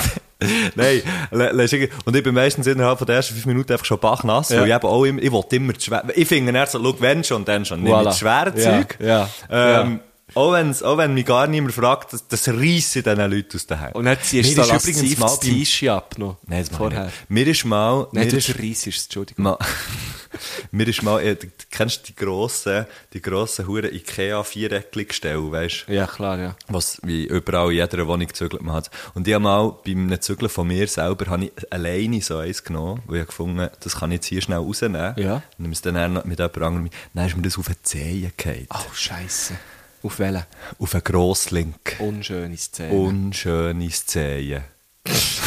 [SPEAKER 2] Nein, le- le- schick- und ich bin meistens innerhalb von den ersten fünf Minuten einfach schon bachnass,
[SPEAKER 5] Ja.
[SPEAKER 2] weil ich eben auch immer, ich will immer das Schwere, ich finde dann so, schau, wenn schon, dann schon, nicht
[SPEAKER 5] Voilà.
[SPEAKER 2] das schwere
[SPEAKER 5] Ja,
[SPEAKER 2] Zeug.
[SPEAKER 5] ja,
[SPEAKER 2] Ähm, Auch, wenn's, auch wenn mich gar niemand fragt, das, das reisse ich diesen Leuten aus der Hand.
[SPEAKER 5] Und dann ziehst du
[SPEAKER 2] Mir
[SPEAKER 5] so
[SPEAKER 2] ist übrigens
[SPEAKER 5] übrigens
[SPEAKER 2] mal
[SPEAKER 5] das
[SPEAKER 2] beim-
[SPEAKER 5] T-Shirt ab noch.
[SPEAKER 2] Nein, das mache ich
[SPEAKER 5] Vorher.
[SPEAKER 2] nicht. Mir ist mal...
[SPEAKER 5] Nein,
[SPEAKER 2] mir
[SPEAKER 5] du
[SPEAKER 2] ist-
[SPEAKER 5] zerreissest es, Entschuldigung.
[SPEAKER 2] Ma, mir ist mal, äh, du kennst du die grossen, die grossen Huren Ikea Viereckli-Gestelle, weißt du?
[SPEAKER 5] Ja, klar, ja.
[SPEAKER 2] Was wie überall in jeder Wohnung gezügelt man hat. Und ich habe mal bei einem Zügeln von mir selber habe ich alleine so eins genommen, weil ich gefunden das kann ich jetzt hier schnell rausnehmen.
[SPEAKER 5] Ja.
[SPEAKER 2] Und dann es dann eher noch mit jemand anderem. Dann ist mir das auf den Zehen gefallen.
[SPEAKER 5] Oh, Scheiße. Auf welchen?
[SPEAKER 2] Auf einen Grosslink.
[SPEAKER 5] Unschöne Szene.
[SPEAKER 2] Unschöne Szene.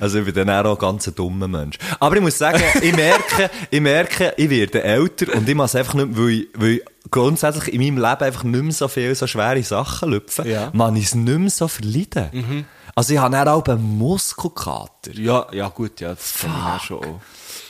[SPEAKER 2] also ich bin dann auch ein ganz dummer Mensch. Aber ich muss sagen, ich merke, ich merke, ich werde älter und ich mache es einfach nicht mehr, weil, ich- weil ich grundsätzlich in meinem Leben einfach nicht mehr so viel so schwere Sachen lüpfen.
[SPEAKER 5] Ja. Mhm.
[SPEAKER 2] Man ist nicht mehr so verleiden. Also ich habe dann auch einen Muskelkater.
[SPEAKER 5] Ja, ja, gut, ja, das kenne ich auch schon. auch.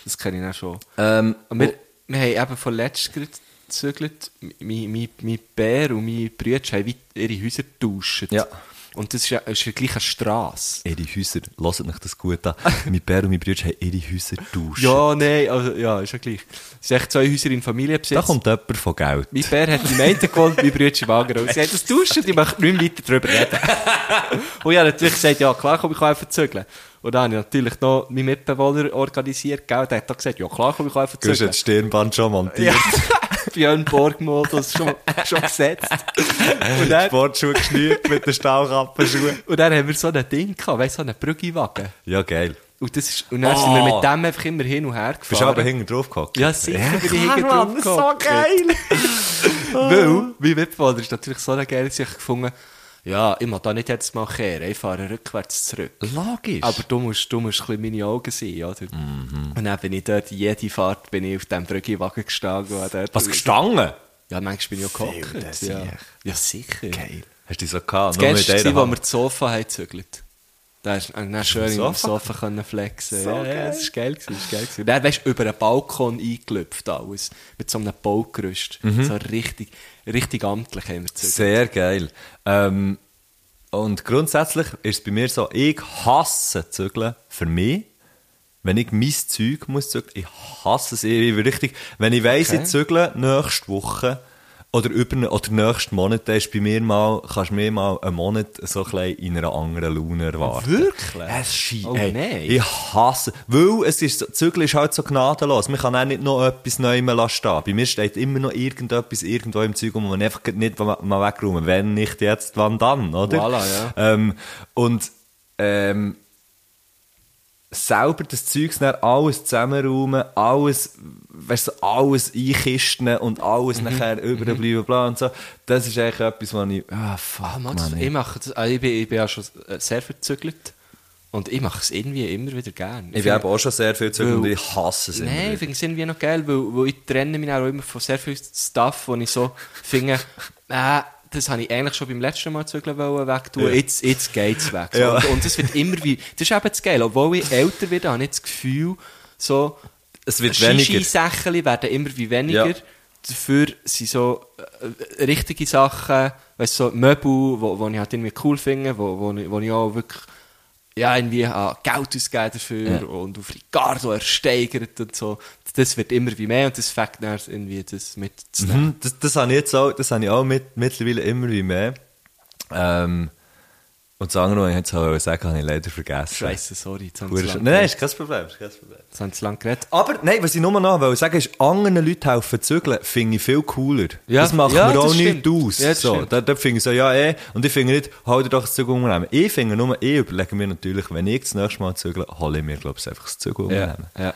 [SPEAKER 5] Das kenne ich auch schon.
[SPEAKER 2] Ähm,
[SPEAKER 5] Und wir, wir haben eben von letztem gezögert. Mein, mein, mein Bär und meine Brüder haben wie ihre Häuser getauscht.
[SPEAKER 2] Ja.
[SPEAKER 5] Und das ist ja, ist ja gleich eine Straße.
[SPEAKER 2] ihre Häuser, lasst mich das gut an. mein Bär und mein Bruder haben ihre Häuser getauscht.
[SPEAKER 5] Ja, nein, also, ja, ist ja gleich. Es sind echt zwei Häuser in Familienbesitz.
[SPEAKER 2] Da kommt jemand von Geld.
[SPEAKER 5] Mein Bär hat im einen gewohnt, mein Bruder im anderen. Und Sie haben das getauscht und ich möchte nicht mehr weiter darüber reden. Und ich habe natürlich gesagt, ja klar, komm, ich kann einfach zügeln. Und dann habe ich natürlich noch meinen Mitbewohner organisiert, gell? Der hat dann gesagt, ja klar, komm, ich kann einfach
[SPEAKER 2] Du hast
[SPEAKER 5] zügeln.
[SPEAKER 2] das Stirnband schon montiert.
[SPEAKER 5] Ja, Björn Borgmodus schon, schon gesetzt. Und dann,
[SPEAKER 2] Sportschuhe geschnürt mit den Stahlkappenschuhen.
[SPEAKER 5] und dann haben wir so ein Ding gehabt, weißt du, so einen Brüggewagen.
[SPEAKER 2] Ja, geil.
[SPEAKER 5] Und, das ist, und dann sind wir
[SPEAKER 2] Ah.
[SPEAKER 5] mit dem einfach immer hin und her
[SPEAKER 2] Bist du aber
[SPEAKER 5] gefahren.
[SPEAKER 2] hinten drauf gehockt?
[SPEAKER 5] Ja, sicher bin ich hinten drauf
[SPEAKER 2] so
[SPEAKER 5] gehockt.
[SPEAKER 2] geil! Ah.
[SPEAKER 5] Weil, mein Mitbewohner ist natürlich so ein geiles, ich gefunden, ja, ich muss da nicht jetzt mal kehren, ich fahre rückwärts zurück.
[SPEAKER 2] Logisch.
[SPEAKER 5] Aber du musst, du musst ein bisschen meine Augen sehen, oder?
[SPEAKER 2] Mhm.
[SPEAKER 5] Und dann bin ich dort, jede Fahrt bin ich auf diesem Brüggewagen gestanden. und dort-
[SPEAKER 2] was gestanden?
[SPEAKER 5] Ja, manchmal bin ich auch gehockt.
[SPEAKER 2] Wilder
[SPEAKER 5] Ja.
[SPEAKER 2] Sieg.
[SPEAKER 5] ja, sicher.
[SPEAKER 2] Hast du die so gehabt?
[SPEAKER 5] Das Geilste
[SPEAKER 2] mit
[SPEAKER 5] war,
[SPEAKER 2] einer
[SPEAKER 5] als wir das Sofa haben gezögert Da ist dann schön im
[SPEAKER 2] Sofa?
[SPEAKER 5] Sofa können flexen. ja, ja, das war geil. gewesen, Das war geil. gewesen. Und dann weißt du, über einen Balkon eingelöpft alles. Mit so einem Baugerüst. So richtig, richtig amtlich haben wir
[SPEAKER 2] Hand.
[SPEAKER 5] gezögert.
[SPEAKER 2] Mhm. Sehr geil. Ähm, und grundsätzlich ist es bei mir so, ich hasse Zügeln für mich. Wenn ich mein Zeug muss zügeln, ich hasse es. Ich, ich bin richtig, wenn ich weiss,
[SPEAKER 5] Okay.
[SPEAKER 2] ich zügle nächste Woche oder, über, oder nächsten Monat, dann ist bei mir mal, kannst du mir mal einen Monat so ein bisschen in einer anderen Laune erwarten.
[SPEAKER 5] Wirklich?
[SPEAKER 2] Es scheint.
[SPEAKER 5] Oh,
[SPEAKER 2] ey,
[SPEAKER 5] nein.
[SPEAKER 2] Ich hasse. Weil es ist so, Zügel ist halt so gnadenlos. Man kann auch nicht noch etwas Neues lassen stehen. Bei mir steht immer noch irgendetwas irgendwo im Zeug, und man einfach nicht mal mal wegräumen. Wenn nicht jetzt, wann dann, oder?
[SPEAKER 5] Voilà, ja.
[SPEAKER 2] Ähm, und, ähm, selber das Zeugs dann alles zusammenräumen, alles, weißt du, alles einkisten und
[SPEAKER 5] Mhm.
[SPEAKER 2] alles nachher überbleiben, bla und so. Das ist eigentlich etwas, was ich, ah, fuck,
[SPEAKER 5] Ah, Mann, das-
[SPEAKER 2] Mann, ey.
[SPEAKER 5] ich, mache das, also ich, bin, ich bin ja schon äh, sehr verzögert. Und ich mache es irgendwie immer wieder gerne.
[SPEAKER 2] Ich bin eben auch schon sehr viel Zeug und
[SPEAKER 5] Weil-
[SPEAKER 2] ich hasse es immer
[SPEAKER 5] Nein,
[SPEAKER 2] wieder.
[SPEAKER 5] ich finde es irgendwie noch geil, weil, weil ich trenne mich auch immer von sehr viel Stuff, wo ich so finde, äh, das habe ich eigentlich schon beim letzten Mal zügeln wollen weg tun.
[SPEAKER 2] Ja.
[SPEAKER 5] Jetzt, jetzt geht es weg. So.
[SPEAKER 2] Ja.
[SPEAKER 5] Und, und das wird immer wie, das ist eben das Geil. Obwohl ich älter werde, habe ich das Gefühl, so,
[SPEAKER 2] Es wird weniger.
[SPEAKER 5] Shishi-Sächen werden immer wie weniger.
[SPEAKER 2] Ja.
[SPEAKER 5] Dafür sind so äh, richtige Sachen, weißt du, so Möbel, wo, wo ich halt irgendwie cool finde, wo, wo, ich- wo ich auch wirklich ja, irgendwie habe Geld ausgegeben dafür und auf Ricardo ersteigert und so. Das wird immer wie mehr und das fängt dann irgendwie das mit zu nehmen.
[SPEAKER 2] Mhm, Das, das habe ich jetzt auch, das habe ich auch mit, mittlerweile immer wie mehr. Ähm, und das andere, was ich jetzt wollte sagen habe ich leider vergessen.
[SPEAKER 5] Scheisse, sorry, jetzt haben
[SPEAKER 2] Pure
[SPEAKER 5] sie
[SPEAKER 2] Sch-
[SPEAKER 5] lang
[SPEAKER 2] Nein, ist
[SPEAKER 5] geredet.
[SPEAKER 2] kein Problem, ist kein Problem.
[SPEAKER 5] Jetzt haben sie lang geredet.
[SPEAKER 2] Aber nein, was ich nur noch wollte sagen ist, anderen Leuten helfen zügeln, finde ich viel cooler.
[SPEAKER 5] Ja,
[SPEAKER 2] das macht
[SPEAKER 5] ja,
[SPEAKER 2] mir
[SPEAKER 5] das
[SPEAKER 2] auch
[SPEAKER 5] stimmt.
[SPEAKER 2] nichts aus.
[SPEAKER 5] Ja, das
[SPEAKER 2] so,
[SPEAKER 5] stimmt.
[SPEAKER 2] da, da finde ich so, ja, eh. Und ich finde nicht, halt dir doch das Zeug umnehmen. Ich finde nur, ich überlege mir natürlich, wenn ich das nächste Mal zügle, hole ich mir, glaube ich, einfach das Zeug umnehmen.
[SPEAKER 5] Ja. ja.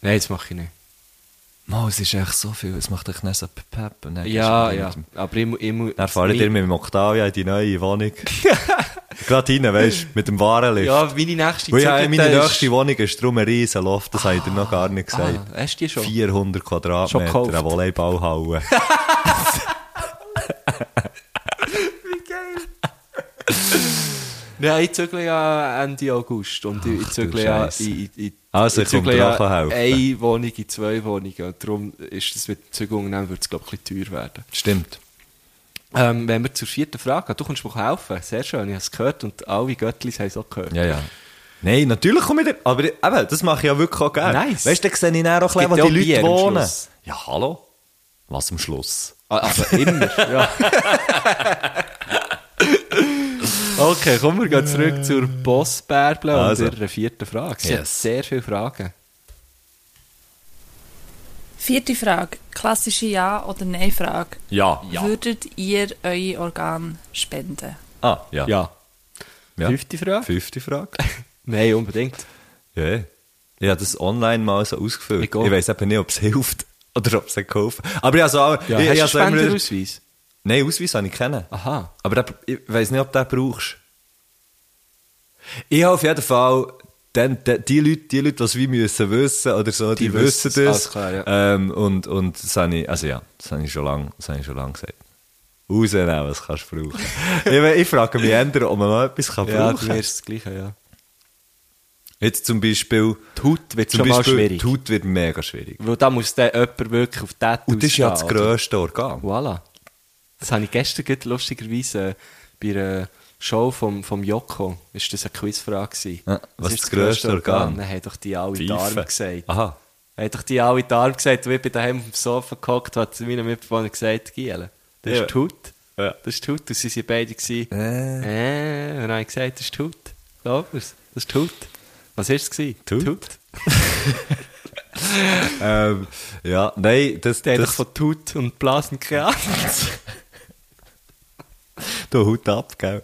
[SPEAKER 5] Nein, das mache ich nicht.
[SPEAKER 2] Mann, es ist echt so viel, es macht echt nicht so pep und dann
[SPEAKER 5] Ja,
[SPEAKER 2] gehst du
[SPEAKER 5] ja.
[SPEAKER 2] mit dem-
[SPEAKER 5] Aber ich, mu- ich muss.
[SPEAKER 2] Dann fahre ich dir mit dem Octavia in die neue Wohnung. Gerade rein, weißt du, mit dem Warenlift.
[SPEAKER 5] Ja, meine nächste
[SPEAKER 2] Weil ja,
[SPEAKER 5] Zügelte
[SPEAKER 2] meine
[SPEAKER 5] ist-
[SPEAKER 2] nächste Wohnung ist drum ein riesen Loft, das habt ihr noch gar nicht gesagt.
[SPEAKER 5] Ah, hast du die schon?
[SPEAKER 2] 400
[SPEAKER 5] Schon
[SPEAKER 2] Quadratmeter,
[SPEAKER 5] gekauft.
[SPEAKER 2] eine Volleyballhalle.
[SPEAKER 5] Nein, ich zügle ja Ende August. Und ich, ich
[SPEAKER 2] Ach,
[SPEAKER 5] zügle
[SPEAKER 2] du
[SPEAKER 5] ja.
[SPEAKER 2] Scheisse.
[SPEAKER 5] Ich, ich, ich,
[SPEAKER 2] Also,
[SPEAKER 5] ich
[SPEAKER 2] ich komm
[SPEAKER 5] zügle
[SPEAKER 2] dir
[SPEAKER 5] ja
[SPEAKER 2] nachher helfen.
[SPEAKER 5] eine Wohnung in zwei Wohnungen. Und darum ist das mit dem Zügelunternehmen, würde es, glaube ich, ein bisschen teuer werden.
[SPEAKER 2] Stimmt.
[SPEAKER 5] Ähm, wenn wir zur vierten Frage gehen, du kannst mir helfen. Sehr schön, ich habe es gehört und alle Göttlis haben es auch gehört.
[SPEAKER 2] Ja, ja. Nein, natürlich komme ich dir. Aber eben, das mache ich ja wirklich auch gerne.
[SPEAKER 5] Nice.
[SPEAKER 2] Weißt du, dann sehe ich dann auch gleich, wo
[SPEAKER 5] Gibt
[SPEAKER 2] die
[SPEAKER 5] ja auch
[SPEAKER 2] Leute
[SPEAKER 5] Bier am
[SPEAKER 2] wohnen.
[SPEAKER 5] Schluss.
[SPEAKER 2] Ja, hallo? Was am Schluss?
[SPEAKER 5] Ah, Also immer, ja. okay, kommen wir gehen zurück zur Bossbärble
[SPEAKER 2] Also.
[SPEAKER 5] und ihrer vierten Frage. Sie
[SPEAKER 2] Yes.
[SPEAKER 5] hat sehr viele Fragen.
[SPEAKER 6] Vierte Frage. Klassische Ja- oder Nein-Frage.
[SPEAKER 2] Ja.
[SPEAKER 6] Würdet ihr euer Organ spenden?
[SPEAKER 2] Ah, ja. Ja.
[SPEAKER 5] Fünfte Frage?
[SPEAKER 2] Fünfte Frage.
[SPEAKER 5] Nein, unbedingt.
[SPEAKER 2] Ja. Ich habe das online mal so ausgefüllt.
[SPEAKER 5] Ich
[SPEAKER 2] Ich,
[SPEAKER 5] auch.
[SPEAKER 2] weiss eben nicht, ob es hilft oder ob es hat geholfen Aber ja, so auch.
[SPEAKER 5] Ja,
[SPEAKER 2] ich, ich
[SPEAKER 5] hast du Ah.
[SPEAKER 2] habe so
[SPEAKER 5] einen
[SPEAKER 2] immer-
[SPEAKER 5] Spenderausweis?
[SPEAKER 2] Nein, Ausweis habe ich kennen.
[SPEAKER 5] Aha.
[SPEAKER 2] Aber der, ich weiss nicht, ob du den brauchst. Ich habe auf jeden Fall dann, die, die Leute, die Leute, was wir müssen wissen oder so, die,
[SPEAKER 5] Die
[SPEAKER 2] wissen
[SPEAKER 5] wissen's,
[SPEAKER 2] das.
[SPEAKER 5] alles klar, ja.
[SPEAKER 2] ähm, und, und das habe ich, also ja, das habe ich schon lange, das habe ich schon lange gesagt. Rausnehmen, was kannst du brauchen. ich, meine, ich frage mich ändern, ob man noch etwas kann
[SPEAKER 5] Ja, du
[SPEAKER 2] brauchen
[SPEAKER 5] wirst das Gleiche, ja.
[SPEAKER 2] Jetzt zum Beispiel.
[SPEAKER 5] Die Haut wird
[SPEAKER 2] Zum
[SPEAKER 5] schon mal
[SPEAKER 2] Beispiel,
[SPEAKER 5] schwierig.
[SPEAKER 2] Die Haut wird mega schwierig.
[SPEAKER 5] Weil da muss dann jemand wirklich auf die Tattoos
[SPEAKER 2] Und das ist ja das
[SPEAKER 5] gehen,
[SPEAKER 2] grösste Organ.
[SPEAKER 5] Voilà. Das habe ich gestern gerade lustigerweise äh, bei einer Show vom, vom Joko, ist das eine Quizfrage gewesen.
[SPEAKER 2] Ah, was ist das grösste Organ?
[SPEAKER 5] Dann haben doch die alle die
[SPEAKER 2] Pfeife.
[SPEAKER 5] Arme gesagt.
[SPEAKER 2] Aha.
[SPEAKER 5] Haben doch die alle die Arme gesagt, und ich bin daheim auf dem Sofa gehockt, hat zu meinem Mitbewohner gesagt, Giele, das
[SPEAKER 2] Ja.
[SPEAKER 5] ist die Haut.
[SPEAKER 2] Ja.
[SPEAKER 5] Das ist die Haut. Und sie waren beide gewesen, äh, und dann habe ich gesagt, das ist die Haut. Glaub mir's, das ist die Haut. Was war es? gewesen?
[SPEAKER 2] Die Haut. Ähm, ja, nein, das,
[SPEAKER 5] Der hat
[SPEAKER 2] das
[SPEAKER 5] doch von Tut und Blasen keine Ahnung.
[SPEAKER 2] du Haut ab, gell?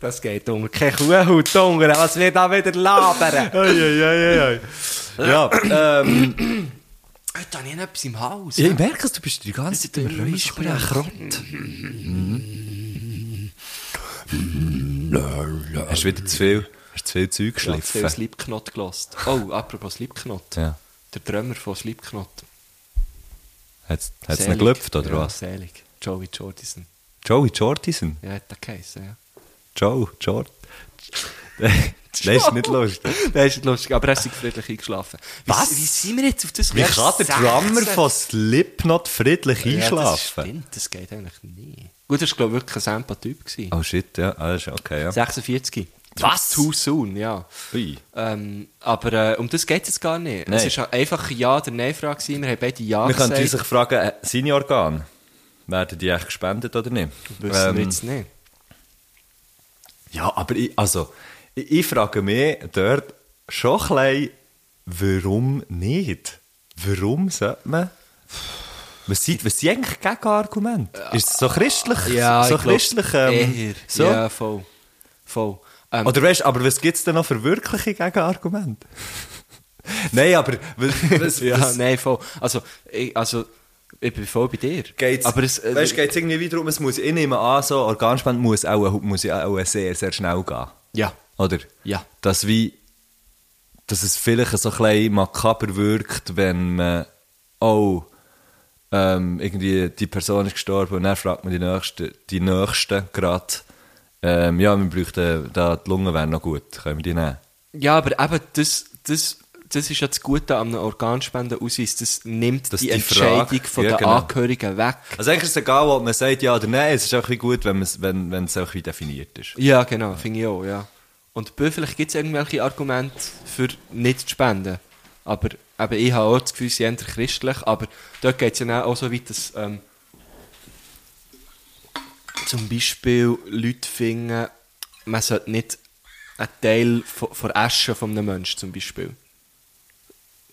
[SPEAKER 5] Das geht unter keine Kuhhaut unter, was wir da wieder labern.
[SPEAKER 2] Ei, ei, ei, ei, ei. Ja, ähm,
[SPEAKER 5] Heute habe ich noch etwas im Haus.
[SPEAKER 2] ich merke es, du bist die ganze Zeit im Hast du wieder zu viel, hast zu viel Zeug
[SPEAKER 5] Ich habe zu viel
[SPEAKER 2] geschliffen?
[SPEAKER 5] Slipknot gelost. Oh, apropos Slipknot.
[SPEAKER 2] Ja.
[SPEAKER 5] Der Drömer von Slipknot.
[SPEAKER 2] Hat es
[SPEAKER 5] Selig.
[SPEAKER 2] nicht gelöpft, oder
[SPEAKER 5] ja,
[SPEAKER 2] was?
[SPEAKER 5] selig. Joey Jordison.
[SPEAKER 2] Joey Jordison?
[SPEAKER 5] Ja, hat er geheißen, ja.
[SPEAKER 2] Joe, Jord. Nein, ist nicht lustig.
[SPEAKER 5] Nein, ist nicht lustig, aber er ist friedlich eingeschlafen. Wie-
[SPEAKER 2] Was?
[SPEAKER 5] Wie sind wir jetzt auf das
[SPEAKER 2] Wie kann der
[SPEAKER 5] 16?
[SPEAKER 2] Drummer von Slipknot friedlich
[SPEAKER 5] Ja, das
[SPEAKER 2] einschlafen?
[SPEAKER 5] stimmt, das geht eigentlich nie. Gut, das war, glaube ich, wirklich ein Sampa-Typ. gewesen.
[SPEAKER 2] Oh shit, ja, alles okay, ja.
[SPEAKER 5] 46.
[SPEAKER 2] Was?
[SPEAKER 5] Too soon, ja.
[SPEAKER 2] Ui.
[SPEAKER 5] Ähm, aber äh, um das geht es jetzt gar nicht.
[SPEAKER 2] Nein.
[SPEAKER 5] Es war einfach Ja- oder Nein-Frage. gewesen. Wir haben beide Ja
[SPEAKER 2] Wir
[SPEAKER 5] gesagt.
[SPEAKER 2] könnten sich fragen, äh, seine Organe, werden die echt gespendet oder nicht?
[SPEAKER 5] Wissen wir
[SPEAKER 2] Ähm,
[SPEAKER 5] jetzt nicht.
[SPEAKER 2] Ja, aber ich, also, ich, ich frage mich dort schon klein, warum nicht? Warum sollte man... Was sind, was sind eigentlich Gegenargumente? Ist es so christlich? so
[SPEAKER 5] glaub,
[SPEAKER 2] christlich ähm,
[SPEAKER 5] eher.
[SPEAKER 2] so?
[SPEAKER 5] Ja, voll. Voll. Ähm,
[SPEAKER 2] Oder weißt, aber was gibt es denn noch für wirkliche Gegenargumente? nein, aber was, was,
[SPEAKER 5] ja,
[SPEAKER 2] was
[SPEAKER 5] nein, voll. Also ich, also, ich bin voll bei dir.
[SPEAKER 2] geht's,
[SPEAKER 5] aber es, äh,
[SPEAKER 2] weißt, geht's irgendwie wieder um, es muss, ich nehme an, so Organspende muss auch, muss ja auch sehr, sehr schnell gehen.
[SPEAKER 5] Ja.
[SPEAKER 2] Oder?
[SPEAKER 5] Ja.
[SPEAKER 2] Dass wie, dass es vielleicht so ein bisschen makaber wirkt, wenn man, oh, ähm, irgendwie die Person ist gestorben und dann fragt man die Nächste, die Nächste gerade, ähm, ja, wir bräuchten, da die Lungen wären noch gut, können wir die nehmen?
[SPEAKER 5] Ja, aber eben, das, das, das ist ja das Gute an einem Organspendenausweis. Das nimmt
[SPEAKER 2] Dass
[SPEAKER 5] die,
[SPEAKER 2] die
[SPEAKER 5] Entscheidung
[SPEAKER 2] Frage-
[SPEAKER 5] von
[SPEAKER 2] Ja,
[SPEAKER 5] den
[SPEAKER 2] genau.
[SPEAKER 5] Angehörigen weg.
[SPEAKER 2] Also eigentlich ist es egal, ob man sagt ja oder nein, es ist auch ein bisschen gut, wenn man es- wenn, wenn es auch ein bisschen definiert ist.
[SPEAKER 5] Ja, genau, finde ich auch, ja. Und bei- vielleicht gibt es irgendwelche Argumente für nicht zu spenden. Aber eben, ich habe auch das Gefühl, sie sind eher christlich, aber dort geht es ja dann auch so weit, dass ähm, zum Beispiel Leute finden, man sollte nicht einen Teil von, von Asche von einem Menschen zum Beispiel.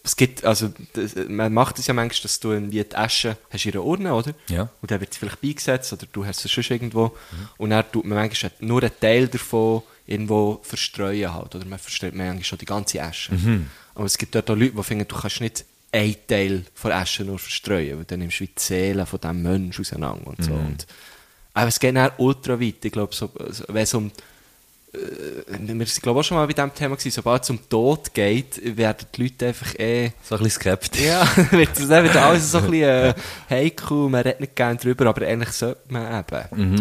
[SPEAKER 5] Es gibt, also, das, man macht es ja manchmal, dass du irgendwie die Asche hast in einer Urne, oder?
[SPEAKER 2] Ja.
[SPEAKER 5] Und dann wird es vielleicht beigesetzt oder du hast es sonst irgendwo. Und dann tut man manchmal nur halt, einen Teil davon irgendwo verstreuen halt. Oder man verstreut manchmal schon die ganze Asche. Aber es gibt dort auch Leute, die finden, du kannst nicht einen Teil von Asche nur verstreuen, weil dann nimmst du wie die Seele von diesem Menschen auseinander und so. Und, aber es geht dann ultra weit. Ich glaube, so, also, wenn es um wir sind glaube ich auch schon mal bei diesem Thema gewesen, sobald es um Tod geht, werden die Leute einfach eh,
[SPEAKER 2] So ein bisschen skeptisch.
[SPEAKER 5] ja, wird es dann wird alles so ein bisschen äh, heikel, man redet nicht gerne drüber, aber eigentlich sollte man eben.
[SPEAKER 2] Mhm.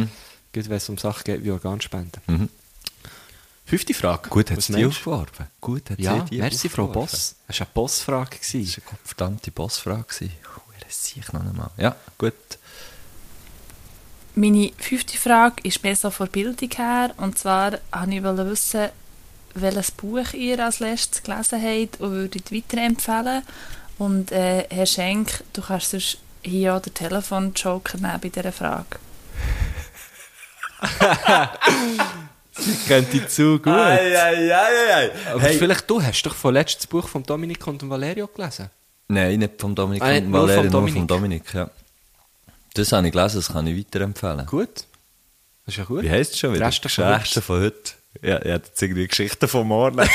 [SPEAKER 5] Gut, wenn es um Sachen geht wie Organspenden. Fünfte Frage.
[SPEAKER 2] Gut hat
[SPEAKER 5] Was
[SPEAKER 2] sie die
[SPEAKER 5] meinst du?
[SPEAKER 2] aufgeworfen. Gut hat
[SPEAKER 5] Ja,
[SPEAKER 2] sie die
[SPEAKER 5] merci Frau
[SPEAKER 2] aufgeworfen.
[SPEAKER 5] Boss. Das war eine Boss-Frage.
[SPEAKER 2] Das war eine verdammte Bossfrage. Huere, sieh ich noch einmal. Ja, gut.
[SPEAKER 6] Meine fünfte Frage ist mehr so von Bildung her. Und zwar wollte ich wissen, welches Buch ihr als letztes gelesen habt und würdet weiterempfehlen. Und äh, Herr Schenk, du kannst sonst hier auch den Telefon-Joker nehmen bei dieser Frage.
[SPEAKER 5] Könnte zu gut.
[SPEAKER 2] ei, ei, ei.
[SPEAKER 5] Aber vielleicht du hast doch von letztes Buch von Dominik und dem Valerio gelesen.
[SPEAKER 2] Nein, nicht vom Dominik.
[SPEAKER 5] Ah, nicht
[SPEAKER 2] von
[SPEAKER 5] nur vom
[SPEAKER 2] Valerio, nur
[SPEAKER 5] Dominik.
[SPEAKER 2] vom Dominik. Ja. Das habe ich gelesen, das kann ich weiterempfehlen.
[SPEAKER 5] Gut. Das ist ja gut.
[SPEAKER 2] Wie heisst es schon wieder?
[SPEAKER 5] Reste von
[SPEAKER 2] Geschichten von heute. Ja, ja, jetzt irgendwie Geschichten von morgen. Nein,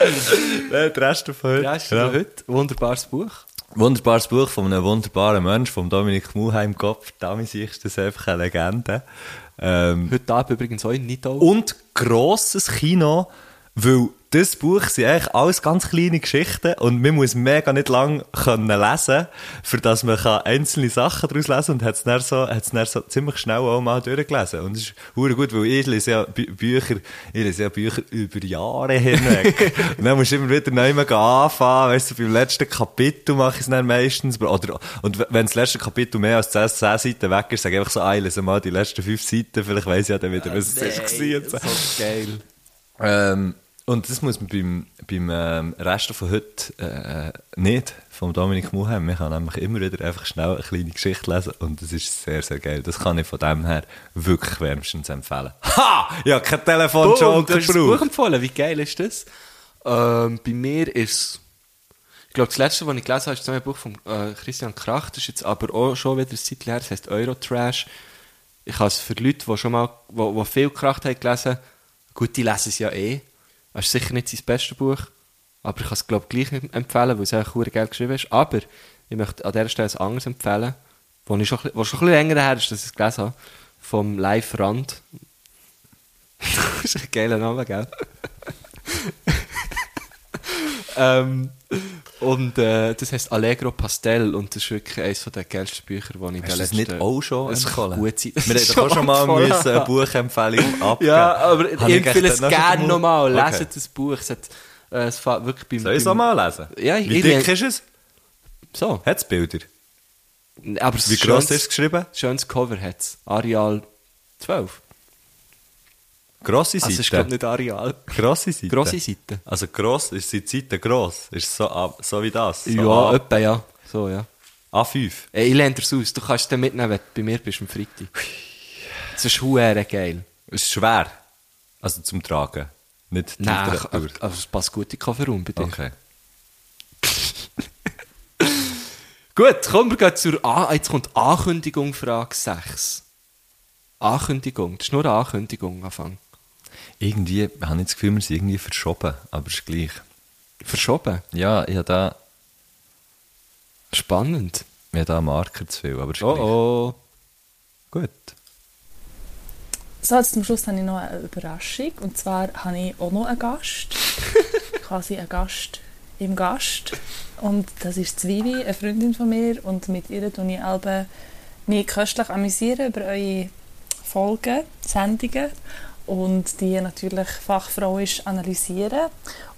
[SPEAKER 2] die Reste von heute.
[SPEAKER 5] Ja, ist
[SPEAKER 2] Ja.
[SPEAKER 5] ja. heute. Wunderbares Buch.
[SPEAKER 2] Wunderbares Buch von einem wunderbaren Mensch, von Dominik Muheim Kopf. Damit ist das einfach eine Legende. Ähm,
[SPEAKER 5] Heute Abend übrigens auch in Nidau.
[SPEAKER 2] und grosses Kino, weil das Buch sind eigentlich alles ganz kleine Geschichten und man muss mega nicht lang können lesen, für dass man kann einzelne Sachen daraus lesen und hat es dann, so, hat's dann so ziemlich schnell auch mal durchgelesen. Und es ist hure gut, weil ich lese ja Bü Bücher, ich lese ja Bücher über Jahre hinweg. und dann musst du immer wieder neu anfangen, weißt du, beim letzten Kapitel mache ich es dann meistens. Oder, und w- wenn das letzte Kapitel mehr als 10, 10 Seiten weg ist, sage ich einfach so, ah, ich lese mal die letzten 5 Seiten, vielleicht weiss ich ja dann wieder, was es ist. gewesen. Und so.
[SPEAKER 5] geil.
[SPEAKER 2] Ähm, und das muss man beim, beim ähm, Rest von heute äh, nicht, vom Dominik Muheim. Man kann nämlich immer wieder einfach schnell eine kleine Geschichte lesen und das ist sehr, sehr geil. Das kann ich von dem her wirklich wärmstens empfehlen. Ha! Ja, kein
[SPEAKER 5] Boom,
[SPEAKER 2] Telefon-Joker
[SPEAKER 5] du hast das Buch
[SPEAKER 2] gebraucht.
[SPEAKER 5] empfohlen. Wie geil ist das? Ähm, bei mir ist ich glaube, das letzte, was ich gelesen habe, ist so ein Buch von äh, Christian Krach. Das ist jetzt aber auch schon wieder ein Zeit her. Das heisst Eurotrash. Ich habe es für Leute, die schon mal wo, wo viel Kracht haben gelesen. Gut, die lesen es ja eh. Es ist sicher nicht sein bestes Buch. Aber ich kann es, glaube ich, gleich empfehlen, weil es eigentlich cool geil geschrieben ist. Aber ich möchte an dieser Stelle ein anderes empfehlen, wo ich schon, ein bisschen- wo schon ein bisschen länger her ist, dass ich es gelesen habe. Vom Live Rand. das ist ein geiler Name, gell? ähm, und äh, das heißt Allegro Pastel und das ist wirklich eines der geilsten Bücher, die ich in
[SPEAKER 2] Hast
[SPEAKER 5] der
[SPEAKER 2] du das nicht auch schon
[SPEAKER 5] Es kann
[SPEAKER 2] empfohlen?
[SPEAKER 5] gut sein.
[SPEAKER 2] Wir hätten auch schon mal
[SPEAKER 5] Empfohlen.
[SPEAKER 2] müssen eine Buchempfehlung abgeben.
[SPEAKER 5] Ja, aber
[SPEAKER 2] Habe
[SPEAKER 5] ich empfehle
[SPEAKER 2] echt
[SPEAKER 5] es
[SPEAKER 2] noch
[SPEAKER 5] gerne
[SPEAKER 2] schon-
[SPEAKER 5] nochmal.
[SPEAKER 2] Okay.
[SPEAKER 5] Leset das Buch. Es, hat, äh, es fängt wirklich beim...
[SPEAKER 2] Soll ich es auch
[SPEAKER 5] beim-
[SPEAKER 2] mal lesen?
[SPEAKER 5] Ja, ich-
[SPEAKER 2] Wie
[SPEAKER 5] ich-
[SPEAKER 2] dick ist es?
[SPEAKER 5] So.
[SPEAKER 2] Hat es Bilder?
[SPEAKER 5] Aber es
[SPEAKER 2] Wie
[SPEAKER 5] ist
[SPEAKER 2] gross ist
[SPEAKER 5] schönes-
[SPEAKER 2] es geschrieben?
[SPEAKER 5] Schönes Cover hat es. Areal 12.
[SPEAKER 2] Grosse Seite?
[SPEAKER 5] Also ich glaube nicht Areal.
[SPEAKER 2] Grosse Seite?
[SPEAKER 5] Grosse Seite.
[SPEAKER 2] Also gross, ist die Seite gross? Ist so, A- so wie das? So
[SPEAKER 5] ja,
[SPEAKER 2] A-
[SPEAKER 5] etwa ja. So, ja.
[SPEAKER 2] A5?
[SPEAKER 5] Ey, ich lerne das aus. Du kannst es dann mitnehmen, wenn du bei mir bist am Freitag. Das ist huere geil.
[SPEAKER 2] Es ist schwer. Also zum Tragen. Nicht die
[SPEAKER 5] Nein, ich-
[SPEAKER 2] Literatur.
[SPEAKER 5] also es passt gut in den Cover um bei dir.
[SPEAKER 2] Okay.
[SPEAKER 5] Gut, kommen wir gleich zur A jetzt kommt Ankündigung Frage 6. Ankündigung, das ist nur eine Ankündigung am Anfang.
[SPEAKER 2] Irgendwie habe ich das Gefühl, wir sind irgendwie verschoben. Aber es ist gleich.
[SPEAKER 5] Verschoben.
[SPEAKER 2] Ja, ich habe da,
[SPEAKER 5] Spannend.
[SPEAKER 2] ich habe da einen Marker zu viel. Aber es ist
[SPEAKER 5] Oh
[SPEAKER 2] gleich.
[SPEAKER 5] oh.
[SPEAKER 2] Gut.
[SPEAKER 6] So, jetzt zum Schluss habe ich noch eine Überraschung. Und zwar habe ich auch noch einen Gast. Quasi einen Gast im Gast. Und das ist Zwiwi, eine Freundin von mir. Und mit ihr tue ich alle mich köstlich amüsieren über eure Folgen, Sendungen. Und die natürlich fachfrauisch analysieren.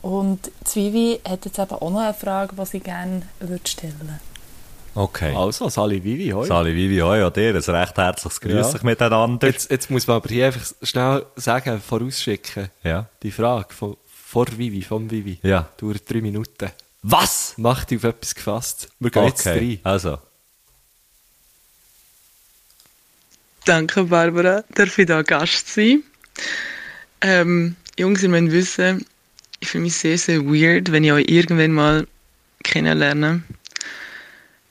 [SPEAKER 6] Und Zwiwi hat jetzt eben auch noch eine Frage, die sie gerne würde stellen
[SPEAKER 2] Okay.
[SPEAKER 5] Also, Sali Vivi, hoi.
[SPEAKER 2] Sali Vivi, hoi an dir. Ein recht herzliches Grüß
[SPEAKER 5] Ja.
[SPEAKER 2] euch miteinander.
[SPEAKER 5] Jetzt, jetzt muss man aber hier einfach schnell sagen, vorausschicken.
[SPEAKER 2] Ja.
[SPEAKER 5] Die Frage von, vor Vivi, vom Vivi,
[SPEAKER 2] Ja.
[SPEAKER 5] dauert drei Minuten.
[SPEAKER 2] Was?
[SPEAKER 5] Mach dich auf etwas gefasst. Wir gehen jetzt rein.
[SPEAKER 2] Also.
[SPEAKER 7] Danke, Barbara. Darf ich da Gast sein? Ähm, Jungs, ihr müsst wissen, ich fühle mich sehr, sehr weird, wenn ich euch irgendwann mal kennenlerne.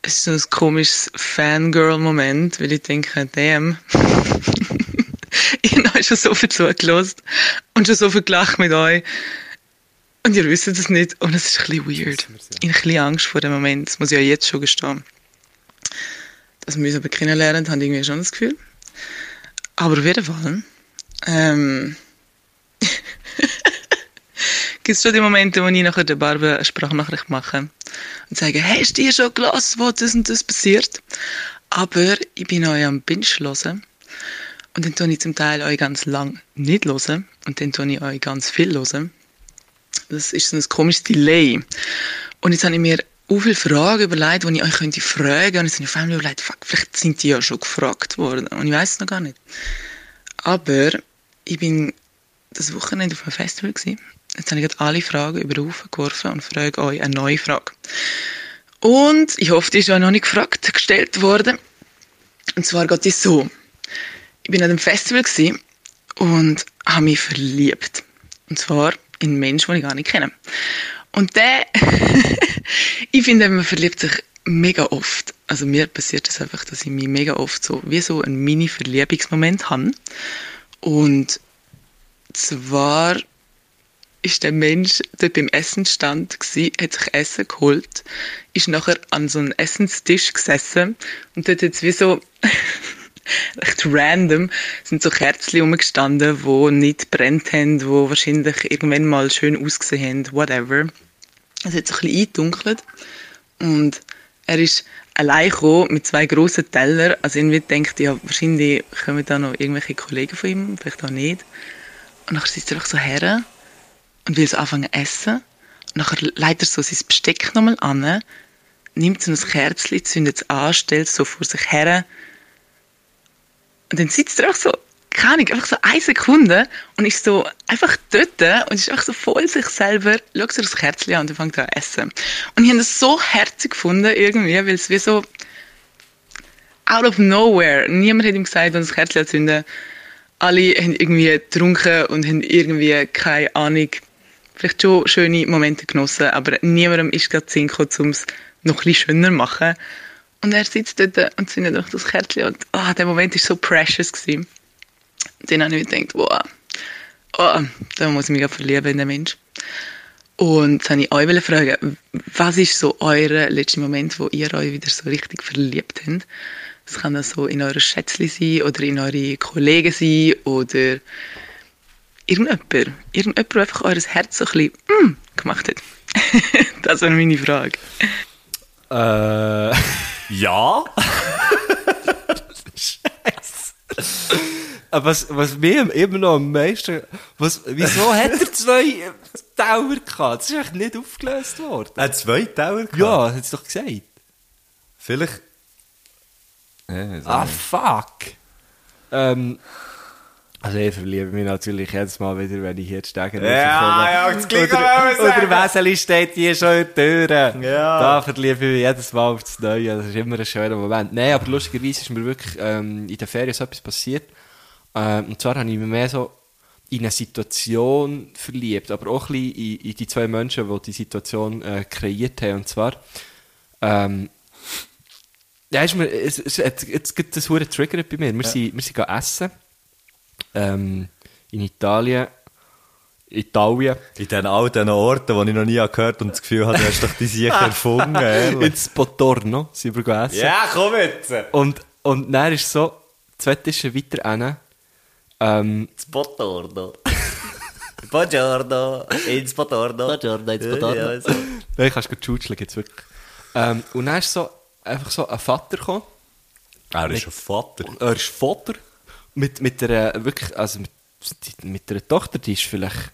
[SPEAKER 7] Es ist so ein komisches Fangirl-Moment, weil ich denke, damn. ich habe euch schon so viel zugelassen und schon so viel gelacht mit euch. Und ihr wisst das nicht. Und es ist ein bisschen weird. Ich habe ein bisschen Angst vor dem Moment. Das muss ich ja jetzt schon gestehen. Dass wir uns aber kennenlernen, habe ich irgendwie schon das Gefühl. Aber auf jeden Fall. Ähm, Gibt es schon die Momente, wo ich nachher der Barbara eine Sprachnachricht mache und sage, hey, hast du dir schon gelassen, wo das und das passiert? Aber ich bin euch am Binge hören. Und dann tue ich zum Teil euch ganz lang nicht hören. Und dann tue ich euch ganz viel hören. Das ist so ein komisches Delay. Und jetzt habe ich mir so viele Fragen überlegt, die ich euch könnte fragen könnte. Und jetzt habe ich auf einmal überlegt, fuck, vielleicht sind die ja schon gefragt worden. Und ich weiß es noch gar nicht. Aber ich bin das Wochenende auf einem Festival gewesen. Jetzt habe ich gerade alle Fragen über den Haufen geworfen und frage euch eine neue Frage. Und ich hoffe, die ist euch noch nicht gefragt, gestellt worden. Und zwar geht die so. Ich bin an dem Festival gewesen und habe mich verliebt. Und zwar in einen Menschen, den ich gar nicht kenne. Und der, ich finde, man verliebt sich mega oft. Also mir passiert das einfach, dass ich mich mega oft so, wie so einen Mini-Verliebungsmoment habe. Und zwar ist der Mensch dort beim Essenstand gsi, hat sich Essen geholt, ist nachher an so einen Essenstisch gesessen und dort jetzt wie so recht random sind so Kerzchen rumgestanden, wo nicht brennt haben, wo wahrscheinlich irgendwann mal schön ausgesehen haben, whatever. Es hat so ein bisschen eingedunkelt und er ist allein gekommen mit zwei grossen Tellern. Also irgendwie denkt ja, wahrscheinlich kommen da noch irgendwelche Kollegen von ihm, vielleicht auch nicht. Und nachher sitzt er einfach so her und will so anfangen zu essen. Und nachher leitet er so sein Besteck nochmal an, nimmt so ein Kerzchen, zündet es an, stellt es so vor sich her. Und dann sitzt er einfach so, keine Ahnung, einfach so eine Sekunde und ist so einfach dort und ist einfach so voll sich selber, schaut so das Kerzchen an und fängt an zu essen. Und ich habe das so herzig gefunden irgendwie, weil es wie so out of nowhere, niemand hat ihm gesagt, dass das Kerzchen anzünden alle haben irgendwie getrunken und haben irgendwie keine Ahnung, vielleicht schon schöne Momente genossen, aber niemandem ist gerade Sinn gekommen, um es noch ein bisschen schöner zu machen. Und er sitzt dort und zündet noch das Kerzchen und ah, der Moment war so precious. Gewesen. Dann habe ich mir gedacht, wow, oh, da muss ich mich grad verlieben in den Mensch. Und jetzt wollte ich euch fragen, was ist so euer letzter Moment, wo ihr euch wieder so richtig verliebt habt? Das kann dann so in eure Schätzli sein oder in eure Kollegen sein oder irgendjemand. Irgendjemand, der einfach euer Herz so ein bisschen mm, gemacht hat. das wäre meine Frage.
[SPEAKER 2] Äh, ja. Aber was, was mir immer noch am meisten. Was, wieso hat er zwei Dauer gehabt? Das ist echt nicht aufgelöst worden.
[SPEAKER 8] Ein zweiter Dauer gehabt?
[SPEAKER 5] Ja, hat es doch gesagt.
[SPEAKER 8] Vielleicht. Ja, ich weiß
[SPEAKER 5] Ah,
[SPEAKER 8] auch nicht.
[SPEAKER 5] fuck. Ähm, also ich verliebe mich natürlich jedes Mal wieder, wenn ich hier steige.
[SPEAKER 8] ja, ja, das Gleiche wollte ich
[SPEAKER 5] Oder
[SPEAKER 8] sagen.
[SPEAKER 5] Weseli steht hier schon in der Tür.
[SPEAKER 8] Ja.
[SPEAKER 5] Da verliebe ich mich jedes Mal aufs Neue. Das ist immer ein schöner Moment. Nein, aber lustigerweise ist mir wirklich ähm, in der Ferien so etwas passiert. Ähm, und zwar habe ich mich mehr so in eine Situation verliebt, aber auch ein bisschen in, in die zwei Menschen, die die Situation äh, kreiert haben. Und zwar... Ähm, ja, ist mir, es, es hat jetzt gibt das hure triggert bei mir. Wir sind, wir sind gehen essen. Ähm, in Italien. Italien.
[SPEAKER 2] In den all diesen Orten, die ich noch nie gehört und das Gefühl habe, du hast doch die sicher erfunden.
[SPEAKER 5] In Spotorno sind wir gegessen.
[SPEAKER 2] Ja, komm jetzt!
[SPEAKER 5] Und, und dann ist so, zwei Tische weiter hin, ähm,
[SPEAKER 8] Spotorno. Buongiorno. In Spotorno. Buongiorno, in Spotorno.
[SPEAKER 2] also.
[SPEAKER 8] Ja, so.
[SPEAKER 5] Nein, kannst du tschutscheln, jetzt wirklich. Ähm, und dann ist so, einfach so ein Vater gekommen.
[SPEAKER 2] Ah, Er ist ein Vater.
[SPEAKER 5] Er ist Vater. Mit, mit der, äh, wirklich, also mit, mit der Tochter, die ist vielleicht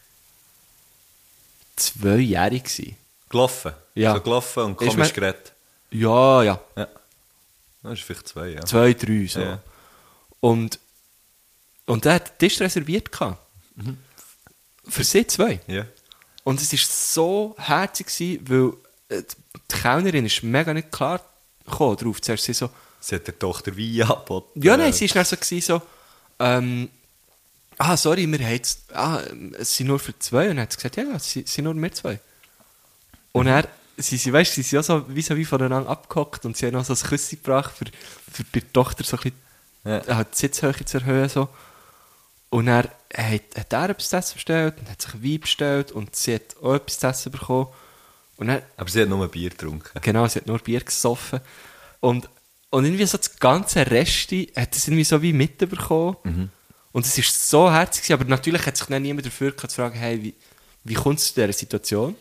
[SPEAKER 5] zweijährig gewesen.
[SPEAKER 2] Gelaufen.
[SPEAKER 5] Ja.
[SPEAKER 2] So gelaufen und
[SPEAKER 5] Ist
[SPEAKER 2] komisch
[SPEAKER 5] mir-
[SPEAKER 2] geredet.
[SPEAKER 5] Ja, ja.
[SPEAKER 2] Ja. Das ist vielleicht zwei, ja.
[SPEAKER 5] Zwei, drei, so.
[SPEAKER 2] Ja.
[SPEAKER 5] Und, und er hat den Tisch reserviert gehabt.
[SPEAKER 2] Mhm.
[SPEAKER 5] Für sie zwei.
[SPEAKER 2] Ja.
[SPEAKER 5] Und es war so herzig, gewesen, weil äh, die Kellnerin ist mega nicht klar gekommen drauf. Zuerst sie so,
[SPEAKER 2] Sie hat der Tochter Wein angeboten.
[SPEAKER 5] ja, nein, sie war dann so, gewesen, so ähm, ah, sorry, wir haben jetzt, ah, es sind nur für zwei. Und dann hat sie gesagt, ja, ja, es sind es sind nur wir zwei. Und er, sie, sie, weißt, sie sind ja so wie so wie voneinander abgehockt und sie haben auch so ein Küsschen gebracht, für, für die Tochter so ein bisschen
[SPEAKER 2] Ja.
[SPEAKER 5] halt die Sitzhöhe zu erhöhen. So. Und er hat, hat er etwas zu essen bestellt und hat sich Wein bestellt und sie hat auch etwas zu essen bekommen. Und dann
[SPEAKER 2] Aber sie hat nur Bier getrunken.
[SPEAKER 5] Genau, sie hat nur Bier gesoffen. Und, und irgendwie so das ganze Reste hat es irgendwie so wie mitbekommen.
[SPEAKER 2] Mhm.
[SPEAKER 5] Und es ist so herzig, gewesen, aber natürlich hat sich dann niemand dafür gehabt, zu fragen, hey, wie, wie kommt es zu dieser Situation?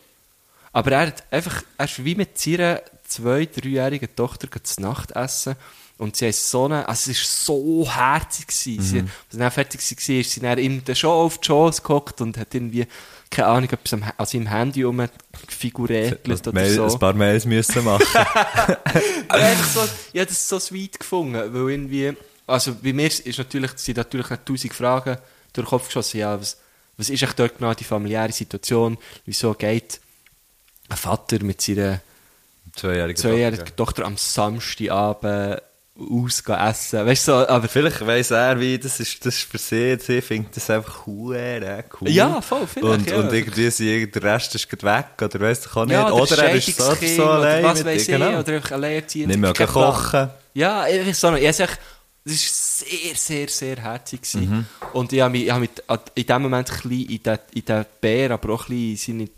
[SPEAKER 5] Aber er hat einfach, er ist wie mit seiner zwei-, dreijährigen Tochter gegangen zu Nacht essen. Und sie haben so eine, also es ist so herzig gewesen. Sie,
[SPEAKER 2] Mhm.
[SPEAKER 5] als sie dann fertig war, ist sie dann ihm dann schon auf die Schoß gehockt und hat irgendwie, keine Ahnung, etwas am, an seinem Handy rumgefiguriert
[SPEAKER 2] Dass die
[SPEAKER 5] oder
[SPEAKER 2] Mail,
[SPEAKER 5] so.
[SPEAKER 2] Ein paar Mails müssen machen.
[SPEAKER 5] Aber einfach so, ich habe das so sweet gefunden, weil irgendwie, also bei mir ist natürlich, sind natürlich nicht tausend Fragen durch den Kopf geschossen, ja, was, was ist echt dort genau die familiäre Situation, wieso geht ein Vater mit seiner
[SPEAKER 2] Zweijährige.
[SPEAKER 5] zweijährigen Tochter am Samstagabend aus gehen essen, weißt du, so, aber
[SPEAKER 2] Vielleicht weiss er, wie das ist, das ist für sie. Sie findet das einfach huere cool.
[SPEAKER 5] Ja, voll, vielleicht,
[SPEAKER 2] Und,
[SPEAKER 5] ja.
[SPEAKER 2] und irgendwie sie, der Rest ist gerade weg, oder weiss ich auch nicht.
[SPEAKER 5] ja, oder
[SPEAKER 2] oder er ist so,
[SPEAKER 5] Scheidungskind
[SPEAKER 2] so allein.
[SPEAKER 5] oder was
[SPEAKER 2] mit-
[SPEAKER 5] weiß ich,
[SPEAKER 2] genau.
[SPEAKER 5] oder einfach alleinerziehend.
[SPEAKER 2] Nicht
[SPEAKER 5] es
[SPEAKER 2] mehr
[SPEAKER 5] gibt keinen Plan.
[SPEAKER 2] kochen.
[SPEAKER 5] Ja, ich weiß auch nicht. Ich sag, es war sehr, sehr, sehr herzig. Mhm. Und ich habe mich, ich habe mich an- in dem Moment ein bisschen in den, in den Bär, aber auch ein bisschen in seine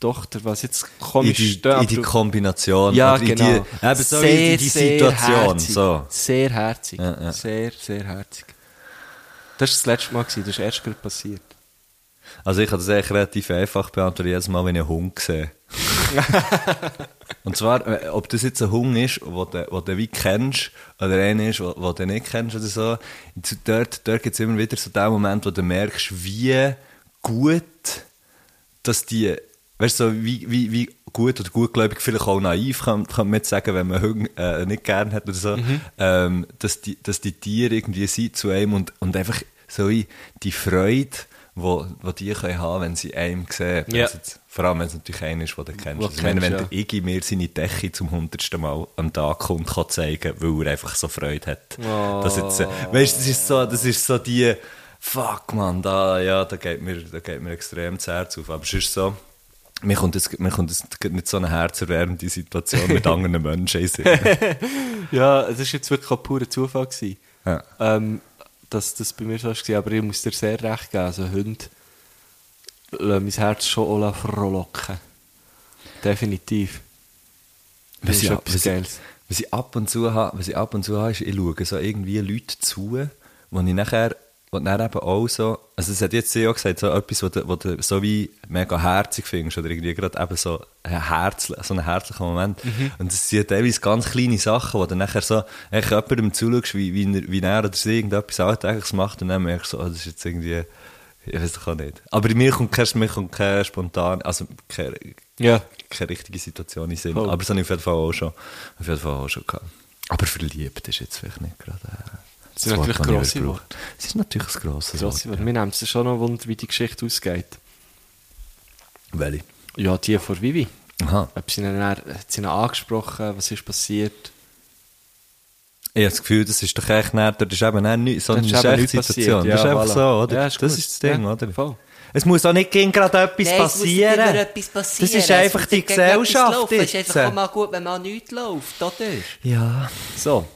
[SPEAKER 5] Tochter, was jetzt
[SPEAKER 2] In
[SPEAKER 5] komisch
[SPEAKER 2] die,
[SPEAKER 5] stehen, aber
[SPEAKER 2] in die
[SPEAKER 5] du-
[SPEAKER 2] Kombination.
[SPEAKER 5] ja,
[SPEAKER 2] oder in
[SPEAKER 5] genau.
[SPEAKER 2] Die, eben so in die, die Situation.
[SPEAKER 5] herzig.
[SPEAKER 2] So.
[SPEAKER 5] Sehr herzig.
[SPEAKER 2] Ja, ja.
[SPEAKER 5] Sehr, sehr herzig. Das war das letzte Mal, gewesen. das ist erst gerade passiert.
[SPEAKER 2] Also ich kann das eigentlich relativ einfach beantworten, jedes Mal, wenn ich einen Hund sehe. Und zwar, äh, ob das jetzt ein Hund ist, wo du, wo du wie kennst, oder einer ist, wo, wo du nicht kennst oder so, zu- dort, dort gibt es immer wieder so den Moment, wo du merkst, wie gut, dass die, weißt du, so wie, wie, wie gut oder gutgläubig, vielleicht auch naiv, kann, kann man jetzt sagen, wenn man Hunde äh, nicht gern hat oder so,
[SPEAKER 5] Mhm.
[SPEAKER 2] ähm, dass, die, dass die Tiere irgendwie sind zu einem und, und einfach so wie die Freude, wo, wo die können haben, wenn sie einem sehen.
[SPEAKER 5] Ja.
[SPEAKER 2] Also jetzt, vor allem, wenn es natürlich einer ist, den du kennst.
[SPEAKER 5] Wo
[SPEAKER 2] Also, ich meine,
[SPEAKER 5] kennst,
[SPEAKER 2] wenn
[SPEAKER 5] ja.
[SPEAKER 2] der Iggy mir seine Decke zum hundertsten Mal am Tag kommt, kann zeigen, weil er einfach so Freude hat. Das jetzt, äh,
[SPEAKER 5] Ah.
[SPEAKER 2] weißt, das ist so, das ist so die, fuck man, da, ja, da geht mir, da geht mir extrem das Herz auf. Aber es ist so, mir kommt jetzt, mir kommt jetzt nicht so eine herzerwärmende Situation mit anderen Menschen in den Sinn.
[SPEAKER 5] Ja, es war jetzt wirklich auch purer Zufall, gewesen,
[SPEAKER 2] Ja.
[SPEAKER 5] ähm, dass das bei mir so war. Aber ich muss dir sehr recht geben. Also, Hunde lassen mein Herz schon auch lassen frohlocken. Definitiv. Das ist
[SPEAKER 2] ich-
[SPEAKER 5] etwas
[SPEAKER 2] ich-
[SPEAKER 5] Geiles.
[SPEAKER 2] Was ich ab und zu habe, was ich ab und zu habe, ist, ich schaue so irgendwie Leute zu, wo ich nachher, wo dann eben auch so, also es hat jetzt sie auch gesagt, so etwas, wo du, wo du so wie mega herzig findest oder irgendwie gerade eben so ein herzlich, so einen herzlichen Moment.
[SPEAKER 5] Mhm.
[SPEAKER 2] Und es sind teilweise ganz kleine Sachen, wo du nachher so echt jemandem zuschaust, wie, wie, er- wie er oder sie irgendetwas Alltägliches macht und dann merkst du so, oh, das ist jetzt irgendwie, ich weiß doch auch nicht. Aber mir kommt kein, mir kommt kein spontan, also kein,
[SPEAKER 5] Ja.
[SPEAKER 2] keine richtige Situation in Sinn.
[SPEAKER 5] Voll.
[SPEAKER 2] Aber das habe ich auf jeden Fall auch schon, auf jeden Fall auch schon gehabt. Aber verliebt ist jetzt vielleicht nicht gerade. Äh, das
[SPEAKER 5] sind natürlich
[SPEAKER 2] das ich
[SPEAKER 5] grosse
[SPEAKER 2] brauche.
[SPEAKER 5] Worte.
[SPEAKER 2] Es ist natürlich ein grosses
[SPEAKER 5] Grosse,
[SPEAKER 2] Wort.
[SPEAKER 5] Mir nimmt es schon noch Wunder, wie die Geschichte ausgeht.
[SPEAKER 2] Welche?
[SPEAKER 5] Ja, die von Vivi.
[SPEAKER 2] Aha.
[SPEAKER 5] Ob sie ihn, dann- äh, hat sie ihn angesprochen, was ist passiert?
[SPEAKER 2] Ich habe das Gefühl, das ist doch echt nicht, dort ist eben nicht nichts, sondern
[SPEAKER 5] ist
[SPEAKER 2] es ist
[SPEAKER 5] eben
[SPEAKER 2] echt
[SPEAKER 5] nichts
[SPEAKER 2] Situation.
[SPEAKER 5] passiert.
[SPEAKER 2] das ist
[SPEAKER 5] Ja,
[SPEAKER 2] einfach
[SPEAKER 5] voilà.
[SPEAKER 2] so, oder?
[SPEAKER 5] Ja,
[SPEAKER 2] das
[SPEAKER 5] ist gut.
[SPEAKER 2] ist das Ding,
[SPEAKER 5] Ja,
[SPEAKER 2] oder?
[SPEAKER 5] voll.
[SPEAKER 2] Es muss auch nicht gegen gerade etwas
[SPEAKER 9] Nein, es muss nicht
[SPEAKER 2] passieren.
[SPEAKER 9] immer etwas passieren.
[SPEAKER 2] Das
[SPEAKER 9] Es
[SPEAKER 2] ist einfach
[SPEAKER 9] muss
[SPEAKER 2] die
[SPEAKER 9] nicht gegen etwas
[SPEAKER 2] Gesellschaft
[SPEAKER 9] laufen. Es ist
[SPEAKER 2] jetzt.
[SPEAKER 9] einfach auch mal gut, wenn mal nichts läuft, oder?
[SPEAKER 2] Ja.
[SPEAKER 5] So.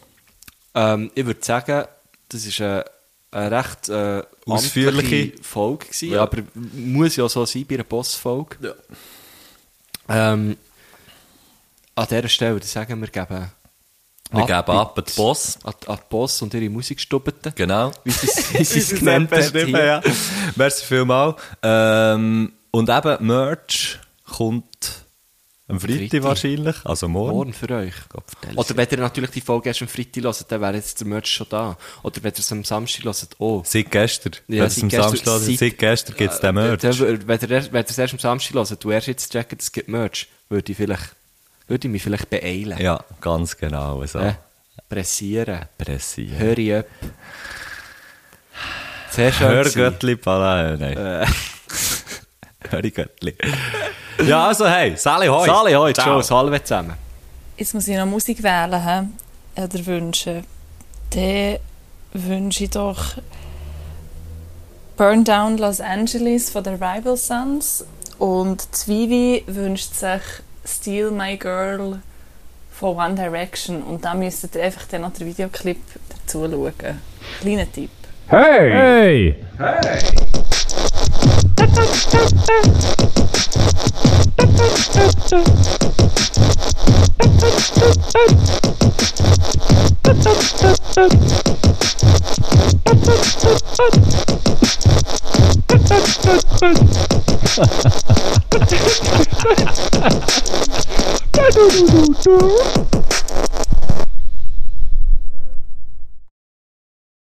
[SPEAKER 5] Ähm, ich würde sagen, das ist eine, eine recht äh,
[SPEAKER 2] Ausführliche.
[SPEAKER 5] amtliche Folge gewesen, aber muss ja so sein bei einer Boss-Folge. Ähm, an dieser Stelle würde ich sagen, wir geben
[SPEAKER 2] Wir geben ab an
[SPEAKER 5] in-
[SPEAKER 2] den Boss.
[SPEAKER 5] An, an die Boss und ihre Musikstubbeten.
[SPEAKER 2] Genau.
[SPEAKER 5] Wie sie es- wie sie es
[SPEAKER 2] Unser
[SPEAKER 5] genannt
[SPEAKER 2] Sepp
[SPEAKER 5] hat
[SPEAKER 2] beschrieben,
[SPEAKER 5] hier.
[SPEAKER 2] ja. Merci vielmals. Ähm, und eben, Merch kommt am Freitag,
[SPEAKER 5] Freitag.
[SPEAKER 2] wahrscheinlich, also morgen.
[SPEAKER 5] Morgen für euch. Oder wenn ihr natürlich die Folge erst am Freitag hört, dann wäre jetzt der Merch schon da. Oder wenn ihr es am Samstag hört, auch.
[SPEAKER 2] Seit gestern. Wenn es
[SPEAKER 5] seit
[SPEAKER 2] am
[SPEAKER 5] gestern-
[SPEAKER 2] Samstag läuft,
[SPEAKER 5] seit-
[SPEAKER 2] seit, gestern gibt es den Merch.
[SPEAKER 5] Äh, Wenn wenn ihr erst- wenn ihr es erst am Samstag hört, du erst jetzt checken, es gibt Merch, würde ich, vielleicht, würde ich mich vielleicht beeilen.
[SPEAKER 2] ja, ganz genau. So.
[SPEAKER 5] Äh, pressieren.
[SPEAKER 2] Pressieren.
[SPEAKER 5] Hör ich ab. Sehr schön. gewesen.
[SPEAKER 2] Hörgöttli Pala. Nein.
[SPEAKER 5] Äh.
[SPEAKER 2] Hörgöttli. ja, also hey, Sally hoi.
[SPEAKER 5] Sali, hoi, ciao,
[SPEAKER 2] Ciao.
[SPEAKER 5] salve zusammen.
[SPEAKER 6] Jetzt muss ich noch Musik wählen he? oder wünschen. Dann wünsche ich doch Burn Down Los Angeles von den Rival Sons. Und Zwiwi wünscht sich Steal My Girl von One Direction. Und da müsstet ihr einfach dann noch den Videoclip dazu schauen. Kleiner Tipp.
[SPEAKER 10] Hey! Hey!